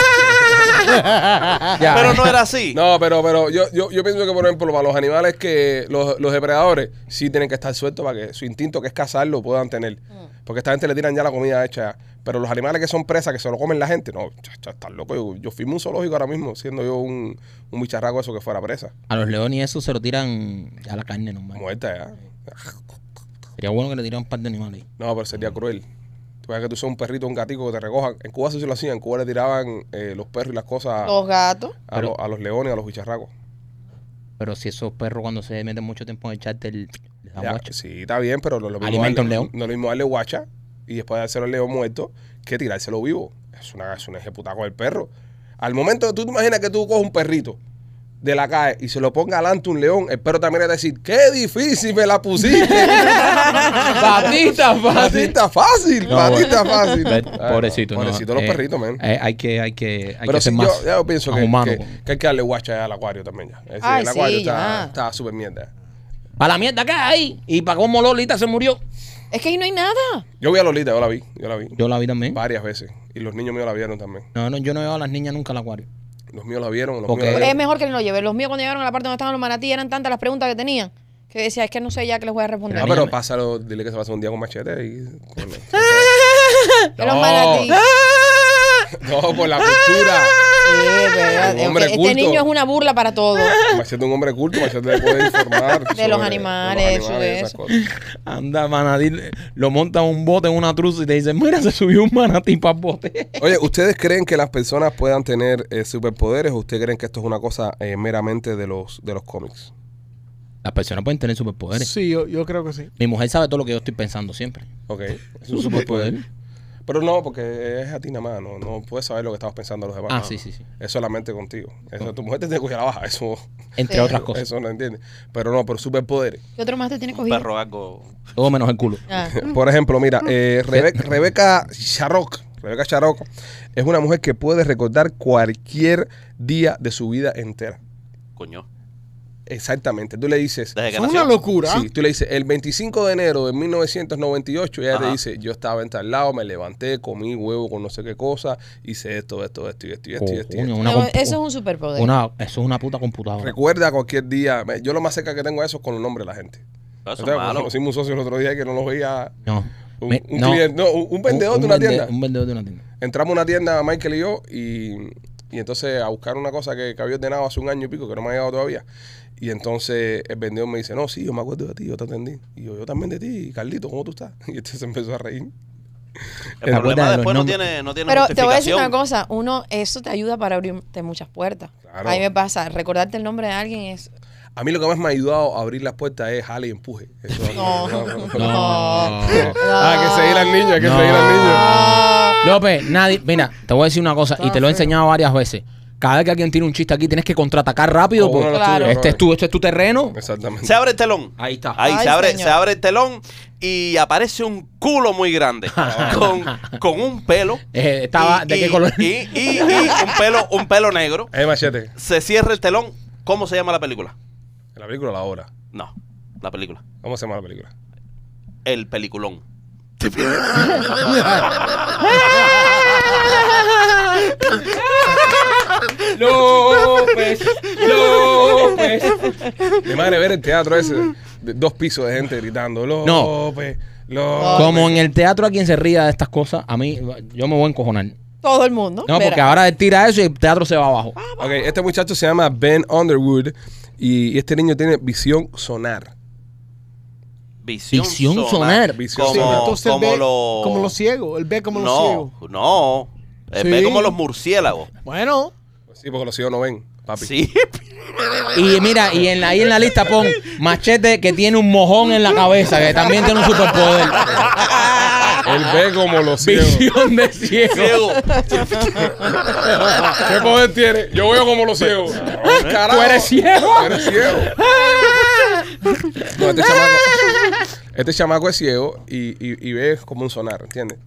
[SPEAKER 2] [laughs] Ya.
[SPEAKER 4] pero no era así.
[SPEAKER 1] No, pero, pero yo, yo, yo pienso que, por ejemplo, para los animales que los, los depredadores sí tienen que estar sueltos para que su instinto, que es cazar, lo puedan tener. Porque esta gente le tiran ya la comida hecha. Pero los animales que son presas, que se lo comen la gente, no, cha- cha, estás loco. Yo, yo firmo un zoológico ahora mismo, siendo yo un, un bicharraco eso que fuera presa.
[SPEAKER 2] A los leones y eso se lo tiran a la carne normal.
[SPEAKER 1] Muerta ya.
[SPEAKER 2] Sería bueno que le tiran un par de animales.
[SPEAKER 1] No, pero sería cruel. Tú ves que tú seas un perrito, un gatico que te recojan. En Cuba sí se lo hacían. En Cuba le tiraban eh, los perros y las cosas a,
[SPEAKER 5] Los gatos.
[SPEAKER 1] a los, a los leones, a los bicharracos.
[SPEAKER 2] Pero si esos perros cuando se meten mucho tiempo en el charter, les dan
[SPEAKER 1] Ya,
[SPEAKER 2] guacho.
[SPEAKER 1] Sí, está bien, pero no es lo mismo.
[SPEAKER 2] Alimenta
[SPEAKER 1] darle-
[SPEAKER 2] un león.
[SPEAKER 1] No es lo mismo darle guacha y después dárselo al león muerto que tirárselo vivo. Es una, es una ejecutada con el perro. Al momento, tú te imaginas que tú coges un perrito de la calle y se lo ponga adelante un león, el perro también va a decir, qué difícil me la
[SPEAKER 2] [laughs]
[SPEAKER 1] pusiste.
[SPEAKER 2] Patita,
[SPEAKER 1] [laughs] patita fácil,
[SPEAKER 2] No,
[SPEAKER 1] patita fácil.
[SPEAKER 2] Ve-
[SPEAKER 1] Ay,
[SPEAKER 2] Pobrecito, no,
[SPEAKER 1] Pobrecito los
[SPEAKER 2] eh,
[SPEAKER 1] perritos, man.
[SPEAKER 2] eh, hay que, hay que, hay
[SPEAKER 1] Pero
[SPEAKER 2] que ser
[SPEAKER 1] sí,
[SPEAKER 2] más,
[SPEAKER 1] yo, yo pienso que,
[SPEAKER 2] humano.
[SPEAKER 1] que- que hay que darle guacha al acuario también ya. Es decir,
[SPEAKER 5] Ay,
[SPEAKER 1] el acuario
[SPEAKER 5] sí,
[SPEAKER 1] está-
[SPEAKER 5] ya.
[SPEAKER 1] está súper mierda.
[SPEAKER 2] Para la mierda que hay. Y para cómo Lolita se murió.
[SPEAKER 5] Es que ahí no hay nada.
[SPEAKER 1] Yo vi a Lolita, yo la vi, yo la vi.
[SPEAKER 2] Yo la vi también.
[SPEAKER 1] Varias veces. Y los niños míos la vieron también.
[SPEAKER 2] No, no, yo no veo a las niñas nunca al acuario.
[SPEAKER 1] Los míos la vieron, los
[SPEAKER 2] Ok.
[SPEAKER 1] míos la
[SPEAKER 5] Es
[SPEAKER 1] vieron.
[SPEAKER 5] mejor que no lo lleven. Los míos cuando llegaron a la parte donde estaban los manatí eran tantas las preguntas que tenían [laughs] que decía, es que no sé ya que les voy a responder.
[SPEAKER 1] Ah,
[SPEAKER 2] Mira,
[SPEAKER 1] pero
[SPEAKER 2] mírame.
[SPEAKER 5] [laughs]
[SPEAKER 1] pásalo, dile que se pase un día con machete y. con-
[SPEAKER 5] De los manatíes.
[SPEAKER 1] No, por la cultura.
[SPEAKER 5] [laughs] Sí, es verdad.
[SPEAKER 1] Un hombre
[SPEAKER 5] este
[SPEAKER 1] culto.
[SPEAKER 5] niño es una burla para todo.
[SPEAKER 1] Machete es un hombre culto, Machete le puede informar.
[SPEAKER 5] los
[SPEAKER 1] sobre-
[SPEAKER 5] animales,
[SPEAKER 1] los animales y esas
[SPEAKER 5] eso.
[SPEAKER 1] cosas.
[SPEAKER 2] Anda, manatí, lo monta un bote en una truza y te dicen, mira, se subió un manatí para el bote.
[SPEAKER 1] Oye, ¿ustedes creen que las personas puedan tener eh, superpoderes o ustedes creen que esto es una cosa eh, meramente de los, de los cómics?
[SPEAKER 2] Las personas pueden tener superpoderes.
[SPEAKER 3] Sí, yo, yo creo que sí.
[SPEAKER 2] Mi mujer sabe todo lo que yo estoy pensando siempre.
[SPEAKER 1] Ok, es un superpoder. Pero no, porque es a ti nada más, no, no puedes saber lo que estabas pensando los demás.
[SPEAKER 2] Ah, sí, sí, sí.
[SPEAKER 1] Es solamente contigo. Eso, tu mujer te tiene que coger la baja, eso,
[SPEAKER 2] Entre
[SPEAKER 5] Sí.
[SPEAKER 2] otras cosas.
[SPEAKER 1] eso no entiendes. Pero no, pero superpoderes.
[SPEAKER 5] ¿Qué otro más te tiene
[SPEAKER 4] Un
[SPEAKER 5] cogido?
[SPEAKER 4] perro algo.
[SPEAKER 2] Todo menos el culo.
[SPEAKER 5] Ah.
[SPEAKER 1] Por ejemplo, mira, eh, Rebe- Rebeca Sharrock. Rebeca Sharrock es una mujer que puede recordar cualquier día de su vida entera.
[SPEAKER 4] Coño.
[SPEAKER 1] Exactamente. Tú le dices.
[SPEAKER 4] Desde que
[SPEAKER 3] Es una
[SPEAKER 4] nació.
[SPEAKER 3] locura.
[SPEAKER 1] Sí, tú le dices, el 25 de enero de 1998, ella te
[SPEAKER 4] Ajá.
[SPEAKER 1] dice, yo estaba en tal lado, me levanté, comí huevo con no sé qué cosa, hice esto, esto, esto, y esto, y esto, y esto, y
[SPEAKER 2] Coño,
[SPEAKER 1] esto.
[SPEAKER 2] una
[SPEAKER 5] Eso
[SPEAKER 2] compu-
[SPEAKER 5] es un superpoder.
[SPEAKER 2] una- eso es una puta computadora.
[SPEAKER 1] Recuerda cualquier día, me- yo lo más cerca que tengo a eso es con los nombres de la gente.
[SPEAKER 4] Eso es
[SPEAKER 1] O sea, [laughs]
[SPEAKER 4] malo.
[SPEAKER 1] Conocimos un socio el otro día que no lo veía
[SPEAKER 2] No.
[SPEAKER 1] un,
[SPEAKER 2] Me-
[SPEAKER 1] un
[SPEAKER 2] no.
[SPEAKER 1] cliente, no, un, un vendedor de una
[SPEAKER 2] vende-
[SPEAKER 1] tienda.
[SPEAKER 2] Un vendedor de una tienda.
[SPEAKER 1] Entramos a una tienda, Michael y yo, y, y entonces a buscar una cosa que, que había ordenado hace un año y pico, que no me ha llegado todavía. Y entonces el vendedor me dice, no, sí, yo me acuerdo de ti, yo te atendí. Y yo, yo también de ti, Carlito, ¿cómo tú estás? [laughs] Y entonces empezó a reír.
[SPEAKER 4] El
[SPEAKER 2] Recuerda
[SPEAKER 4] problema
[SPEAKER 2] de los
[SPEAKER 4] después no
[SPEAKER 2] nombres.
[SPEAKER 4] tiene, no tiene
[SPEAKER 5] Pero te voy a decir
[SPEAKER 4] justificación.
[SPEAKER 5] una cosa, uno, eso te ayuda para abrirte muchas puertas.
[SPEAKER 1] Claro.
[SPEAKER 5] A mí me pasa, recordarte el nombre de alguien es...
[SPEAKER 1] A mí lo que más me ha ayudado a abrir las puertas es jale y empuje. Eso-
[SPEAKER 5] No.
[SPEAKER 2] [laughs]
[SPEAKER 1] [laughs] Ah,
[SPEAKER 2] No.
[SPEAKER 1] que seguir al niño, hay que
[SPEAKER 2] No.
[SPEAKER 1] seguir al niño.
[SPEAKER 2] López, nadie. Mira, te voy a decir una cosa y te lo he enseñado varias veces. Cada vez que alguien tiene un chiste aquí, tienes que contraatacar rápido.
[SPEAKER 1] Como uno
[SPEAKER 2] porque
[SPEAKER 1] de los
[SPEAKER 5] Claro.
[SPEAKER 1] tuyos,
[SPEAKER 2] Este es tu, este es tu terreno.
[SPEAKER 1] Exactamente.
[SPEAKER 4] Se abre el telón.
[SPEAKER 2] Ahí está.
[SPEAKER 4] Ahí
[SPEAKER 5] Ay,
[SPEAKER 4] se, abre,
[SPEAKER 5] señor.
[SPEAKER 4] se abre el telón y aparece un culo
[SPEAKER 2] [laughs]
[SPEAKER 4] muy grande con, con un pelo.
[SPEAKER 2] Eh, estaba,
[SPEAKER 4] Y-
[SPEAKER 2] ¿de
[SPEAKER 4] y-
[SPEAKER 2] qué color?
[SPEAKER 4] Y,
[SPEAKER 2] [laughs]
[SPEAKER 4] y- y un, pelo, un pelo negro.
[SPEAKER 1] Eh, machete.
[SPEAKER 4] Se cierra el telón. ¿Cómo se llama la película?
[SPEAKER 1] La película o la hora.
[SPEAKER 4] No, la película.
[SPEAKER 1] ¿Cómo se llama la película?
[SPEAKER 4] El
[SPEAKER 2] [laughs]
[SPEAKER 4] peliculón.
[SPEAKER 2] López, López.
[SPEAKER 1] Mi madre ver el teatro ese de dos pisos de gente gritando López, López.
[SPEAKER 2] Como en el teatro a quien se ría de estas cosas, a mí yo me voy a encojonar.
[SPEAKER 5] Todo el mundo.
[SPEAKER 2] No, porque
[SPEAKER 5] verá.
[SPEAKER 2] ahora él tira eso y el teatro se va abajo.
[SPEAKER 1] Ok, este muchacho se llama Ben Underwood y este niño tiene visión sonar.
[SPEAKER 4] Visión,
[SPEAKER 2] Visión sonar.
[SPEAKER 1] Visión
[SPEAKER 4] Como,
[SPEAKER 3] Sí,
[SPEAKER 1] sonar.
[SPEAKER 3] entonces él
[SPEAKER 4] como
[SPEAKER 3] ve
[SPEAKER 4] los...
[SPEAKER 3] como los ciegos. Él ve como los ciegos.
[SPEAKER 4] No, no. Eh,
[SPEAKER 3] Sí.
[SPEAKER 4] Ve como los murciélagos.
[SPEAKER 3] Bueno,
[SPEAKER 1] Pues Sí, porque los ciegos no ven, papi. [laughs]
[SPEAKER 4] Sí. [laughs]
[SPEAKER 2] Y mira, y en la, ahí en la lista pon Machete que tiene un mojón en la cabeza, que también tiene un superpoder.
[SPEAKER 1] Él ve como
[SPEAKER 2] [laughs]
[SPEAKER 1] los ciegos.
[SPEAKER 2] Visión de ciego.
[SPEAKER 4] Ciego.
[SPEAKER 1] ¿Qué poder tiene? Yo veo como los
[SPEAKER 2] [laughs]
[SPEAKER 1] ciegos. Oh, Carajo.
[SPEAKER 2] ¿Eh? Tú eres ciego.
[SPEAKER 1] Tú eres ciego. No, este chamaco, este chamaco es ciego y, y, y ve como un sonar, ¿entiendes?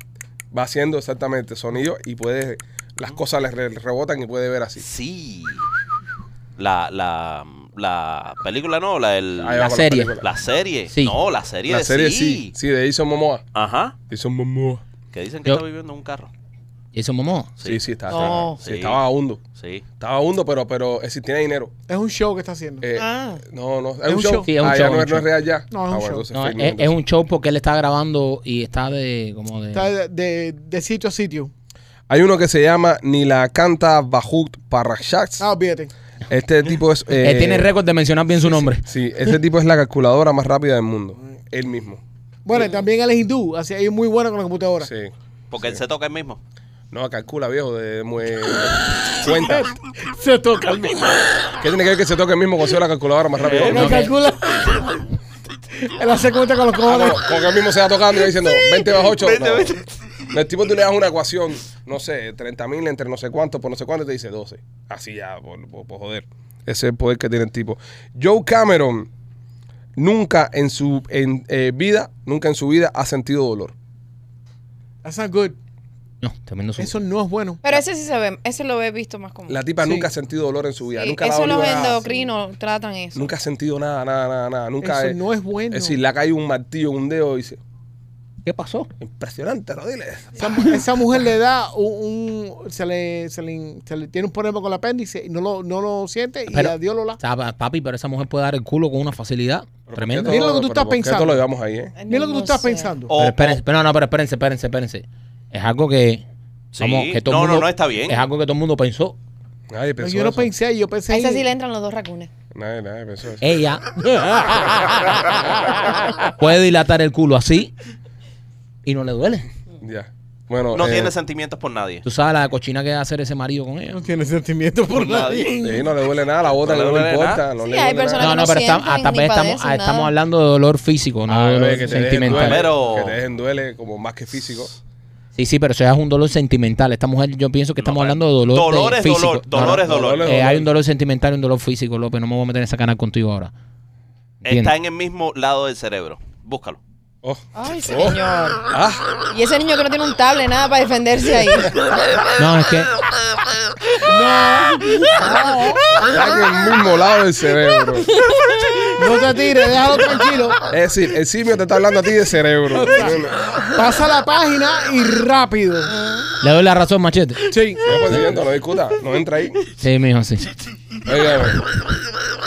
[SPEAKER 1] Va haciendo exactamente sonido y puede. Las cosas le re- rebotan y puede ver así.
[SPEAKER 4] Sí. La, la, la película no, la, el,
[SPEAKER 1] Ahí va
[SPEAKER 2] La
[SPEAKER 1] con
[SPEAKER 2] serie.
[SPEAKER 1] película.
[SPEAKER 4] la serie.
[SPEAKER 2] Sí.
[SPEAKER 4] No, la serie,
[SPEAKER 1] La, serie sí.
[SPEAKER 4] sí.
[SPEAKER 1] Sí, de Jason Momoa.
[SPEAKER 4] Ajá.
[SPEAKER 1] Jason Momoa.
[SPEAKER 4] Que dicen que
[SPEAKER 2] Yo-
[SPEAKER 4] está viviendo en un carro.
[SPEAKER 2] Jason Momoa.
[SPEAKER 1] Sí, sí, está.
[SPEAKER 3] Oh.
[SPEAKER 5] No.
[SPEAKER 1] Sí,
[SPEAKER 4] Sí.
[SPEAKER 1] estaba hundo.
[SPEAKER 4] Sí.
[SPEAKER 1] Estaba hundo, pero, pero eh, si tiene dinero.
[SPEAKER 3] es un show que está haciendo.
[SPEAKER 1] Eh,
[SPEAKER 5] Ah.
[SPEAKER 1] No, no. Es, un show.
[SPEAKER 2] Sí, es un
[SPEAKER 1] ah, ya
[SPEAKER 2] show,
[SPEAKER 1] no,
[SPEAKER 2] un
[SPEAKER 1] es- no es
[SPEAKER 2] show.
[SPEAKER 1] real ya.
[SPEAKER 3] No, es un
[SPEAKER 1] Ah, bueno,
[SPEAKER 3] show.
[SPEAKER 1] entonces
[SPEAKER 2] No,
[SPEAKER 1] filmen,
[SPEAKER 2] es, es
[SPEAKER 1] entonces.
[SPEAKER 2] un show porque él está grabando y está de como de.
[SPEAKER 3] Está de, de- de sitio a sitio.
[SPEAKER 1] Hay uno que se llama Nilakanta Bahut Parashaks.
[SPEAKER 3] Ah, olvídate.
[SPEAKER 1] Este tipo es. eh,
[SPEAKER 2] [laughs] él tiene récord de mencionar bien su nombre.
[SPEAKER 1] Sí, este tipo es la calculadora más rápida del mundo. Él mismo.
[SPEAKER 3] Bueno, y también él es hindú, así que es muy bueno con la computadora.
[SPEAKER 1] Sí.
[SPEAKER 4] Porque él se toca él mismo.
[SPEAKER 1] No, calcula, viejo. De, muy-
[SPEAKER 3] [laughs]
[SPEAKER 1] cuenta.
[SPEAKER 3] Se toca el mismo.
[SPEAKER 1] ¿Qué tiene que ver que se toque el mismo con ser la calculadora más rápida? del
[SPEAKER 3] Él no
[SPEAKER 1] mundo?
[SPEAKER 3] calcula. [laughs] él hace cuenta con los
[SPEAKER 1] Ah,
[SPEAKER 3] cojones.
[SPEAKER 1] como, como que él mismo se va tocando y va diciendo 20 bajo 8. no. No, El tipo tú le das una ecuación, no sé, 30 mil entre no sé cuánto por no sé cuánto y te dice 12. Así ya, por, por- por joder. Ese es el poder que tiene el tipo. Joe Cameron nunca en su en, eh, vida, nunca en su vida ha sentido dolor.
[SPEAKER 3] That's not good.
[SPEAKER 2] No, tremendo su.
[SPEAKER 3] Eso no es bueno.
[SPEAKER 5] Pero ese sí se ve, ese lo he visto más común.
[SPEAKER 1] La tipa
[SPEAKER 3] Sí.
[SPEAKER 1] nunca ha sentido dolor en su vida.
[SPEAKER 5] Sí,
[SPEAKER 1] nunca la ha
[SPEAKER 5] eso los
[SPEAKER 1] dolido nada.
[SPEAKER 5] endocrinos tratan eso.
[SPEAKER 1] Nunca ha sentido nada, nada, nada, nada. Nunca
[SPEAKER 3] Eso
[SPEAKER 1] eh,
[SPEAKER 3] no es bueno.
[SPEAKER 1] Es decir, le ha caído un martillo en un dedo y dice,
[SPEAKER 2] ¿Qué pasó?
[SPEAKER 1] impresionante, Rodiles.
[SPEAKER 3] Esa, mu- esa mujer le da un, un- se, le, se, le, se le tiene un problema con el apéndice y no lo, no lo siente y
[SPEAKER 2] Pero-
[SPEAKER 3] adiós Lola.
[SPEAKER 2] O sea, pa- papi, pero esa mujer puede dar el culo con una facilidad tremenda.
[SPEAKER 3] Mira lo que tú estás
[SPEAKER 1] Esto
[SPEAKER 3] pensando.
[SPEAKER 1] lo llevamos ahí, ¿eh?
[SPEAKER 5] Ay,
[SPEAKER 3] Mira lo que
[SPEAKER 5] no
[SPEAKER 3] tú estás
[SPEAKER 5] sé.
[SPEAKER 3] pensando.
[SPEAKER 4] O-
[SPEAKER 2] Pero espérense, pero no, no, pero espérense, espérense, espérense. Es algo que.
[SPEAKER 4] Sí.
[SPEAKER 2] vamos, que todo
[SPEAKER 4] No,
[SPEAKER 2] el mundo-
[SPEAKER 4] no, no, está bien.
[SPEAKER 2] Es algo que todo el mumundo pensó.
[SPEAKER 1] Nadie pensó
[SPEAKER 3] yo no
[SPEAKER 1] eso.
[SPEAKER 3] pensé, yo pensé.
[SPEAKER 5] A ese sí le entran los dos racunes.
[SPEAKER 1] Nadie, nadie pensó eso.
[SPEAKER 2] Ella. [laughs] puede dilatar el culo así. Y no le duele.
[SPEAKER 1] Ya. Bueno,
[SPEAKER 4] No
[SPEAKER 1] eh,
[SPEAKER 4] tiene sentimientos por nadie.
[SPEAKER 2] Tú sabes la cochina que va a hacer ese marido con ella.
[SPEAKER 3] No tiene sentimiento por
[SPEAKER 4] Nadie.
[SPEAKER 3] nadie.
[SPEAKER 1] sí, no le duele nada, la bota
[SPEAKER 4] No
[SPEAKER 1] no,
[SPEAKER 4] le
[SPEAKER 1] no le
[SPEAKER 4] duele
[SPEAKER 1] importa.
[SPEAKER 4] nada.
[SPEAKER 1] No
[SPEAKER 5] Sí,
[SPEAKER 1] le
[SPEAKER 5] hay
[SPEAKER 1] duele
[SPEAKER 5] personas
[SPEAKER 1] nada.
[SPEAKER 2] No, no,
[SPEAKER 5] no
[SPEAKER 2] pero estamos,
[SPEAKER 5] sienten
[SPEAKER 2] ah, tal
[SPEAKER 5] ni
[SPEAKER 2] vez estamos,
[SPEAKER 5] padecen
[SPEAKER 2] ah, estamos
[SPEAKER 5] nada.
[SPEAKER 2] hablando de dolor físico, no
[SPEAKER 1] Ah,
[SPEAKER 2] de dolor
[SPEAKER 1] bebé, que te dejen
[SPEAKER 2] sentimental.
[SPEAKER 1] duele,
[SPEAKER 4] Pero-
[SPEAKER 1] Que te dejen duele como más que físico.
[SPEAKER 2] Sí, sí, pero eso ya es un dolor sentimental. Esta mujer, yo pienso que estamos
[SPEAKER 4] No,
[SPEAKER 2] hablando de dolor, de-
[SPEAKER 4] Dolor es
[SPEAKER 2] físico.
[SPEAKER 4] dolor,
[SPEAKER 2] No, no,
[SPEAKER 4] dolor es
[SPEAKER 1] dolor
[SPEAKER 4] dolor.
[SPEAKER 1] es-
[SPEAKER 2] eh, hay un dolor sentimental y un dolor físico, López. No me voy a meter en esa canal contigo ahora.
[SPEAKER 4] Está
[SPEAKER 2] ¿Entiendes?
[SPEAKER 4] en el mismo lado del cerebro. Búscalo.
[SPEAKER 1] Oh.
[SPEAKER 5] Ay,
[SPEAKER 1] Oh.
[SPEAKER 5] señor.
[SPEAKER 1] Ah,
[SPEAKER 5] Y ese niño que no tiene un tablet, nada para
[SPEAKER 2] [laughs]
[SPEAKER 5] defenderse ahí.
[SPEAKER 2] No, es que
[SPEAKER 1] está en Ah, el mismo lado del cerebro.
[SPEAKER 3] No te tires, déjalo tranquilo.
[SPEAKER 1] Es decir, el simio te está hablando a ti de cerebro. Estoy
[SPEAKER 3] Pasa la página y rápido.
[SPEAKER 5] Ah.
[SPEAKER 2] le doy la razón, machete.
[SPEAKER 3] Sí.
[SPEAKER 1] consiguiendo, no discuta, no entra ahí.
[SPEAKER 2] Sí, mijo, sí.
[SPEAKER 1] Óigame,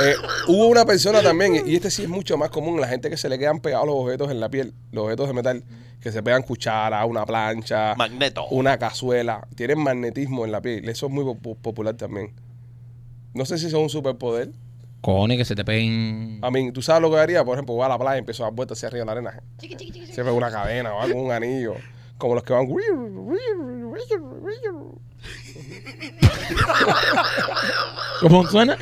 [SPEAKER 1] eh, hubo una persona también, y este sí es mucho más común, la gente que se le quedan pegados los objetos en la piel, los objetos de metal, que se pegan cuchara, una plancha,
[SPEAKER 4] Magneto.
[SPEAKER 1] Ah. una cazuela, tienen magnetismo en la piel, eso es muy po- popular también. No sé si eso es un superpoder.
[SPEAKER 2] Cojones que se te peguen.
[SPEAKER 1] A mí, ¿tú sabes lo que haría? Por ejemplo, voy a la playa y empiezo a dar vueltas hacia arriba en la arena. Se pega una cadena o algo, un anillo. Como los que van...
[SPEAKER 2] ¿Cómo suena?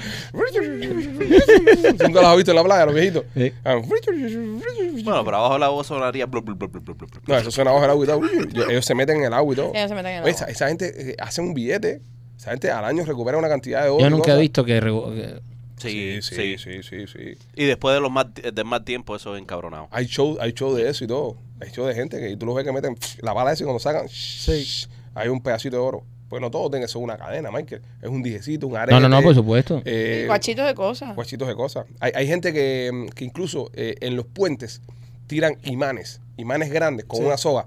[SPEAKER 1] Nunca los has visto en la playa, los viejitos.
[SPEAKER 2] Sí.
[SPEAKER 1] Ah,
[SPEAKER 4] Bueno, pero abajo la voz sonaría. blu, blu, blu, blu, blu, blu.
[SPEAKER 1] No, eso suena bajo el agua y todo. Yo- ellos se meten en el agua y todo.
[SPEAKER 5] Ellos se meten en el
[SPEAKER 1] Oye,
[SPEAKER 5] agua.
[SPEAKER 1] Esa, esa gente eh, hace un billete. Esa gente al año recupera una cantidad de oro.
[SPEAKER 2] Yo
[SPEAKER 1] y
[SPEAKER 2] nunca
[SPEAKER 1] cosas.
[SPEAKER 2] he visto que. rego- que-
[SPEAKER 4] Sí, sí,
[SPEAKER 1] sí, sí, sí.
[SPEAKER 4] Y después de los más, de más tiempo, eso es encabronado.
[SPEAKER 1] Hay show, hay show de eso y todo. Hay show de gente que tú los ves que meten la bala esa y cuando sacan, hay un pedacito de oro. Pues no todos tienen eso una cadena, Michael. Es un dijecito, un arete.
[SPEAKER 2] No, no, no, por supuesto.
[SPEAKER 1] eh,
[SPEAKER 5] Guachitos de cosas.
[SPEAKER 1] guachitos de cosas. Hay, hay gente que, mm, que incluso eh, en los puentes tiran imanes, imanes grandes con una soga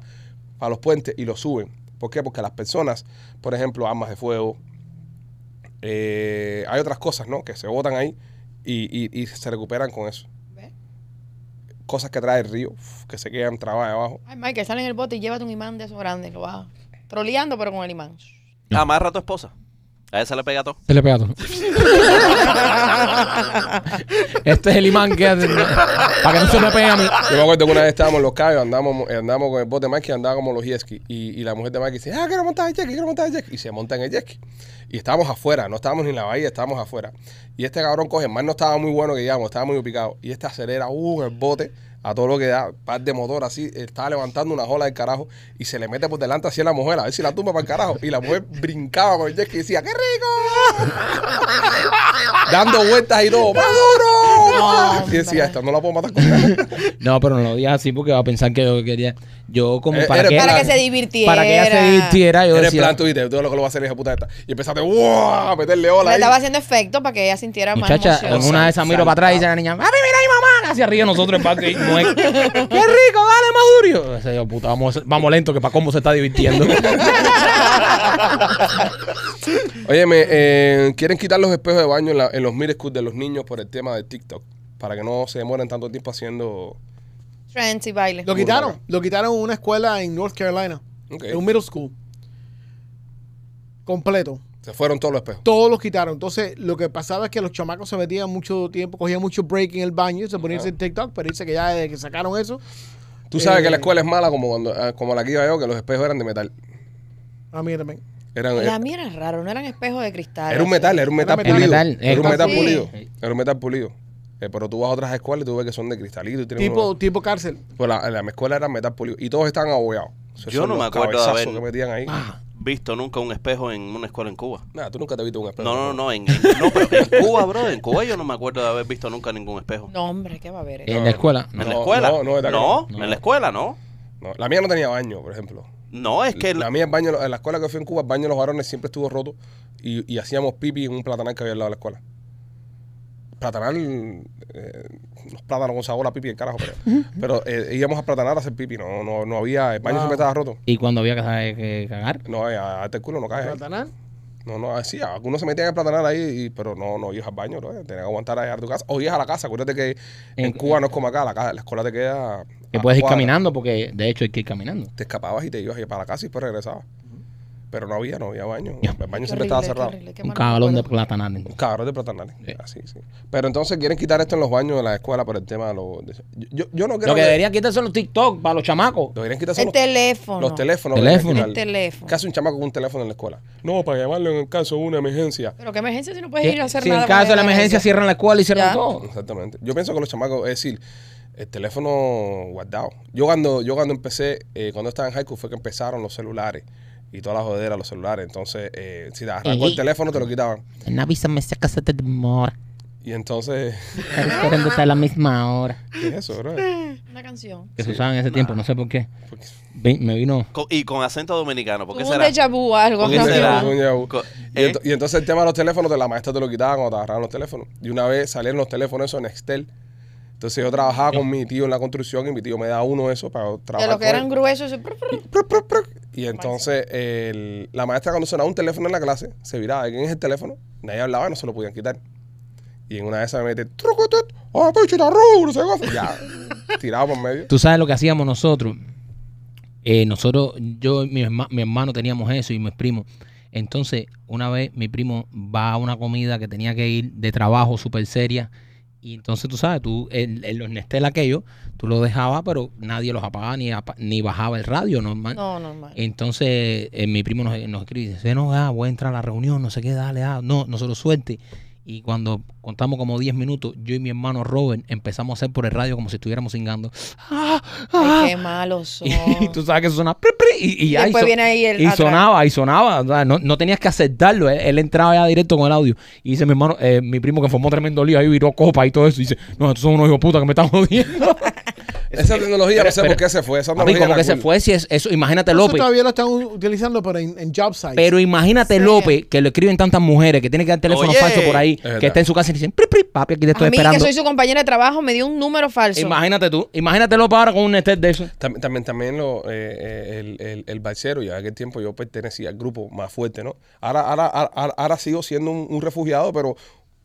[SPEAKER 1] a los puentes y los suben. ¿Por qué? Porque las personas, por ejemplo, armas de fuego, eh, hay otras cosas, ¿no? Que se botan ahí y, y- y se recuperan con eso.
[SPEAKER 5] ¿Ve?
[SPEAKER 1] Cosas que trae el río, uf, que se quedan trabadas abajo.
[SPEAKER 5] Ay, Michael, sale en el bote y llévate un imán de esos grandes, lo vas troleando, pero con el imán.
[SPEAKER 2] No.
[SPEAKER 4] Amarra a tu esposa. A esa le pega todo.
[SPEAKER 2] Se le pega todo. [laughs] este es el imán que. Para que no se me pegue a mí.
[SPEAKER 1] [laughs] Yo me acuerdo que una vez estábamos en los cabos, andamos, eh, andamos con el bote de Mike y andaba como los jet ski. Y, y la mujer de Mike dice, ah, quiero montar el jet ski, quiero montar el jet ski. Y se monta en el jet ski. Y estábamos afuera, no estábamos ni en la bahía, estábamos afuera. Y este cabrón coge, más no estaba muy bueno que digamos, estaba muy picado. Y este acelera, uh, el bote, a todo lo que da, par de motor así, estaba levantando una jola del carajo y se le mete por delante así a la mujer, a ver si la tumba para el carajo. Y la mujer brincaba con el jet ski y decía, ¡qué rico! [laughs] Dando vueltas y todo, ¡más duro!
[SPEAKER 5] No,
[SPEAKER 1] y decía,
[SPEAKER 5] hombre.
[SPEAKER 1] esta no la puedo matar con nada".
[SPEAKER 2] No, pero no lo digas así porque va a pensar que yo quería. Yo, como
[SPEAKER 1] Eh,
[SPEAKER 2] para,
[SPEAKER 1] era
[SPEAKER 2] que,
[SPEAKER 1] plan-
[SPEAKER 5] Para que se divirtiera.
[SPEAKER 2] para que ella se divirtiera, yo
[SPEAKER 1] Eres
[SPEAKER 2] decía.
[SPEAKER 1] plan Twitter, todo lo que lo va a hacer hija puta esta. Y empezaste ¡guau! a meterle ola.
[SPEAKER 5] Le
[SPEAKER 1] Ahí.
[SPEAKER 5] estaba haciendo efecto para que ella sintiera
[SPEAKER 2] Muchacha,
[SPEAKER 5] más
[SPEAKER 2] en
[SPEAKER 5] emoción.
[SPEAKER 2] una de esas miro para atrás y dice la niña, ¡Mami, mira mi mamá! Hacia arriba nosotros en parque. y
[SPEAKER 1] [laughs]
[SPEAKER 2] no es- ¡Qué rico! ¡Dale, Madurio! Ese yo, puta, vamos, vamos lento que para cómo se está divirtiendo.
[SPEAKER 1] [laughs] Óyeme, eh, quieren quitar los espejos de baño en, la- en los middle school de los niños por el tema de TikTok. Para que no se demoren tanto tiempo haciendo.
[SPEAKER 5] Trends y baile.
[SPEAKER 3] Lo quitaron. Lo quitaron en una escuela en North Carolina.
[SPEAKER 1] Ok.
[SPEAKER 3] En un middle school. Completo.
[SPEAKER 1] Se fueron todos los espejos.
[SPEAKER 3] Todos los quitaron. Entonces, lo que pasaba es que los chamacos se metían mucho tiempo, cogían mucho break en el baño y se ponían en TikTok, pero dice que ya desde que sacaron eso,
[SPEAKER 1] Tú sabes que la
[SPEAKER 3] Eh.
[SPEAKER 1] escuela es mala como cuando ah, como la que iba yo, que los espejos eran de metal.
[SPEAKER 3] a mí también.
[SPEAKER 1] Eran,
[SPEAKER 5] La
[SPEAKER 1] eh,
[SPEAKER 5] mía era raro, no eran espejos de cristal.
[SPEAKER 1] era un metal, era un metal
[SPEAKER 3] metal.
[SPEAKER 1] pulido.
[SPEAKER 2] Metal, eh,
[SPEAKER 1] era un metal
[SPEAKER 5] sí.
[SPEAKER 1] pulido. Era un metal pulido. Eh, pero tú vas a otras escuelas y tú ves que son de cristalito. Y tienen
[SPEAKER 3] Tipo,
[SPEAKER 1] unos-
[SPEAKER 3] tipo cárcel.
[SPEAKER 1] Pues la, la escuela era metal pulido. Y todos estaban abollados. Esos
[SPEAKER 4] Yo
[SPEAKER 1] son
[SPEAKER 4] no me
[SPEAKER 1] los
[SPEAKER 4] acuerdo de
[SPEAKER 1] cabezazos
[SPEAKER 4] haber- Ah.
[SPEAKER 1] que metían ahí.
[SPEAKER 4] Visto nunca un espejo en una escuela en Cuba.
[SPEAKER 1] Nada, tú nunca te viste un espejo.
[SPEAKER 4] No, no, no, en, en- no, pero en Cuba, bro, en Cuba yo no me acuerdo de haber visto nunca ningún espejo.
[SPEAKER 5] No, hombre, ¿qué va a haber?
[SPEAKER 2] en la escuela.
[SPEAKER 4] ¿En
[SPEAKER 2] No.
[SPEAKER 4] la
[SPEAKER 1] No,
[SPEAKER 4] escuela?
[SPEAKER 1] no,
[SPEAKER 4] No,
[SPEAKER 1] no,
[SPEAKER 4] no,
[SPEAKER 1] está
[SPEAKER 4] en la escuela no.
[SPEAKER 1] No, la mía no tenía baño, por ejemplo.
[SPEAKER 4] No, es que...
[SPEAKER 1] La mía, el baño, en la escuela que fui en Cuba, el baño de los varones siempre estuvo roto y, y hacíamos pipi en un platanal que había al lado de la escuela. Platanal, eh, los plátanos con sabor a pipi, el carajo,
[SPEAKER 3] [laughs]
[SPEAKER 1] pero, pero eh, íbamos a platanar a hacer pipi, no, no, no había, el baño
[SPEAKER 3] Wow.
[SPEAKER 1] siempre estaba roto. eh,
[SPEAKER 2] Y cuando había eh, que, que cagar.
[SPEAKER 1] No, a- a- a este culo no cae.
[SPEAKER 3] Platanal.
[SPEAKER 1] No, no, así, algunos se metían a platanar ahí, y- pero no, no ibas al baño, bro. eh, Tenías que aguantar allá a tu casa. O ibas a la casa, acuérdate que en,
[SPEAKER 2] En-
[SPEAKER 1] Cuba no es como acá, la, ca- la escuela te queda. a
[SPEAKER 2] Eh, Que puedes ir
[SPEAKER 1] cuadra.
[SPEAKER 2] caminando, porque de hecho hay que ir caminando.
[SPEAKER 1] Te escapabas y te ibas para la casa y después regresabas. Pero no había, no había baño.
[SPEAKER 2] Ya.
[SPEAKER 1] El baño
[SPEAKER 5] Qué
[SPEAKER 1] siempre
[SPEAKER 5] horrible,
[SPEAKER 1] estaba
[SPEAKER 5] qué
[SPEAKER 1] cerrado.
[SPEAKER 5] horrible, qué
[SPEAKER 2] Un
[SPEAKER 5] mal
[SPEAKER 2] cabalón de
[SPEAKER 5] recuerdo.
[SPEAKER 2] platanar.
[SPEAKER 1] Cabros de platanales. Así, sí. Pero entonces quieren quitar esto en los baños de la escuela por el tema de los. de- yo, yo no creo
[SPEAKER 2] Lo que deberían quitarse son los TikTok para los chamacos.
[SPEAKER 1] Lo deberían quitar son
[SPEAKER 5] El
[SPEAKER 1] los,
[SPEAKER 5] teléfono.
[SPEAKER 1] los teléfonos.
[SPEAKER 2] Teléfono.
[SPEAKER 1] deberían
[SPEAKER 5] El
[SPEAKER 1] quitar.
[SPEAKER 5] teléfono.
[SPEAKER 1] Casi un chamaco con un teléfono en la escuela. No, para llamarlo en el caso de una emergencia.
[SPEAKER 5] Pero qué emergencia si no puedes ir a hacer
[SPEAKER 2] Si
[SPEAKER 5] nada.
[SPEAKER 2] en
[SPEAKER 5] cuando
[SPEAKER 2] caso de la
[SPEAKER 5] hay
[SPEAKER 2] emergencia cierran la escuela y
[SPEAKER 5] Ya.
[SPEAKER 2] cierran todo.
[SPEAKER 1] Exactamente. Yo pienso que los chamacos, es decir, el teléfono guardado. Yo cuando, yo cuando empecé, eh, cuando estaba en high school, fue que empezaron los celulares y toda la jodera, los celulares. Entonces, eh, si te arrancó el
[SPEAKER 2] Ey.
[SPEAKER 1] teléfono, te lo quitaban.
[SPEAKER 2] En avísame si acaso te demora.
[SPEAKER 1] Y entonces, [laughs]
[SPEAKER 2] Estar esperándote a la misma hora.
[SPEAKER 1] ¿qué es eso, bro?
[SPEAKER 5] Una canción.
[SPEAKER 2] Que se usaba en ese tiempo, no sé por qué.
[SPEAKER 5] [laughs]
[SPEAKER 1] Porque-
[SPEAKER 2] Vi- Me vino.
[SPEAKER 4] Co- y con acento dominicano, ¿por qué
[SPEAKER 5] Tuvo un
[SPEAKER 4] será?
[SPEAKER 5] déjà vu o algo.
[SPEAKER 4] ¿Por qué
[SPEAKER 5] una
[SPEAKER 4] será?
[SPEAKER 5] canción.
[SPEAKER 1] Coño, ya, bu-
[SPEAKER 4] Co-
[SPEAKER 1] Y,
[SPEAKER 4] ¿Eh?
[SPEAKER 1] ento- y entonces el tema de los teléfonos, de la maestra te lo quitaban cuando te agarraban los teléfonos. Y una vez salieron los teléfonos esos en Nextel. Entonces yo trabajaba con mi tío en la construcción y mi tío me daba uno de esos para yo
[SPEAKER 5] De
[SPEAKER 1] trabajar.
[SPEAKER 5] los que
[SPEAKER 1] con él.
[SPEAKER 5] eran gruesos. ese prr, prr.
[SPEAKER 1] Pruc, pruc, pruc. Y entonces el- la maestra cuando sonaba un teléfono en la clase, se viraba, ¿quién es el teléfono? Nadie hablaba, no se lo podían quitar. Y en una de esas me mete, trucutut, ah, pichita, ru, no sé qué cosa. Ya, [laughs] tirado por medio.
[SPEAKER 2] Tú sabes lo que hacíamos nosotros. Eh, nosotros, yo y mi, herma- mi hermano teníamos eso y mis primos. Entonces, una vez mi primo va a una comida que tenía que ir de trabajo súper seria. Y entonces tú sabes, tú en, en los Nestel aquellos, tú los dejabas, pero nadie los apagaba ni, apa- ni bajaba el radio normal.
[SPEAKER 5] No, normal.
[SPEAKER 2] Entonces, eh, mi primo nos, nos escribe, dice, no, ah, voy a entrar a la reunión, no sé qué, dale, ah, no, nosotros suerte. Y cuando contamos como 10 minutos, yo y mi hermano Robert empezamos a hacer por el radio como si estuviéramos singando. Ah, ah.
[SPEAKER 5] Ay, qué malos son.
[SPEAKER 2] Y, [laughs] y tú sabes que eso sonaba. pri, pri, Y, y ya, y
[SPEAKER 5] Después
[SPEAKER 2] so-
[SPEAKER 5] viene ahí el
[SPEAKER 2] y
[SPEAKER 5] atrás.
[SPEAKER 2] sonaba, y sonaba. o sea, no, no tenías que aceptarlo. Él, él entraba ya directo con el audio. Y dice mi hermano, eh, mi primo que formó tremendo lío, ahí viró copa y todo eso. Y dice, no, estos son unos hijos puta que me están jodiendo.
[SPEAKER 1] Esa tecnología, no sé por qué se fue. Esa
[SPEAKER 2] Papi,
[SPEAKER 1] tecnología
[SPEAKER 2] como
[SPEAKER 1] era
[SPEAKER 2] que se
[SPEAKER 1] cool.
[SPEAKER 2] fue, si es, eso, imagínate
[SPEAKER 3] Eso
[SPEAKER 2] López.
[SPEAKER 3] todavía lo están u- utilizando, pero en, en job sites.
[SPEAKER 2] Pero imagínate
[SPEAKER 5] Sí.
[SPEAKER 2] López, que lo escriben tantas mujeres, que tiene que dar teléfono
[SPEAKER 4] Oye.
[SPEAKER 2] falso por ahí,
[SPEAKER 1] verdad.
[SPEAKER 2] que está en su casa y dicen, "Pri, pri, papi, aquí te estoy
[SPEAKER 5] a mí, que
[SPEAKER 2] esperando.
[SPEAKER 5] soy su compañera de trabajo, me dio un número falso.
[SPEAKER 2] Imagínate tú, imagínate López ahora con un Nested de eso.
[SPEAKER 1] También, también, también lo, eh, eh, el, el, el balsero, yo en aquel tiempo yo pertenecía al grupo más fuerte, ¿no? Ahora, ahora, ahora, ahora- ahora sigo siendo un, un refugiado, pero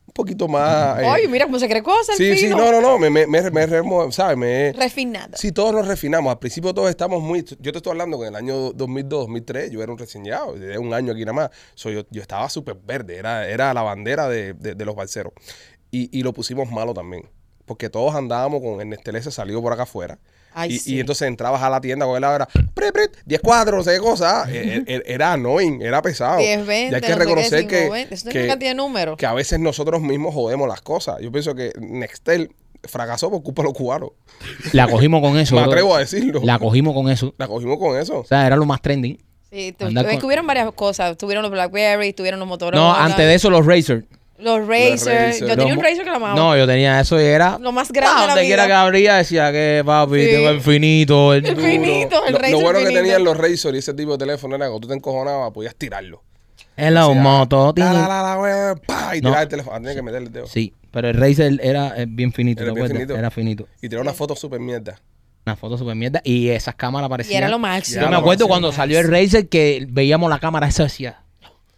[SPEAKER 1] un poquito más... eh,
[SPEAKER 5] Oye, mira cómo se cree cosas.
[SPEAKER 1] sí,
[SPEAKER 5] el
[SPEAKER 1] sí,
[SPEAKER 5] fino.
[SPEAKER 1] no, no, no, me, me, me, me remo- ¿sabes? Me,
[SPEAKER 5] Refinada.
[SPEAKER 1] Sí, todos nos refinamos. Al principio todos estamos muy... Yo te estoy hablando que en el año 2002, 2003 yo era un reseñado, de un año aquí nada más. So, yo, yo estaba súper verde, era, era la bandera de, de- de los balseros. Y, y lo pusimos malo también, porque todos andábamos con el Nestlé se salió por acá afuera.
[SPEAKER 5] Ay,
[SPEAKER 1] y,
[SPEAKER 5] sí.
[SPEAKER 1] y entonces entrabas a la tienda con él ahora, 10 cuadros, no sé qué
[SPEAKER 5] [laughs]
[SPEAKER 1] cosa. Eh, eh, eh, Era annoying, era pesado.
[SPEAKER 5] 10, 20,
[SPEAKER 1] y hay que
[SPEAKER 5] no sé qué,
[SPEAKER 1] reconocer
[SPEAKER 5] 5,
[SPEAKER 1] que,
[SPEAKER 5] 20. Eso tiene
[SPEAKER 1] que-
[SPEAKER 5] una cantidad de números.
[SPEAKER 1] que a veces nosotros mismos jodemos las cosas. Yo pienso que Nextel fracasó por culpa de los cubanos.
[SPEAKER 2] La cogimos con
[SPEAKER 1] [laughs]
[SPEAKER 2] eso.
[SPEAKER 1] Me
[SPEAKER 2] bro.
[SPEAKER 1] atrevo a decirlo.
[SPEAKER 2] La cogimos con eso.
[SPEAKER 1] La cogimos con eso.
[SPEAKER 2] O sea, era lo más trending.
[SPEAKER 5] Sí, tu-
[SPEAKER 2] Andar
[SPEAKER 5] es que
[SPEAKER 2] con-
[SPEAKER 5] hubieron varias cosas. Tuvieron los Blackberry, tuvieron los Motorola.
[SPEAKER 2] No, antes de eso los Razer.
[SPEAKER 5] Los Razer.
[SPEAKER 1] Razer.
[SPEAKER 5] Yo tenía un
[SPEAKER 2] Los-
[SPEAKER 5] Razer que la amaba.
[SPEAKER 2] No, yo tenía eso y era...
[SPEAKER 5] Lo más grande de la
[SPEAKER 2] donde quiera
[SPEAKER 5] vida.
[SPEAKER 2] que abría decía que papi,
[SPEAKER 5] Sí.
[SPEAKER 2] tengo el finito. el duro".
[SPEAKER 5] Finito, el
[SPEAKER 1] lo,
[SPEAKER 5] Razer
[SPEAKER 1] lo bueno que
[SPEAKER 5] finito.
[SPEAKER 1] tenían los Razor y ese tipo de teléfono era que cuando tú te encojonabas, podías tirarlo.
[SPEAKER 2] En la moto. tin.
[SPEAKER 1] La, la, la, la, wea, pa, y
[SPEAKER 2] No.
[SPEAKER 1] tirar el teléfono. Ah, tenía que meterle el dedo.
[SPEAKER 2] Sí, pero el Razer era eh, bien finito,
[SPEAKER 1] Era
[SPEAKER 2] ¿te
[SPEAKER 1] bien
[SPEAKER 2] acuerdas?
[SPEAKER 1] finito.
[SPEAKER 2] Era finito.
[SPEAKER 1] Y tirar una foto súper mierda.
[SPEAKER 2] Una foto super mierda. Y esas cámaras
[SPEAKER 5] Y
[SPEAKER 2] parecían...
[SPEAKER 5] era lo máximo.
[SPEAKER 1] Ya
[SPEAKER 2] Yo me
[SPEAKER 1] lo
[SPEAKER 2] acuerdo
[SPEAKER 1] máximo.
[SPEAKER 2] cuando salió el Razer que veíamos la cámara esa decía,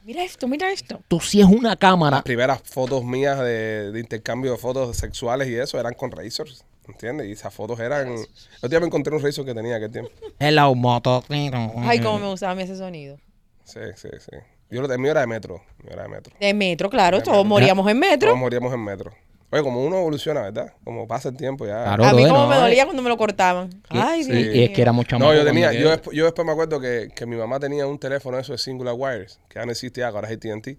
[SPEAKER 5] Mira esto, mira esto.
[SPEAKER 2] tú sí es una
[SPEAKER 1] Las
[SPEAKER 5] Ah.
[SPEAKER 2] cámara.
[SPEAKER 1] primeras fotos mías de, de intercambio de fotos sexuales y eso eran con Razor. ¿Entiendes? Y esas fotos eran. Yo día me encontré un Razor que tenía aquel tiempo.
[SPEAKER 2] Hello moto. Mm.
[SPEAKER 5] Ay, cómo me gustaba a mí ese sonido.
[SPEAKER 1] Sí, sí, sí. Yo lo mío era de metro. Mío era de metro.
[SPEAKER 5] De metro, claro. Todos moríamos en
[SPEAKER 1] Todos
[SPEAKER 5] metro.
[SPEAKER 1] moríamos en metro. Oye, como uno evoluciona, ¿verdad? Como pasa el tiempo ya.
[SPEAKER 2] Claro.
[SPEAKER 5] A mí
[SPEAKER 2] Todo,
[SPEAKER 5] como
[SPEAKER 2] ¿no?
[SPEAKER 5] me dolía cuando me lo cortaban. Ay,
[SPEAKER 2] Y-
[SPEAKER 5] Dios
[SPEAKER 2] y, es que
[SPEAKER 5] mío.
[SPEAKER 2] éramos chamacos.
[SPEAKER 1] No, yo tenía,
[SPEAKER 2] cuando
[SPEAKER 1] yo,
[SPEAKER 2] que-
[SPEAKER 1] despu- yo después me acuerdo que, que mi mamá tenía un teléfono eso de Singular Wires, que ya no existe ya, que ahora es AT&T.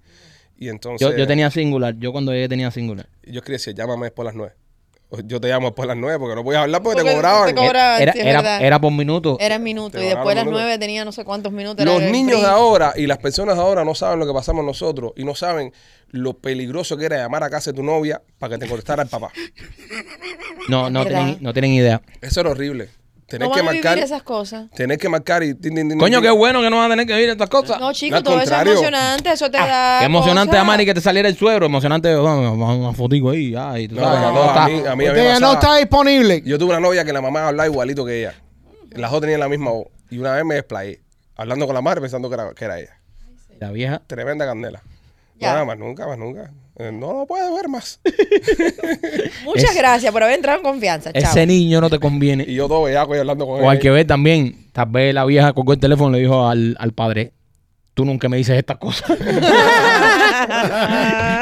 [SPEAKER 1] Y entonces,
[SPEAKER 2] yo, yo tenía singular, yo cuando llegué tenía singular.
[SPEAKER 1] yo quería decir, llámame después de las nueve. O Yo te llamo después de las nueve porque no podías hablar porque, te
[SPEAKER 5] Porque te
[SPEAKER 1] cobraban.
[SPEAKER 5] co- Ahora,
[SPEAKER 2] era,
[SPEAKER 5] Ah, sí, es
[SPEAKER 2] era,
[SPEAKER 5] verdad.
[SPEAKER 2] era por minuto.
[SPEAKER 5] Era en minuto.
[SPEAKER 1] Te
[SPEAKER 5] Y después a las
[SPEAKER 1] bajaron minuto.
[SPEAKER 5] nueve tenía no sé cuántos minutos. era
[SPEAKER 1] Eh, Los
[SPEAKER 5] el
[SPEAKER 1] niños de
[SPEAKER 5] free.
[SPEAKER 1] ahora y las personas de ahora no saben lo que pasamos nosotros y no saben lo peligroso que era llamar a casa de tu novia para que te contestara el
[SPEAKER 5] [laughs]
[SPEAKER 1] papá.
[SPEAKER 2] no, no
[SPEAKER 5] verdad.
[SPEAKER 2] tienen, no tienen idea.
[SPEAKER 1] Eso era horrible. Tener
[SPEAKER 5] No
[SPEAKER 1] que
[SPEAKER 5] van a
[SPEAKER 1] marcar,
[SPEAKER 5] vivir esas cosas.
[SPEAKER 1] tener que marcar y... tin, tin, tin,
[SPEAKER 2] Coño,
[SPEAKER 1] tin.
[SPEAKER 2] qué bueno que no van a tener que vivir estas cosas.
[SPEAKER 5] No, chicos,
[SPEAKER 1] Ah, al
[SPEAKER 5] todo eso es
[SPEAKER 1] contrario.
[SPEAKER 5] emocionante. Eso te da.
[SPEAKER 2] Qué emocionante,
[SPEAKER 5] cosas.
[SPEAKER 2] Amari, que te saliera el suegro. Emocionante, vamos, vamos, una fotico ahí. Ay, tú
[SPEAKER 1] No,
[SPEAKER 2] sabes,
[SPEAKER 1] no,
[SPEAKER 2] no, está-
[SPEAKER 1] a mí, a mí, a mí
[SPEAKER 3] Porque
[SPEAKER 1] me
[SPEAKER 3] ya no
[SPEAKER 1] pasaba-
[SPEAKER 3] está disponible.
[SPEAKER 1] Yo tuve una novia que la mamá hablaba igualito que ella. Las dos tenían la misma voz. Y una vez me desplayé, hablando con la madre pensando que era, que era ella.
[SPEAKER 6] La vieja.
[SPEAKER 1] Tremenda candela.
[SPEAKER 5] Ya.
[SPEAKER 1] Nada más, nunca más, nunca. Eh, No lo puedo ver más. [laughs]
[SPEAKER 5] Muchas
[SPEAKER 6] Es-
[SPEAKER 5] gracias por haber entrado en confianza. Chao.
[SPEAKER 6] Ese niño no te conviene.
[SPEAKER 1] Y yo todo bellaco y hablando con él.
[SPEAKER 6] O hay que ver también, tal vez la vieja colgó el teléfono y le dijo al, al padre, tú nunca me dices
[SPEAKER 5] [laughs]
[SPEAKER 6] estas cosas.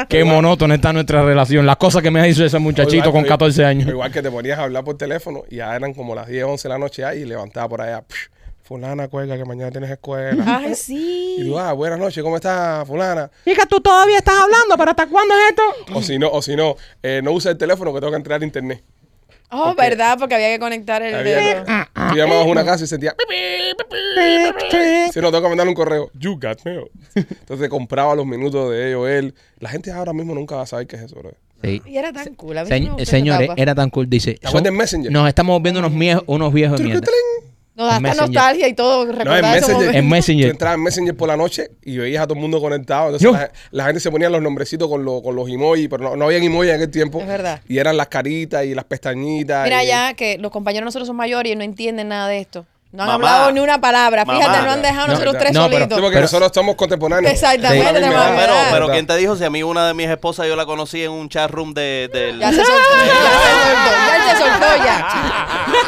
[SPEAKER 6] Qué monótona está nuestra relación. Las cosas que me ha dicho ese muchachito con 14 años.
[SPEAKER 1] Igual que te ponías a hablar por teléfono y ya eran como las 10, 11 de la noche ya, y levantaba por allá. "Psh, Fulana, cuelga que mañana tienes escuela.
[SPEAKER 5] Ay,
[SPEAKER 1] Y
[SPEAKER 5] sí.
[SPEAKER 1] tú, ah, buenas noches, ¿cómo estás, fulana?
[SPEAKER 6] Chica, tú todavía estás hablando, pero ¿hasta cuándo es esto?
[SPEAKER 1] O si no, o si no, eh, no usa el teléfono que tengo que entrar a internet.
[SPEAKER 5] Oh, verdad, porque había que conectar el
[SPEAKER 1] Había-
[SPEAKER 5] dedo.
[SPEAKER 1] Tú llamabas a una casa y sentías, "Pipi, pipi, pipi". si no, tengo que mandar un correo, you got mail. Entonces compraba los minutos de ellos, él. La gente ahora mismo nunca va a saber qué es eso, bro.
[SPEAKER 6] Sí.
[SPEAKER 5] Y era tan cool. A mí
[SPEAKER 6] Señ-
[SPEAKER 5] no me gusta esa
[SPEAKER 6] señores,
[SPEAKER 5] etapa.
[SPEAKER 6] era tan cool. Dice,
[SPEAKER 1] ¿Te
[SPEAKER 6] son-
[SPEAKER 1] acuerdas de Messenger?
[SPEAKER 6] nos estamos viendo unos, mie- unos viejos de mierda.
[SPEAKER 5] Nos da
[SPEAKER 6] en
[SPEAKER 5] hasta
[SPEAKER 6] Messenger.
[SPEAKER 5] nostalgia y todo.
[SPEAKER 1] No,
[SPEAKER 5] Recordar
[SPEAKER 1] en
[SPEAKER 5] esos
[SPEAKER 1] Messenger.
[SPEAKER 5] momentos.
[SPEAKER 6] En
[SPEAKER 1] Yo
[SPEAKER 6] Messenger.
[SPEAKER 1] entraba en Messenger por la noche y veías a todo el mundo conectado. Entonces
[SPEAKER 6] Yo.
[SPEAKER 1] la, la gente se ponía los nombrecitos con, lo- con los emojis, pero no, no había emojis en aquel tiempo.
[SPEAKER 5] Es verdad.
[SPEAKER 1] Y eran las caritas y las pestañitas.
[SPEAKER 5] Mira
[SPEAKER 1] y-
[SPEAKER 5] ya que los compañeros nosotros son mayores y no entienden nada de esto. No han
[SPEAKER 4] Mamá.
[SPEAKER 5] hablado ni una palabra. Fíjate,
[SPEAKER 4] Mamá.
[SPEAKER 5] no han dejado a
[SPEAKER 1] No,
[SPEAKER 5] nosotros
[SPEAKER 1] no,
[SPEAKER 5] tres
[SPEAKER 6] no, pero-
[SPEAKER 5] solitos.
[SPEAKER 1] Sí, porque
[SPEAKER 6] Pero-
[SPEAKER 1] nosotros somos contemporáneos.
[SPEAKER 5] Exactamente,
[SPEAKER 1] Sí.
[SPEAKER 5] tenemos
[SPEAKER 1] Ah,
[SPEAKER 5] que
[SPEAKER 1] pero-
[SPEAKER 4] Pero,
[SPEAKER 5] verdad.
[SPEAKER 4] pero
[SPEAKER 1] ¿quién
[SPEAKER 4] ¿quién te dijo? Si a mí una de mis esposas yo la conocí en un chat room de, del...
[SPEAKER 5] Ya se soltó, ya se soltó, ya él se soltó ya.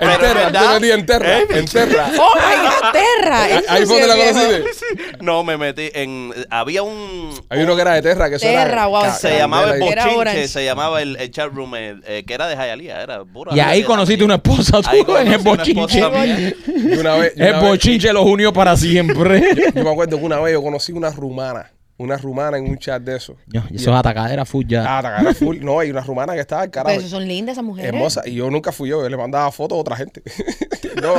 [SPEAKER 1] En
[SPEAKER 4] Pero,
[SPEAKER 1] Terra,
[SPEAKER 4] ¿verdad? Eh,
[SPEAKER 1] yo metí en Terra, en Terra.
[SPEAKER 5] [laughs] Oh my God, Terra.
[SPEAKER 1] Ahí-
[SPEAKER 5] eso
[SPEAKER 1] Ahí fue
[SPEAKER 5] sí
[SPEAKER 1] donde la
[SPEAKER 5] es viejo.
[SPEAKER 1] conociste.
[SPEAKER 4] [laughs] No, me metí en... Había un...
[SPEAKER 1] Hay uno que era de Terra, que eso era-
[SPEAKER 5] Terra, wow.
[SPEAKER 6] Ah,
[SPEAKER 1] ca-
[SPEAKER 4] Se llamaba el
[SPEAKER 1] candela y-
[SPEAKER 5] Era Orange.
[SPEAKER 4] bochinche, se llamaba el, el chat room, el- eh, que era de Jayalía, era pura
[SPEAKER 6] Y ahí
[SPEAKER 4] Jayalía
[SPEAKER 6] conociste una
[SPEAKER 4] también.
[SPEAKER 6] esposa
[SPEAKER 4] Ahí
[SPEAKER 6] tú en el
[SPEAKER 4] conocí una
[SPEAKER 6] bochinche.
[SPEAKER 4] esposa mía.
[SPEAKER 1] y una vez- y
[SPEAKER 6] El
[SPEAKER 1] una vez-
[SPEAKER 6] bochinche los unió para [laughs] siempre.
[SPEAKER 1] Yo me acuerdo que una vez yo conocí una rumana. Una rumana en un chat de eso.
[SPEAKER 6] Yo, eso es atacadera full ya.
[SPEAKER 1] Ah, cara full. No, y una rumana que estaba al
[SPEAKER 5] Pero
[SPEAKER 1] carajo.
[SPEAKER 5] Pues eso son lindas esas mujeres.
[SPEAKER 1] Hermosa. Y yo nunca fui yo, yo le mandaba fotos a otra gente. [laughs] no,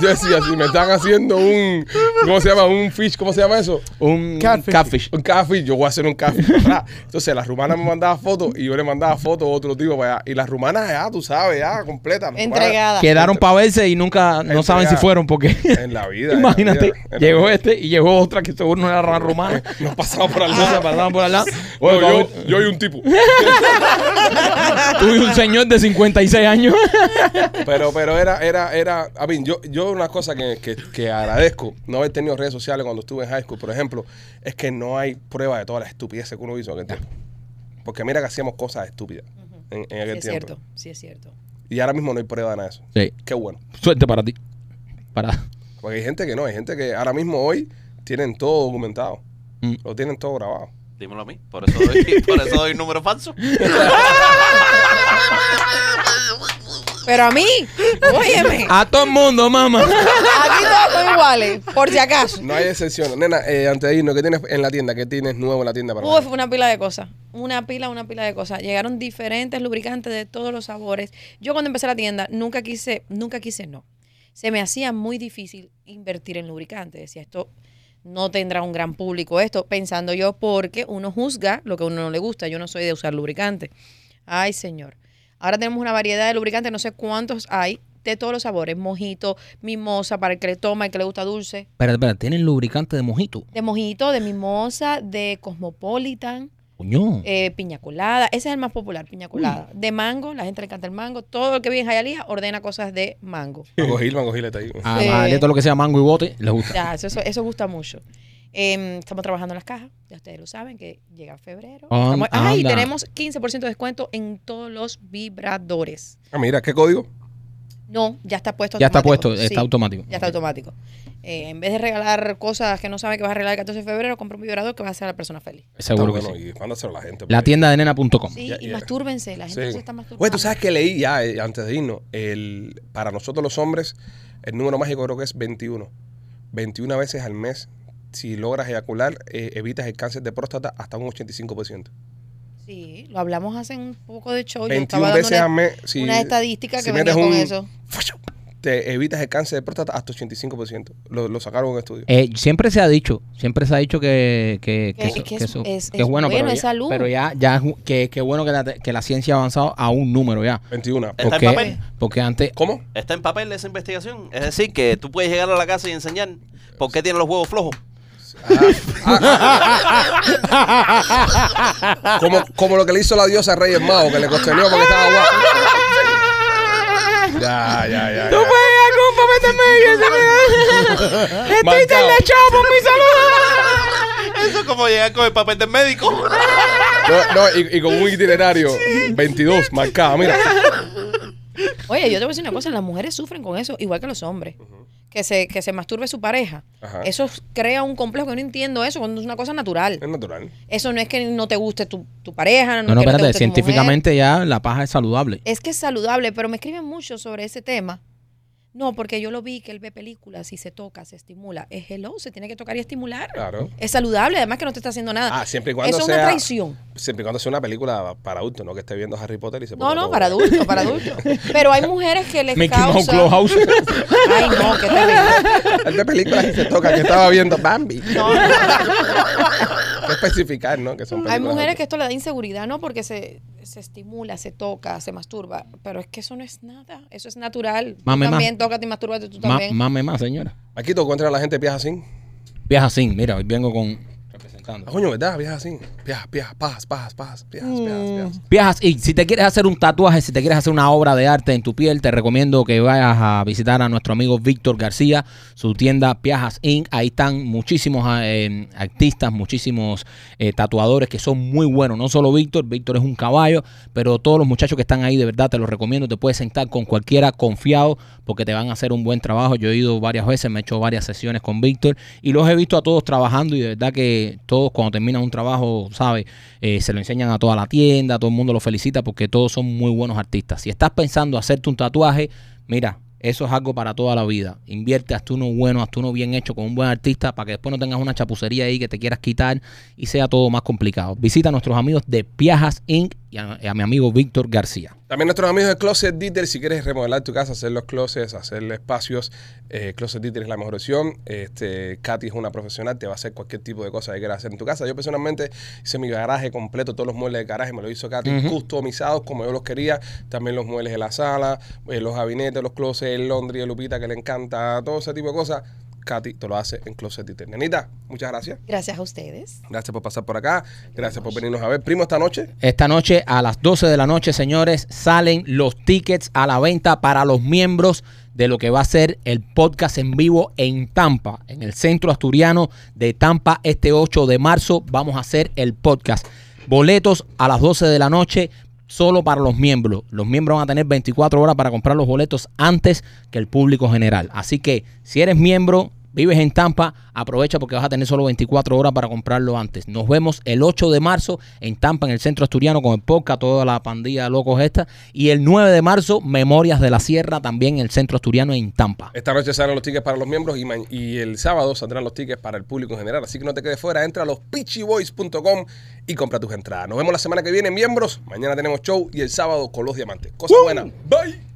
[SPEAKER 1] yo decía, si me están haciendo un, ¿cómo se llama? Un fish, ¿cómo se llama eso?
[SPEAKER 6] Un
[SPEAKER 3] Catfish.
[SPEAKER 6] catfish.
[SPEAKER 1] Un catfish, yo voy a hacer un catfish para atrás. Entonces la rumana me mandaba fotos y yo le mandaba fotos a otro tipo para allá. Y las rumanas ya, tú sabes, ya, completa. las rumanas-
[SPEAKER 5] Entregada.
[SPEAKER 6] Quedaron para verse y nunca, no
[SPEAKER 1] Entregada.
[SPEAKER 6] saben si fueron porque...
[SPEAKER 1] En la vida. en la
[SPEAKER 6] [laughs] Imagínate,
[SPEAKER 1] vida, en la
[SPEAKER 6] llegó
[SPEAKER 1] vida.
[SPEAKER 6] este y llegó otra que seguro no era
[SPEAKER 1] [laughs]
[SPEAKER 6] ran rumana.
[SPEAKER 1] Nos pasamos por al
[SPEAKER 6] Entonces pasaban por al [laughs] lado.
[SPEAKER 1] Bueno,
[SPEAKER 6] Oye,
[SPEAKER 1] yo, yo y un tipo.
[SPEAKER 6] [laughs] Tuve un señor de 56 años. [laughs]
[SPEAKER 1] Pero, pero era, era, era, a mí, yo, yo una cosa que, que, que agradezco no haber tenido redes sociales cuando estuve en high school, por ejemplo, es que no hay prueba de todas las estupideces que uno hizo en aquel tiempo. Porque mira que hacíamos cosas estúpidas en, en
[SPEAKER 5] Sí,
[SPEAKER 1] aquel
[SPEAKER 5] es
[SPEAKER 1] tiempo.
[SPEAKER 5] cierto, sí es cierto.
[SPEAKER 1] Y ahora mismo no hay prueba de nada de eso.
[SPEAKER 6] Sí,
[SPEAKER 1] Qué bueno.
[SPEAKER 6] suerte para ti. Para.
[SPEAKER 1] Porque hay gente que no, hay gente que ahora mismo hoy tienen todo documentado,
[SPEAKER 6] Mm.
[SPEAKER 1] lo tienen todo grabado.
[SPEAKER 4] Dímelo a mí, por eso doy, [laughs] por eso doy número falso.
[SPEAKER 5] Pero a mí, óyeme,
[SPEAKER 6] A todo el mundo,
[SPEAKER 5] [laughs]
[SPEAKER 6] mamá.
[SPEAKER 5] aquí todos son iguales, por si acaso.
[SPEAKER 1] No hay excepción. Nena, eh, antes de irnos, ¿qué tienes en la tienda? ¿Qué tienes nuevo en la tienda para
[SPEAKER 5] Uf,
[SPEAKER 1] mí?
[SPEAKER 5] una pila de cosas. Una pila, una pila de cosas. Llegaron diferentes lubricantes de todos los sabores. Yo cuando empecé la tienda nunca quise, nunca quise no. Se me hacía muy difícil invertir en lubricante. Decía, esto no tendrá un gran público esto, pensando yo, porque uno juzga lo que a uno no le gusta. Yo no soy de usar lubricante. Ay, señor. Ahora tenemos una variedad de lubricantes, no sé cuántos hay, de todos los sabores. Mojito, mimosa, para el que le toma, el que le gusta dulce.
[SPEAKER 6] Espera, espera, tienen lubricante de mojito.
[SPEAKER 5] De mojito, de mimosa, de cosmopolitan
[SPEAKER 6] Coño.
[SPEAKER 5] eh, piña colada, ese es el más popular, piña colada. De mango, la gente le encanta el mango. Todo el que vive en Jayalija ordena cosas de mango.
[SPEAKER 1] Mango Gil, Mango Gil está ahí.
[SPEAKER 6] A
[SPEAKER 5] sí.
[SPEAKER 6] María, todo lo que sea mango y bote, les gusta.
[SPEAKER 5] Ya, eso, eso, eso gusta mucho. Em, estamos trabajando en las cajas, ya ustedes lo saben, que llega febrero.
[SPEAKER 6] Ah,
[SPEAKER 5] Estamos- ah, y
[SPEAKER 6] anda.
[SPEAKER 5] tenemos 15% de descuento en todos los vibradores.
[SPEAKER 1] Ah, mira, ¿qué código?
[SPEAKER 5] No, ya está puesto
[SPEAKER 6] Ya está
[SPEAKER 5] automático,
[SPEAKER 6] puesto,
[SPEAKER 5] sí.
[SPEAKER 6] está automático.
[SPEAKER 5] Ya está automático. Eh, en vez de regalar cosas que no sabe que vas a regalar el 14 de febrero, compra un vibrador que va a hacer a la persona feliez.
[SPEAKER 6] Seguro que
[SPEAKER 1] Está
[SPEAKER 6] sí.
[SPEAKER 1] bueno, Y mándaselo a la gente.
[SPEAKER 6] La
[SPEAKER 1] porque-
[SPEAKER 6] tienda de nena.com.
[SPEAKER 5] Sí,
[SPEAKER 1] Ya,
[SPEAKER 5] y
[SPEAKER 1] ya.
[SPEAKER 5] mastúrbense, la gente
[SPEAKER 1] Sí.
[SPEAKER 5] se está masturbando.
[SPEAKER 1] Oye, tú sabes que leí ya eh, antes de irnos, el, para nosotros los hombres, el número mágico creo que es 21. 21 veces al mes, si logras eyacular, eh, evitas el cáncer de próstata hasta un 85%.
[SPEAKER 5] Sí, lo hablamos hace un poco de show. Yo
[SPEAKER 1] 21
[SPEAKER 5] estaba dando
[SPEAKER 1] veces
[SPEAKER 5] una-
[SPEAKER 1] al mes, si,
[SPEAKER 5] una estadística
[SPEAKER 1] si
[SPEAKER 5] que venía
[SPEAKER 1] metes
[SPEAKER 5] con
[SPEAKER 1] un-
[SPEAKER 5] eso.
[SPEAKER 1] te evitas el cáncer de próstata hasta 85%. Lo, lo sacaron en un estudio.
[SPEAKER 6] Eh, siempre se ha dicho, siempre se ha dicho que, que, que
[SPEAKER 5] Que-
[SPEAKER 6] eso-
[SPEAKER 5] que
[SPEAKER 6] que
[SPEAKER 5] es-
[SPEAKER 6] eso-
[SPEAKER 5] es-
[SPEAKER 6] que
[SPEAKER 5] es bueno,
[SPEAKER 6] pero,
[SPEAKER 5] es
[SPEAKER 6] ya,
[SPEAKER 5] salud.
[SPEAKER 6] pero ya, ya es un- que, que bueno que la, te- que la ciencia ha avanzado a un número ya.
[SPEAKER 1] 21.
[SPEAKER 4] Está en
[SPEAKER 6] Porque-
[SPEAKER 4] papel.
[SPEAKER 6] Porque [laughs] antes,
[SPEAKER 1] ¿Cómo?
[SPEAKER 4] Está en papel esa investigación. Es decir, que tú puedes llegar a la casa y enseñar por qué tiene los huevos flojos.
[SPEAKER 6] Ah.
[SPEAKER 1] Como, como lo que le hizo la diosa a Reyes Mago, que le cuestionó porque estaba guapo. Ya, ya, ya. ya.
[SPEAKER 6] Estoy
[SPEAKER 1] Mancao.
[SPEAKER 6] por mi salud.
[SPEAKER 4] Eso es como llegar con el papel del médico.
[SPEAKER 1] No, no, y, y con un itinerario 22 marcado, mira.
[SPEAKER 5] Oye, yo te voy a decir una cosa, las mujeres sufren con eso, igual que los hombres. Que se, que se masturbe su pareja.
[SPEAKER 1] Ajá.
[SPEAKER 5] Eso crea un complejo que no entiendo eso, cuando es una cosa natural.
[SPEAKER 1] Es natural.
[SPEAKER 5] Eso no es que no te guste tu, tu pareja, no,
[SPEAKER 2] Ah, No, no,
[SPEAKER 5] es que no te
[SPEAKER 2] espérate,
[SPEAKER 5] guste tu mujer.
[SPEAKER 2] científicamente ya la paja es saludable.
[SPEAKER 5] Es que es saludable, pero me escriben mucho sobre ese tema. No, porque yo lo vi que él ve películas y se toca, se estimula. Es hello, se tiene que tocar y estimular.
[SPEAKER 1] Claro.
[SPEAKER 5] Es saludable, además que no te está haciendo nada.
[SPEAKER 1] Ah, siempre y cuando
[SPEAKER 5] Eso
[SPEAKER 1] sea,
[SPEAKER 5] es una traición.
[SPEAKER 1] Siempre y cuando sea una película para adultos, no que esté viendo Harry Potter y se
[SPEAKER 5] No,
[SPEAKER 1] ponga
[SPEAKER 5] no,
[SPEAKER 1] todo-
[SPEAKER 5] para
[SPEAKER 1] [laughs]
[SPEAKER 5] adultos, para adultos. Pero hay mujeres que les
[SPEAKER 2] Mickey Mouse [laughs]
[SPEAKER 5] causa...
[SPEAKER 2] Clubhouse.
[SPEAKER 5] Ay, no, qué terrible.
[SPEAKER 1] Es de películas que se toca, que estaba viendo Bambi.
[SPEAKER 5] No, no.
[SPEAKER 1] Hay que especificar, ¿no? Que son
[SPEAKER 5] Hay
[SPEAKER 1] películas
[SPEAKER 5] mujeres que
[SPEAKER 1] adultas.
[SPEAKER 5] esto le da inseguridad, ¿no? Porque se, se estimula, se toca, se masturba. Pero es que eso no es nada. Eso es natural. Tú
[SPEAKER 2] Mame, ma.
[SPEAKER 5] también tócate y mastúrbate tú
[SPEAKER 2] Ma-
[SPEAKER 5] también.
[SPEAKER 2] Mame más, señora.
[SPEAKER 1] Maquito, contra la gente viaja así.
[SPEAKER 2] Viaja así, mira, hoy vengo con... Representando.
[SPEAKER 1] Ah, coño, ¿verdad? Viaja así. Viaja, viaja, pajas, pajas, pajas, viajas, viajas, viajas.
[SPEAKER 2] Viajas y si te quieres hacer un tatuaje, si te quieres hacer una obra de arte en tu piel, te recomiendo que vayas a visitar a nuestro amigo Víctor García, su tienda Piajas Inc. Ahí están muchísimos eh, artistas, muchísimos eh, tatuadores que son muy buenos. No solo Víctor, Víctor es un caballo, pero todos los muchachos que están ahí, de verdad, te los recomiendo. Te puedes sentar con cualquiera confiado porque te van a hacer un buen trabajo. Yo he ido varias veces, me he hecho varias sesiones con Víctor y los he visto a todos trabajando y de verdad que todos cuando terminan un trabajo, ¿sabes? Eh, se lo enseñan a toda la tienda, todo el mundo lo felicita porque todos son muy buenos artistas. Si estás pensando hacerte un tatuaje, mira, eso es algo para toda la vida. Invierte, hazte uno bueno, hazte uno bien hecho con un buen artista para que después no tengas una chapucería ahí que te quieras quitar y sea todo más complicado. Visita a nuestros amigos de Piajas Inc. y a- y a mi amigo Víctor García.
[SPEAKER 1] También nuestros amigos de Closet Dieter, si quieres remodelar tu casa, hacer los closets, hacerle espacios, eh, Closet Dieter es la mejor opción. Este, Katy es una profesional, te va a hacer cualquier tipo de cosa que quieras hacer en tu casa. Yo personalmente hice mi garaje completo, todos los muebles de garaje me lo hizo Katy, customizados como yo los quería. También los muebles de la sala, eh, los gabinetes, los closets, el laundry de Lupita que le encanta, todo ese tipo de cosas. Katy te lo hace en Closet Dieter. Nenita, muchas gracias.
[SPEAKER 5] Gracias a ustedes.
[SPEAKER 1] Gracias por pasar por acá. Gracias por venirnos a ver. Primo, esta noche.
[SPEAKER 2] Esta noche a las 12 de la noche, señores, salen los tickets a la venta para los miembros de lo que va a ser el podcast en vivo en Tampa, en el centro asturiano de Tampa, este 8 de marzo. Vamos a hacer el podcast. Boletos a las 12 de la noche, solo para los miembros. Los miembros van a tener 24 horas para comprar los boletos antes que el público general. Así que si eres miembro, vives en Tampa, aprovecha porque vas a tener solo 24 horas para comprarlo antes. Nos vemos el 8 de marzo en Tampa, en el centro asturiano, con el podcast, toda la pandilla de locos esta. Y el 9 de marzo, Memorias de la Sierra, también en el centro asturiano en Tampa.
[SPEAKER 1] Esta noche salen los tickets para los miembros y, ma- y el sábado saldrán los tickets para el público en general. Así que no te quedes fuera, entra a los pitchyboys.com y compra tus entradas. Nos vemos la semana que viene, miembros. Mañana tenemos show y el sábado con los diamantes. Cosa buena. Bye.